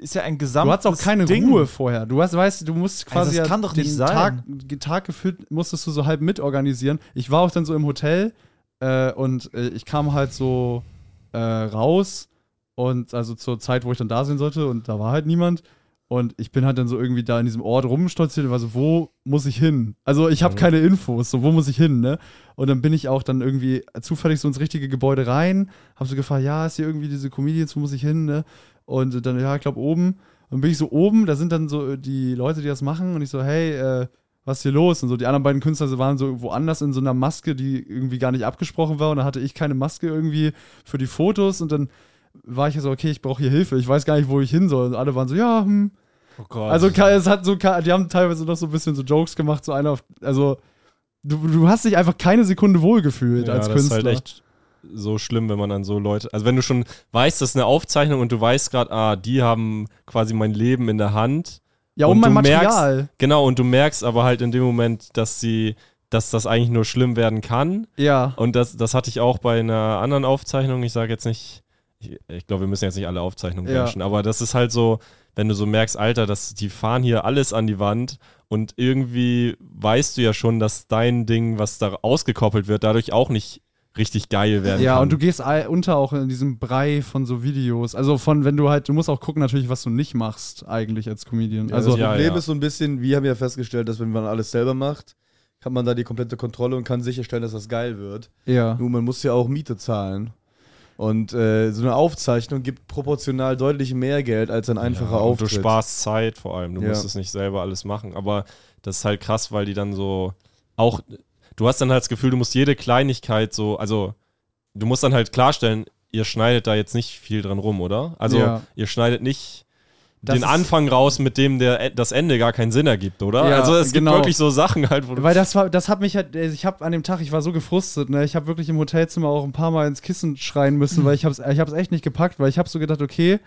[SPEAKER 5] ist ja ein gesamtes.
[SPEAKER 3] Du hast auch keine
[SPEAKER 5] Ding.
[SPEAKER 3] Ruhe vorher. Du hast, weißt, du musst
[SPEAKER 5] Also
[SPEAKER 3] quasi
[SPEAKER 5] das kann doch
[SPEAKER 3] den
[SPEAKER 5] nicht sein.
[SPEAKER 3] Tag, den Tag gefühlt musstest du so halb mitorganisieren. Ich war auch dann so im Hotel äh, und äh, ich kam halt so äh, raus und also zur Zeit, wo ich dann da sein sollte und da war halt niemand. Und ich bin halt dann so irgendwie da in diesem Ort rumstolziert und war so, wo muss ich hin? Also ich habe keine Infos, so wo muss ich hin, ne? Und dann bin ich auch dann irgendwie zufällig so ins richtige Gebäude rein, hab so gefragt, ja, ist hier irgendwie diese Comedians, wo muss ich hin, ne? Und dann, ja, ich glaube oben. Und bin ich so oben, da sind dann so äh, die Leute, die das machen und ich so, hey, äh, was ist hier los? Und so die anderen beiden Künstler sie waren so woanders in so einer Maske, die irgendwie gar nicht abgesprochen war und dann hatte ich keine Maske irgendwie für die Fotos und dann war ich ja so, okay, ich brauche hier Hilfe, ich weiß gar nicht, wo ich hin soll. Und alle waren so, ja, hm,
[SPEAKER 4] oh Gott.
[SPEAKER 3] also ka- es hat so, ka- die haben teilweise noch so ein bisschen so Jokes gemacht, so einer auf, also du, du hast dich einfach keine Sekunde wohlgefühlt als Künstler.
[SPEAKER 4] Das ist halt echt so schlimm, wenn man dann so Leute, also wenn du schon weißt, das ist eine Aufzeichnung und du weißt gerade, ah, die haben quasi mein Leben in der Hand.
[SPEAKER 3] ja,
[SPEAKER 4] und
[SPEAKER 3] um mein
[SPEAKER 4] du merkst-
[SPEAKER 3] Material.
[SPEAKER 4] Genau, und du merkst aber halt in dem Moment, dass sie, dass das eigentlich nur schlimm werden kann.
[SPEAKER 3] ja.
[SPEAKER 4] Und das, das hatte ich auch bei einer anderen Aufzeichnung. Ich sage jetzt nicht, ich, ich glaube, wir müssen jetzt nicht alle Aufzeichnungen
[SPEAKER 3] Ja.
[SPEAKER 4] wünschen, aber das ist halt so, wenn du so merkst, Alter, dass die fahren hier alles an die Wand und irgendwie weißt du ja schon, dass dein Ding, was da ausgekoppelt wird, dadurch auch nicht richtig geil werden
[SPEAKER 3] Ja,
[SPEAKER 4] Äh, kann.
[SPEAKER 3] und du gehst all- unter auch in diesem Brei von so Videos. Also von, wenn du halt, du musst auch gucken natürlich, was du nicht machst eigentlich als Comedian.
[SPEAKER 2] Ja,
[SPEAKER 3] also
[SPEAKER 2] das Problem
[SPEAKER 4] ja.
[SPEAKER 2] ist so ein bisschen, wir haben ja festgestellt, dass wenn man alles selber macht, hat man da die komplette Kontrolle und kann sicherstellen, dass das geil wird.
[SPEAKER 3] ja.
[SPEAKER 2] Nur man muss ja auch Miete zahlen. Und äh, so eine Aufzeichnung gibt proportional deutlich mehr Geld als ein einfacher
[SPEAKER 4] ja, und
[SPEAKER 2] Auftritt.
[SPEAKER 4] Du sparst Zeit vor allem. Du
[SPEAKER 2] Ja.
[SPEAKER 4] musst es nicht selber alles machen. Aber das ist halt krass, weil die dann so auch. Du hast dann halt das Gefühl, du musst jede Kleinigkeit so, also du musst dann halt klarstellen, ihr schneidet da jetzt nicht viel dran rum, oder? Also
[SPEAKER 3] Ja.
[SPEAKER 4] ihr schneidet nicht
[SPEAKER 3] Das
[SPEAKER 4] den
[SPEAKER 3] ist-
[SPEAKER 4] Anfang raus, mit dem der e, das Ende gar keinen Sinn ergibt, oder?
[SPEAKER 3] Ja,
[SPEAKER 4] also es
[SPEAKER 3] genau.
[SPEAKER 4] gibt wirklich so Sachen halt, wo du.
[SPEAKER 3] Weil das war, das hat mich halt, ich habe an dem Tag, ich war so gefrustet, ne? Ich habe wirklich im Hotelzimmer auch ein paar Mal ins Kissen schreien müssen, weil ich hab's, ich hab's echt nicht gepackt, weil ich habe so gedacht, okay,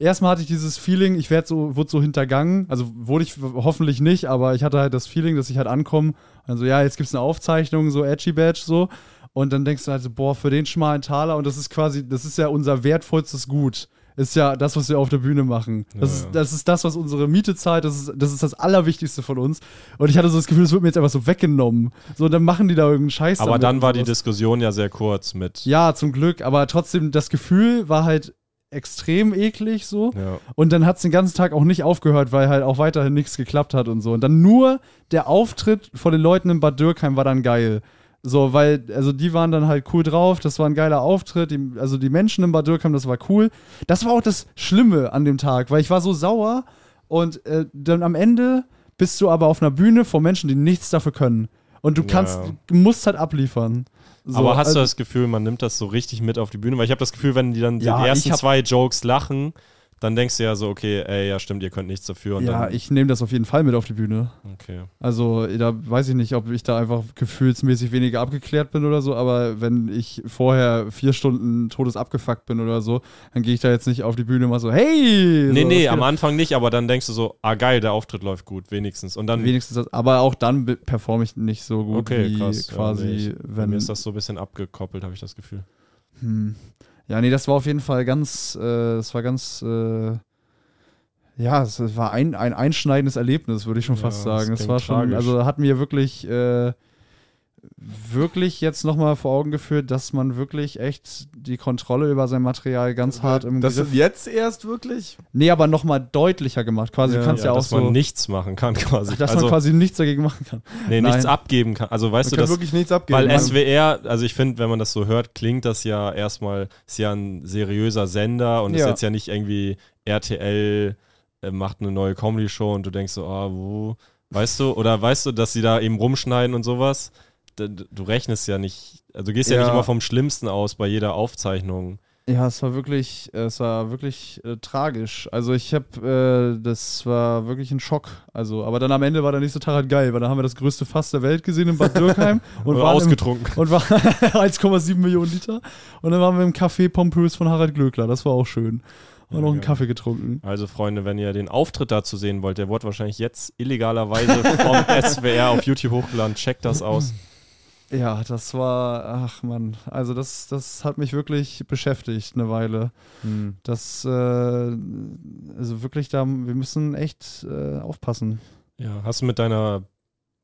[SPEAKER 3] erstmal hatte ich dieses Feeling, ich werd so, wurde so hintergangen, also wurde ich hoffentlich nicht, aber ich hatte halt das Feeling, dass ich halt ankomme und dann so, ja, jetzt gibt's eine Aufzeichnung, so Edgy Badge, so. Und dann denkst du halt so, boah, für den schmalen Taler und das ist quasi, das ist ja unser wertvollstes Gut. Ist ja das, was wir auf der Bühne machen. Das,
[SPEAKER 4] Ja,
[SPEAKER 3] ist,
[SPEAKER 4] ja.
[SPEAKER 3] das ist das, was unsere Miete zahlt. Das ist, das ist das Allerwichtigste von uns. Und ich hatte so das Gefühl, es wird mir jetzt einfach so weggenommen. So, dann machen die da irgendeinen Scheiß.
[SPEAKER 4] aber
[SPEAKER 3] damit
[SPEAKER 4] dann
[SPEAKER 3] und
[SPEAKER 4] war die
[SPEAKER 3] sowas.
[SPEAKER 4] Diskussion ja sehr kurz mit.
[SPEAKER 3] Ja, zum Glück. Aber trotzdem, das Gefühl war halt extrem eklig so.
[SPEAKER 4] Ja.
[SPEAKER 3] Und dann hat es den ganzen Tag auch nicht aufgehört, weil halt auch weiterhin nichts geklappt hat und so. Und dann nur der Auftritt von den Leuten in Bad Dürkheim war dann geil. So, weil, also die waren dann halt cool drauf, das war ein geiler Auftritt, die, also die Menschen in Bad Dürkheim, das war cool. Das war auch das Schlimme an dem Tag, weil ich war so sauer und äh, dann am Ende bist du aber auf einer Bühne vor Menschen, die nichts dafür können. Und du
[SPEAKER 4] Ja.
[SPEAKER 3] kannst, du musst halt abliefern. So,
[SPEAKER 4] aber hast
[SPEAKER 3] also-
[SPEAKER 4] du das Gefühl, man nimmt das so richtig mit auf die Bühne? Weil ich habe das Gefühl, wenn die dann
[SPEAKER 3] Ja,
[SPEAKER 4] die
[SPEAKER 3] ich
[SPEAKER 4] ersten
[SPEAKER 3] hab-
[SPEAKER 4] zwei Jokes lachen, dann denkst du ja so, okay, ey, ja stimmt, ihr könnt nichts dafür. Und
[SPEAKER 3] Ja,
[SPEAKER 4] dann,
[SPEAKER 3] ich nehme das auf jeden Fall mit auf die Bühne.
[SPEAKER 4] okay.
[SPEAKER 3] Also, da weiß ich nicht, ob ich da einfach gefühlsmäßig weniger abgeklärt bin oder so, aber wenn ich vorher vier Stunden todes abgefuckt bin oder so, dann gehe ich da jetzt nicht auf die Bühne und mal so, hey!
[SPEAKER 4] Nee,
[SPEAKER 3] so,
[SPEAKER 4] nee,
[SPEAKER 3] das
[SPEAKER 4] am
[SPEAKER 3] geht-
[SPEAKER 4] Anfang nicht, aber dann denkst du so, ah geil, der Auftritt läuft gut, wenigstens. Und dann,
[SPEAKER 3] Wenigstens das, aber auch dann be- performe ich nicht so gut
[SPEAKER 4] okay,
[SPEAKER 3] wie
[SPEAKER 4] krass.
[SPEAKER 3] quasi,
[SPEAKER 4] ja, nee, ich, bei
[SPEAKER 3] wenn.
[SPEAKER 4] mir ist das so ein bisschen abgekoppelt, habe ich das Gefühl.
[SPEAKER 3] hm. Ja, nee, das war auf jeden Fall ganz, äh, das war ganz, äh, ja, es es war ein, ein einschneidendes Erlebnis, würde ich schon
[SPEAKER 4] Ja,
[SPEAKER 3] fast
[SPEAKER 4] das
[SPEAKER 3] sagen. Es
[SPEAKER 4] klingt
[SPEAKER 3] war schon,
[SPEAKER 4] tragisch.
[SPEAKER 3] also hat mir wirklich, äh, wirklich jetzt nochmal vor Augen geführt, dass man wirklich echt die Kontrolle über sein Material ganz hart
[SPEAKER 4] halt
[SPEAKER 3] im
[SPEAKER 2] das
[SPEAKER 3] Griff.
[SPEAKER 2] ist jetzt erst wirklich?
[SPEAKER 3] Nee, aber nochmal deutlicher gemacht. Quasi, du
[SPEAKER 2] Ja,
[SPEAKER 3] kannst ja, auch
[SPEAKER 4] dass man
[SPEAKER 3] so,
[SPEAKER 4] nichts machen kann quasi.
[SPEAKER 3] dass
[SPEAKER 4] also,
[SPEAKER 3] man quasi nichts dagegen machen kann.
[SPEAKER 4] nee, nichts
[SPEAKER 3] Nein.
[SPEAKER 4] abgeben kann. Also
[SPEAKER 2] Man
[SPEAKER 4] weißt du,
[SPEAKER 2] kann
[SPEAKER 4] das,
[SPEAKER 2] wirklich nichts abgeben. Hm.
[SPEAKER 4] Weil
[SPEAKER 2] Man-
[SPEAKER 4] SWR, also ich finde, wenn man das so hört, klingt das ja erstmal, ist ja ein seriöser Sender und ist
[SPEAKER 3] Ja.
[SPEAKER 4] jetzt ja nicht irgendwie RTL äh, macht eine neue Comedy-Show und du denkst so, ah, wo, weißt du, oder weißt du, dass sie da eben rumschneiden und sowas? D d- du rechnest ja nicht, also du gehst ja,
[SPEAKER 3] Ja.
[SPEAKER 4] nicht immer vom Schlimmsten aus bei jeder Aufzeichnung.
[SPEAKER 3] Ja, es war wirklich, es war wirklich äh, tragisch. Also ich habe, äh, das war wirklich ein Schock. Also, aber dann am Ende war der nächste Tag halt geil, weil dann haben wir das größte Fass der Welt gesehen in Bad Dürkheim und
[SPEAKER 4] Oder
[SPEAKER 3] waren im,
[SPEAKER 4] ausgetrunken.
[SPEAKER 3] und war 1,7 Millionen Liter. Und dann waren wir im Café Pompös von Harald Glöckler. Das war auch schön. Und noch einen Kaffee getrunken.
[SPEAKER 4] Also Freunde, wenn ihr den Auftritt dazu sehen wollt, der wurde wahrscheinlich jetzt illegalerweise vom SWR auf YouTube hochgeladen. Checkt das aus.
[SPEAKER 3] Ja, das war, ach Mann, also das, das hat mich wirklich beschäftigt eine Weile. Das, äh, also wirklich da, wir müssen echt äh, aufpassen.
[SPEAKER 4] Ja, hast du mit deiner,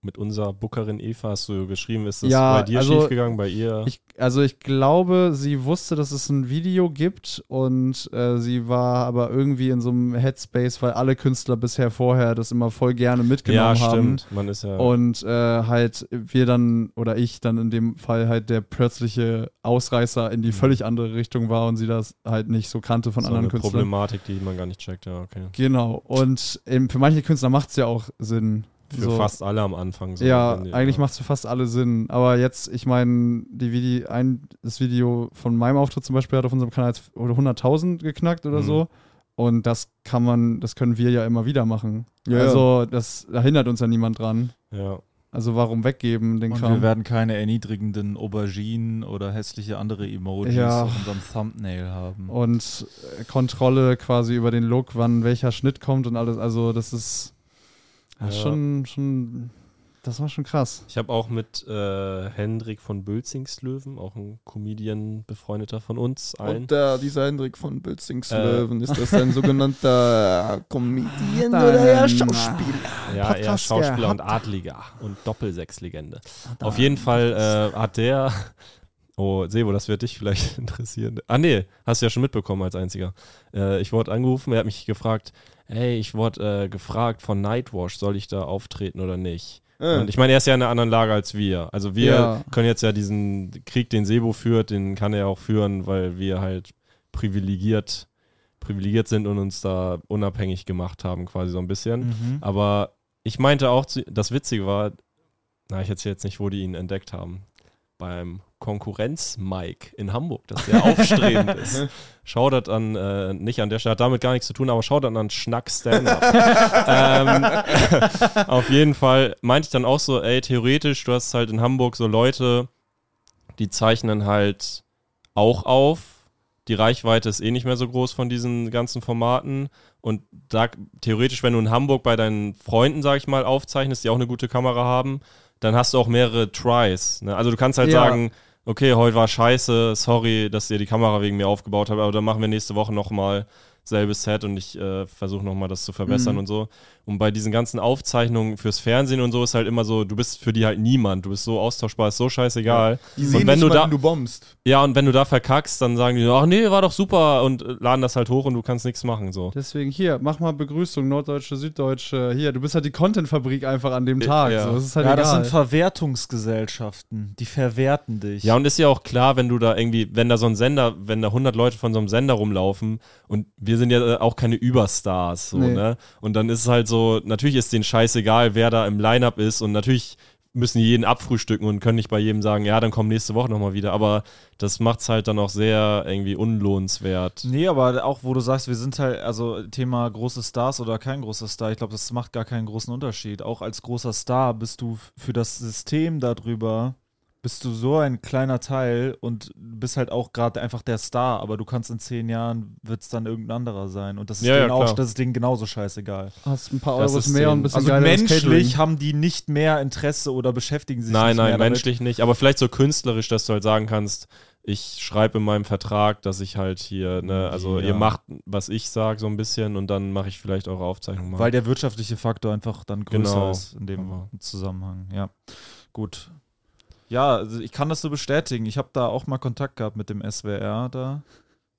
[SPEAKER 4] mit unserer Bookerin Eva hast du geschrieben, ist das
[SPEAKER 3] Ja,
[SPEAKER 4] bei dir
[SPEAKER 3] also
[SPEAKER 4] schiefgegangen, bei ihr?
[SPEAKER 3] Ich, also ich glaube, sie wusste, dass es ein Video gibt und äh, sie war aber irgendwie in so einem Headspace, weil alle Künstler bisher vorher das immer voll gerne
[SPEAKER 4] ja,
[SPEAKER 3] mitgenommen haben.
[SPEAKER 4] stimmt. Man ist ja.
[SPEAKER 3] Und äh, halt wir dann oder ich dann in dem Fall halt der plötzliche Ausreißer in die völlig andere Richtung war und sie das halt nicht so kannte von
[SPEAKER 4] Mhm. so
[SPEAKER 3] anderen
[SPEAKER 4] eine
[SPEAKER 3] Künstlern.
[SPEAKER 4] Problematik, die man gar nicht checkt, ja, okay.
[SPEAKER 3] Genau. Und ähm, für manche Künstler macht es ja auch Sinn.
[SPEAKER 4] Für
[SPEAKER 3] so.
[SPEAKER 4] fast alle am Anfang. so,
[SPEAKER 3] ja,
[SPEAKER 4] wenn die-
[SPEAKER 3] eigentlich macht es für fast alle Sinn. Aber jetzt, ich meine, die Vidi ein, das Video von meinem Auftritt zum Beispiel hat auf unserem Kanal jetzt oder 100.000 geknackt oder
[SPEAKER 4] Mhm.
[SPEAKER 3] so. Und das kann man, das können wir ja immer wieder machen.
[SPEAKER 2] Ja, ja.
[SPEAKER 3] also das, da hindert uns ja niemand dran.
[SPEAKER 4] Ja.
[SPEAKER 3] Also warum weggeben den
[SPEAKER 1] Und
[SPEAKER 3] Kram?
[SPEAKER 1] wir werden keine erniedrigenden Auberginen oder hässliche andere Emojis
[SPEAKER 3] Ja.
[SPEAKER 1] auf unserem Thumbnail haben.
[SPEAKER 3] und äh, Kontrolle quasi über den Look, wann welcher Schnitt kommt und alles. Also das ist ja,
[SPEAKER 4] Ja.
[SPEAKER 3] schon, schon, das war schon krass.
[SPEAKER 4] Ich habe auch mit äh, Hendrik von Bülzingslöwen, auch ein Comedian, befreundeter von uns, allen.
[SPEAKER 2] Und äh, dieser Hendrik von Bülzingslöwen,
[SPEAKER 4] Äh.
[SPEAKER 2] ist das ein sogenannter Comedian
[SPEAKER 3] Dann-
[SPEAKER 2] oder eher Schauspieler?
[SPEAKER 4] ja, er ist
[SPEAKER 3] Podcast, Ah,
[SPEAKER 4] Schauspieler
[SPEAKER 3] der
[SPEAKER 4] und Adliger und Doppelsechslegende. Auf jeden Fall äh, hat der. Oh, Sebo, das wird dich vielleicht interessieren. Ah, nee, hast du ja schon mitbekommen als einziger. Äh, ich wurde angerufen, er hat mich gefragt: Hey, ich wurde äh, gefragt von Nightwash, soll ich da auftreten oder nicht?
[SPEAKER 2] Äh,
[SPEAKER 4] Und ich meine, er ist ja in einer anderen Lage als wir. Also wir
[SPEAKER 3] Ja.
[SPEAKER 4] können jetzt ja diesen Krieg, den Sebo führt, den kann er auch führen, weil wir halt privilegiert, privilegiert sind und uns da unabhängig gemacht haben, quasi so ein bisschen.
[SPEAKER 1] Mhm.
[SPEAKER 4] Aber ich meinte auch, zu- das Witzige war, na, ich erzähle jetzt nicht, wo die ihn entdeckt haben. Beim Konkurrenz-Mike in Hamburg, dass der aufstrebend ist. Schaudert an, äh, nicht an der Stelle, hat damit gar nichts zu tun, aber schaudert an Schnack Stand-Up. ähm, auf jeden Fall meinte ich dann auch so, ey, theoretisch, du hast halt in Hamburg so Leute, die zeichnen halt auch auf. Die Reichweite ist eh nicht mehr so groß von diesen ganzen Formaten. Und da, theoretisch, wenn du in Hamburg bei deinen Freunden, sag ich mal, aufzeichnest, die auch eine gute Kamera haben, dann hast du auch mehrere Tries. Ne? Also du kannst halt
[SPEAKER 3] Ja.
[SPEAKER 4] sagen, okay, heute war scheiße, sorry, dass ihr die Kamera wegen mir aufgebaut habt, aber dann machen wir nächste Woche nochmal selbes Set und ich äh, versuche nochmal das zu verbessern und so. Und bei diesen ganzen Aufzeichnungen fürs Fernsehen und so ist halt immer so, du bist für die halt niemand, du bist so austauschbar, ist so scheißegal.
[SPEAKER 2] die sehen
[SPEAKER 4] und wenn
[SPEAKER 2] nicht
[SPEAKER 4] du
[SPEAKER 2] mal,
[SPEAKER 4] da,
[SPEAKER 2] wenn du bombst.
[SPEAKER 4] ja, und wenn du da verkackst, dann sagen die, ach nee, war doch super und äh, laden das halt hoch und du kannst nichts machen so.
[SPEAKER 3] Deswegen hier, mach mal Begrüßung, Norddeutsche, Süddeutsche. Hier, du bist halt die Contentfabrik einfach an dem Tag.
[SPEAKER 4] ja.
[SPEAKER 3] So, das ist halt
[SPEAKER 1] ja, das
[SPEAKER 3] egal.
[SPEAKER 1] sind Verwertungsgesellschaften. Die verwerten dich.
[SPEAKER 4] Ja, und ist ja auch klar, wenn du da irgendwie, wenn da so ein Sender, wenn da 100 Leute von so einem Sender rumlaufen und wir sind ja äh, auch keine Überstars, so,
[SPEAKER 3] Nee.
[SPEAKER 4] ne? Und dann ist es halt so, natürlich ist denen scheißegal, wer da im Line-Up ist und natürlich müssen die jeden abfrühstücken und können nicht bei jedem sagen, ja, dann komm nächste Woche nochmal wieder, aber das macht's halt dann auch sehr irgendwie unlohnenswert.
[SPEAKER 1] Nee, aber auch wo du sagst, wir sind halt, also Thema große Stars oder kein großer Star, ich glaube, das macht gar keinen großen Unterschied. Auch als großer Star bist du f- für das System darüber, bist du so ein kleiner Teil und bist halt auch gerade einfach der Star, aber du kannst in zehn Jahren, wird es dann irgendein anderer sein. Und das ist,
[SPEAKER 4] Ja, ja,
[SPEAKER 1] denen, auch,
[SPEAKER 4] klar.
[SPEAKER 1] das ist denen genauso scheißegal.
[SPEAKER 3] Hast ein paar
[SPEAKER 4] Das
[SPEAKER 3] Euros
[SPEAKER 4] ist
[SPEAKER 3] mehr und ein
[SPEAKER 4] den-
[SPEAKER 3] bisschen
[SPEAKER 1] Also
[SPEAKER 3] geileres
[SPEAKER 1] menschlich
[SPEAKER 3] Catering.
[SPEAKER 1] haben die nicht mehr Interesse oder beschäftigen sich
[SPEAKER 4] Nein,
[SPEAKER 1] nicht mehr
[SPEAKER 4] nein,
[SPEAKER 1] damit.
[SPEAKER 4] menschlich nicht. Aber vielleicht so künstlerisch, dass du halt sagen kannst, ich schreibe in meinem Vertrag, dass ich halt hier, ne, also
[SPEAKER 1] Ja.
[SPEAKER 4] ihr macht, was ich sage, so ein bisschen und dann mache ich vielleicht eure Aufzeichnung mal.
[SPEAKER 1] Weil der wirtschaftliche Faktor einfach dann größer
[SPEAKER 4] Genau.
[SPEAKER 1] ist in dem
[SPEAKER 4] Aber-
[SPEAKER 1] Zusammenhang. Ja, gut. Ja, also ich kann das so bestätigen. Ich habe da auch mal Kontakt gehabt mit dem SWR da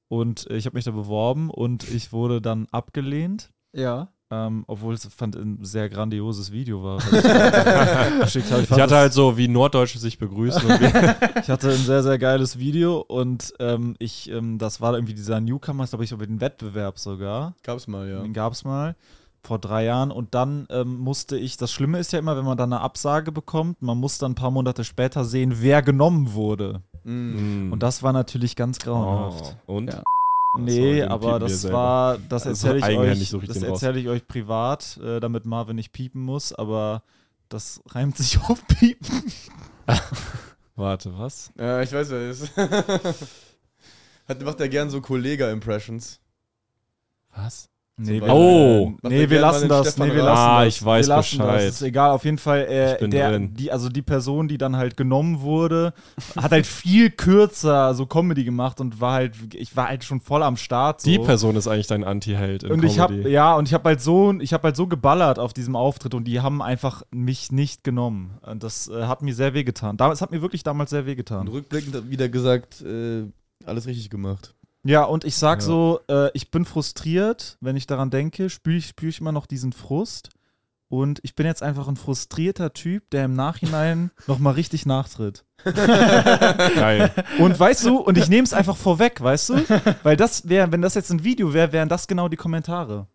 [SPEAKER 1] und äh, ich habe mich da beworben und ich wurde dann abgelehnt.
[SPEAKER 3] Ja.
[SPEAKER 1] Ähm, obwohl es fand ein sehr grandioses Video war. was ich da geschickt habe.
[SPEAKER 4] Ich hatte halt so, wie Norddeutsche sich begrüßen. Und wie,
[SPEAKER 1] Ich hatte ein sehr, sehr geiles Video und ähm, ich, ähm, das war irgendwie dieser Newcomer, glaube ich, über den Wettbewerb sogar.
[SPEAKER 2] Gab's mal, ja.
[SPEAKER 1] Den gab es mal vor drei Jahren und dann ähm, musste ich, das Schlimme ist ja immer, wenn man dann eine Absage bekommt, man muss dann ein paar Monate später sehen, wer genommen wurde.
[SPEAKER 2] Hm.
[SPEAKER 4] Mm.
[SPEAKER 1] Und das war natürlich ganz grauenhaft.
[SPEAKER 4] Oh. Und?
[SPEAKER 3] Ja.
[SPEAKER 1] Nee,
[SPEAKER 4] den
[SPEAKER 1] aber
[SPEAKER 4] piepen wir
[SPEAKER 1] das
[SPEAKER 4] selber.
[SPEAKER 1] war, das
[SPEAKER 4] Also
[SPEAKER 1] erzähle ich
[SPEAKER 4] eigenhändig
[SPEAKER 1] euch,
[SPEAKER 4] suche ich
[SPEAKER 1] das
[SPEAKER 4] den raus.
[SPEAKER 1] erzähle ich euch privat, äh, damit Marvin nicht piepen muss, aber das reimt sich auf piepen.
[SPEAKER 4] Warte, was?
[SPEAKER 2] Ja, ich weiß, wer das ist. Hat, macht er gern so Kollega-Impressions.
[SPEAKER 4] Was?
[SPEAKER 1] Nee,
[SPEAKER 2] Beispiel.
[SPEAKER 4] Oh!
[SPEAKER 2] Macht
[SPEAKER 1] Nee,
[SPEAKER 2] er
[SPEAKER 1] wir
[SPEAKER 2] gern mal
[SPEAKER 1] lassen
[SPEAKER 2] den
[SPEAKER 1] das.
[SPEAKER 2] Stefan
[SPEAKER 1] Nee, wir
[SPEAKER 2] Raab?
[SPEAKER 1] lassen
[SPEAKER 4] Ah,
[SPEAKER 1] das.
[SPEAKER 4] ich weiß
[SPEAKER 1] wir lassen
[SPEAKER 4] Bescheid.
[SPEAKER 1] Das. Ist egal. Auf jeden Fall,
[SPEAKER 4] Ich
[SPEAKER 1] äh,
[SPEAKER 4] bin
[SPEAKER 1] der,
[SPEAKER 4] drin.
[SPEAKER 1] die, also die Person, die dann halt genommen wurde, hat halt viel kürzer so Comedy gemacht und war halt, ich war halt schon voll am Start. So.
[SPEAKER 4] Die Person ist eigentlich dein Anti-Held im
[SPEAKER 1] Und ich habe
[SPEAKER 4] Comedy.
[SPEAKER 1] ja und ich habe halt so ich habe halt so geballert auf diesem Auftritt und die haben einfach mich nicht genommen. Und das äh, hat mir sehr wehgetan. Damals hat mir wirklich damals sehr
[SPEAKER 2] Und
[SPEAKER 1] wehgetan.
[SPEAKER 2] rückblickend hat wieder gesagt, äh, alles richtig gemacht.
[SPEAKER 1] Ja, und ich sag
[SPEAKER 4] Ja.
[SPEAKER 1] so, äh, ich bin frustriert, wenn ich daran denke, spüre ich, spür ich immer noch diesen Frust. Und ich bin jetzt einfach ein frustrierter Typ, der im Nachhinein nochmal richtig nachtritt.
[SPEAKER 4] Geil.
[SPEAKER 1] Und weißt du, und ich nehme es einfach vorweg, weißt du? Weil das wäre, wenn das jetzt ein Video wäre, wären das genau die Kommentare.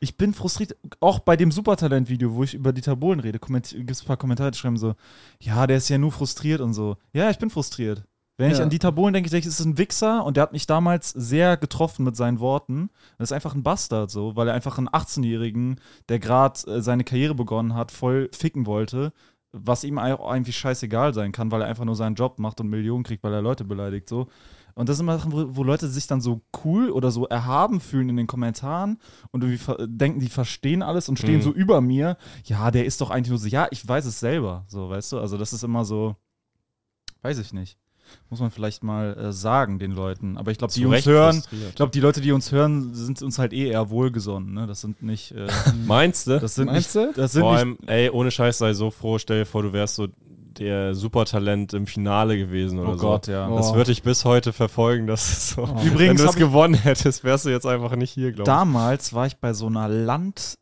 [SPEAKER 1] Ich bin frustriert, auch bei dem Supertalent-Video, wo ich über die Tabolen rede, gibt es ein paar Kommentare, die schreiben so, ja, der ist ja nur frustriert und so. Ja, ich bin frustriert. Wenn ich
[SPEAKER 3] Ja.
[SPEAKER 1] an die Tabolen denke, denke ich, es ist ein Wichser und der hat mich damals sehr getroffen mit seinen Worten. Das ist einfach ein Bastard so, weil er einfach einen 18-Jährigen, der gerade äh, seine Karriere begonnen hat, voll ficken wollte, was ihm auch irgendwie scheißegal sein kann, weil er einfach nur seinen Job macht und Millionen kriegt, weil er Leute beleidigt so. Und das sind immer Sachen, wo, wo Leute sich dann so cool oder so erhaben fühlen in den Kommentaren und irgendwie ver- denken, die verstehen alles und stehen
[SPEAKER 4] Mhm.
[SPEAKER 1] so über mir. Ja, der ist doch eigentlich nur so, ja, ich weiß es selber, so, weißt du? Also das ist immer so, weiß ich nicht. Muss man vielleicht mal äh, sagen den Leuten. Aber ich glaube, die
[SPEAKER 4] Zu
[SPEAKER 1] uns
[SPEAKER 4] Recht
[SPEAKER 1] hören, ich
[SPEAKER 4] frustriert.
[SPEAKER 1] glaube, die Leute, die uns hören, sind uns halt eh eher wohlgesonnen. Ne? Das sind nicht, äh,
[SPEAKER 4] Meinst du?
[SPEAKER 1] das sind
[SPEAKER 3] Meinst
[SPEAKER 1] nicht,
[SPEAKER 3] du?
[SPEAKER 1] das sind
[SPEAKER 4] Vor
[SPEAKER 1] nicht
[SPEAKER 4] allem, ey, ohne Scheiß sei so froh, stell dir vor, du wärst so der Supertalent im Finale gewesen oder
[SPEAKER 1] Oh
[SPEAKER 4] so.
[SPEAKER 1] Gott, ja.
[SPEAKER 4] Das
[SPEAKER 3] Oh.
[SPEAKER 4] würde ich bis heute verfolgen, dass es so. Wenn
[SPEAKER 1] Übrigens
[SPEAKER 4] du
[SPEAKER 1] hab
[SPEAKER 4] es
[SPEAKER 1] ich-
[SPEAKER 4] gewonnen hättest, wärst du jetzt einfach nicht hier, glaube
[SPEAKER 1] Damals war ich bei so einer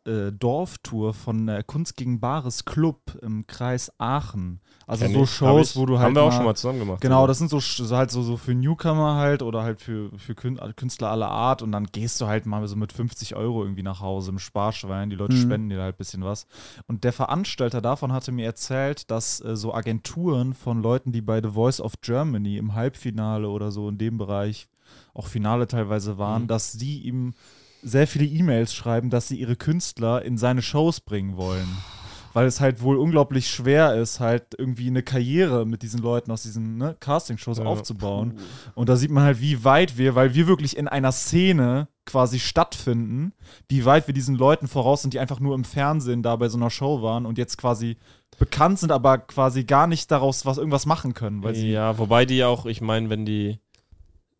[SPEAKER 1] Land-Dorftour von äh, Kunst gegen Bares Club im Kreis Aachen.
[SPEAKER 4] ich.
[SPEAKER 1] Also
[SPEAKER 4] Kenn
[SPEAKER 1] so
[SPEAKER 4] ich.
[SPEAKER 1] Shows,
[SPEAKER 4] Hab ich,
[SPEAKER 1] wo du halt.
[SPEAKER 4] Haben wir auch
[SPEAKER 1] mal-
[SPEAKER 4] schon mal zusammen gemacht.
[SPEAKER 1] Genau, das sind so, Sch- so halt so, so für Newcomer halt oder halt für, für Kün- Künstler aller Art und dann gehst du halt mal so mit 50 Euro irgendwie nach Hause im Sparschwein, die Leute
[SPEAKER 3] Mhm.
[SPEAKER 1] spenden dir halt ein bisschen was. Und der Veranstalter davon hatte mir erzählt, dass äh, so Agenturen von Leuten, die bei The Voice of Germany im Halbfinale oder so in dem Bereich, auch Finale teilweise waren, dass die ihm sehr viele E-Mails schreiben, dass sie ihre Künstler in seine Shows bringen wollen. Weil es halt wohl unglaublich schwer ist, halt irgendwie eine Karriere mit diesen Leuten aus diesen ne, Castingshows
[SPEAKER 4] Ja.
[SPEAKER 1] aufzubauen. Und da sieht man halt, wie weit wir, weil wir wirklich in einer Szene quasi stattfinden, wie weit wir diesen Leuten voraus sind, die einfach nur im Fernsehen da bei so einer Show waren und jetzt quasi bekannt sind, aber quasi gar nicht daraus was irgendwas machen können, weil sie
[SPEAKER 4] ja, wobei die auch, ich meine, wenn die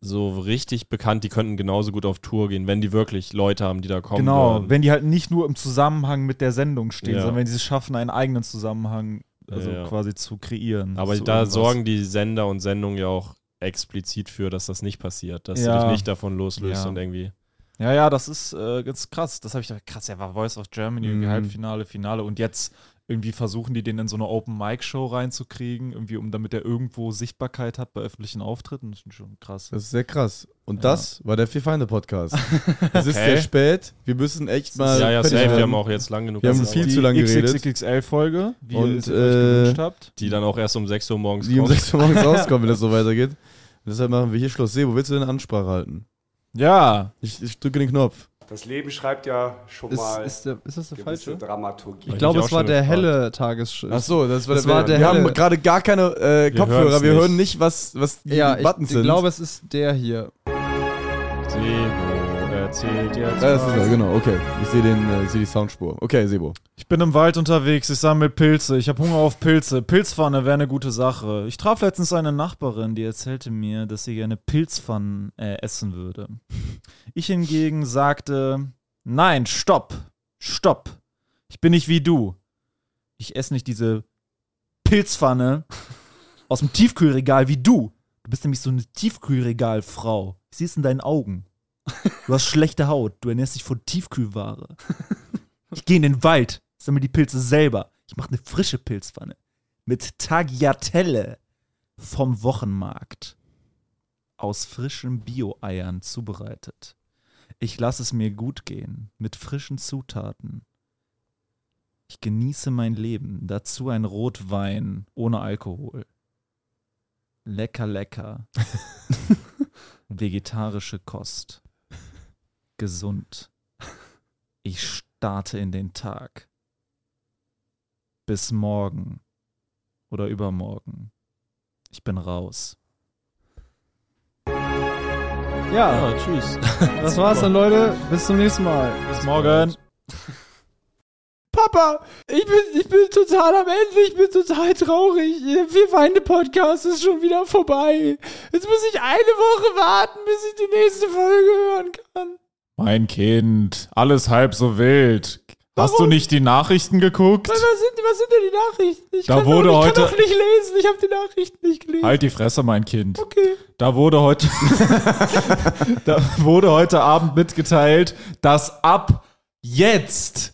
[SPEAKER 4] so richtig bekannt, die könnten genauso gut auf Tour gehen, wenn die wirklich Leute haben, die da kommen.
[SPEAKER 1] genau,
[SPEAKER 4] würden.
[SPEAKER 1] wenn die halt nicht nur im Zusammenhang mit der Sendung stehen,
[SPEAKER 4] Ja.
[SPEAKER 1] sondern wenn sie es schaffen, einen eigenen Zusammenhang also
[SPEAKER 4] Ja, ja.
[SPEAKER 1] quasi zu kreieren.
[SPEAKER 4] Aber
[SPEAKER 1] zu
[SPEAKER 4] da
[SPEAKER 1] irgendwas.
[SPEAKER 4] sorgen die Sender und Sendungen ja auch explizit für, dass das nicht passiert, dass
[SPEAKER 1] Ja.
[SPEAKER 4] du dich nicht davon loslöst
[SPEAKER 1] Ja.
[SPEAKER 4] und irgendwie.
[SPEAKER 1] Ja, ja, das ist äh, ganz krass. Das habe ich gedacht, krass, er war Voice of Germany, irgendwie
[SPEAKER 2] Mhm.
[SPEAKER 1] Halbfinale, Finale und jetzt irgendwie versuchen die den in so eine Open-Mic-Show reinzukriegen, irgendwie, um damit er irgendwo Sichtbarkeit hat bei öffentlichen Auftritten. Das ist schon krass.
[SPEAKER 2] Das ist sehr krass. Und
[SPEAKER 1] Ja.
[SPEAKER 2] das war der Vier Feinde Podcast. es ist
[SPEAKER 4] Okay.
[SPEAKER 2] sehr spät. Wir müssen echt mal.
[SPEAKER 4] ja, ja,
[SPEAKER 2] fertig
[SPEAKER 4] safe. Wir
[SPEAKER 2] werden.
[SPEAKER 4] haben auch jetzt lang genug.
[SPEAKER 2] Wir haben
[SPEAKER 4] geredet.
[SPEAKER 2] viel zu lange geredet.
[SPEAKER 1] XXXL-Folge, wie
[SPEAKER 2] Und,
[SPEAKER 1] ihr es euch
[SPEAKER 2] äh,
[SPEAKER 1] gewünscht habt.
[SPEAKER 4] die dann auch erst um 6 Uhr morgens
[SPEAKER 2] Die um
[SPEAKER 4] kommt.
[SPEAKER 2] 6 Uhr morgens rauskommen, wenn das so weitergeht. Und deshalb machen wir hier Schluss. Sebo, willst du deine Ansprache halten?
[SPEAKER 1] Ja,
[SPEAKER 2] Ich, ich drücke den Knopf.
[SPEAKER 6] Das Leben schreibt ja schon mal
[SPEAKER 3] Ist, ist, der, ist das der
[SPEAKER 6] gewisse
[SPEAKER 3] falsche?
[SPEAKER 6] Dramaturgie.
[SPEAKER 3] Ich
[SPEAKER 4] mich
[SPEAKER 3] glaube,
[SPEAKER 4] auch
[SPEAKER 3] es war
[SPEAKER 4] schon
[SPEAKER 3] der
[SPEAKER 4] gefragt.
[SPEAKER 3] helle Tagesschrift.
[SPEAKER 2] so, das war
[SPEAKER 3] Das war der
[SPEAKER 2] Wir
[SPEAKER 3] helle-
[SPEAKER 2] haben gerade gar keine äh,
[SPEAKER 4] Wir
[SPEAKER 2] Kopfhörer.
[SPEAKER 4] hören's
[SPEAKER 2] Wir
[SPEAKER 4] nicht.
[SPEAKER 2] hören nicht, was, was die
[SPEAKER 3] Ja, ich,
[SPEAKER 2] Buttons
[SPEAKER 3] ich
[SPEAKER 2] sind.
[SPEAKER 3] glaube, es ist der hier.
[SPEAKER 4] Sebo erzählt jetzt.
[SPEAKER 2] ja, das ist
[SPEAKER 4] was.
[SPEAKER 2] er, genau. Okay. Ich sehe den, äh, sehe die Soundspur. Okay, Sebo.
[SPEAKER 1] ich bin im Wald unterwegs, ich sammle Pilze, ich habe Hunger auf Pilze. Pilzpfanne wäre eine gute Sache. Ich traf letztens eine Nachbarin, die erzählte mir, dass sie gerne Pilzpfannen äh, essen würde. Ich hingegen sagte, nein, stopp, stopp. Ich bin nicht wie du. Ich esse nicht diese Pilzpfanne aus dem Tiefkühlregal wie du. Du bist nämlich so eine Tiefkühlregalfrau. Ich sehe es in deinen Augen. Du hast schlechte Haut. Du ernährst dich von Tiefkühlware. Ich gehe in den Wald, sammle die Pilze selber. Ich mache eine frische Pilzpfanne mit Tagliatelle vom Wochenmarkt aus frischen Bio-Eiern zubereitet. Ich lasse es mir gut gehen mit frischen Zutaten. Ich genieße mein Leben, dazu ein Rotwein ohne Alkohol. Lecker, lecker. Vegetarische Kost. Gesund. Ich starte in den Tag. Bis morgen oder übermorgen. Ich bin raus.
[SPEAKER 3] Ja,
[SPEAKER 7] Ja, tschüss.
[SPEAKER 3] das war's dann, Leute. Bis zum nächsten Mal.
[SPEAKER 1] Bis morgen.
[SPEAKER 3] Papa, ich bin, ich bin total am Ende, ich bin total traurig. Wir Weine Podcast ist schon wieder vorbei. Jetzt muss ich eine Woche warten, bis ich die nächste Folge hören kann.
[SPEAKER 4] Mein Kind, alles halb so wild. Hast du nicht die Nachrichten geguckt?
[SPEAKER 3] Was sind, was sind denn die Nachrichten? Ich
[SPEAKER 4] Da
[SPEAKER 3] kann
[SPEAKER 4] wurde
[SPEAKER 3] doch, ich
[SPEAKER 4] heute-
[SPEAKER 3] kann doch nicht lesen, ich habe die Nachrichten nicht gelesen.
[SPEAKER 4] Halt die Fresse, mein Kind.
[SPEAKER 3] Okay.
[SPEAKER 4] Da wurde heute, da wurde heute Abend mitgeteilt, dass ab jetzt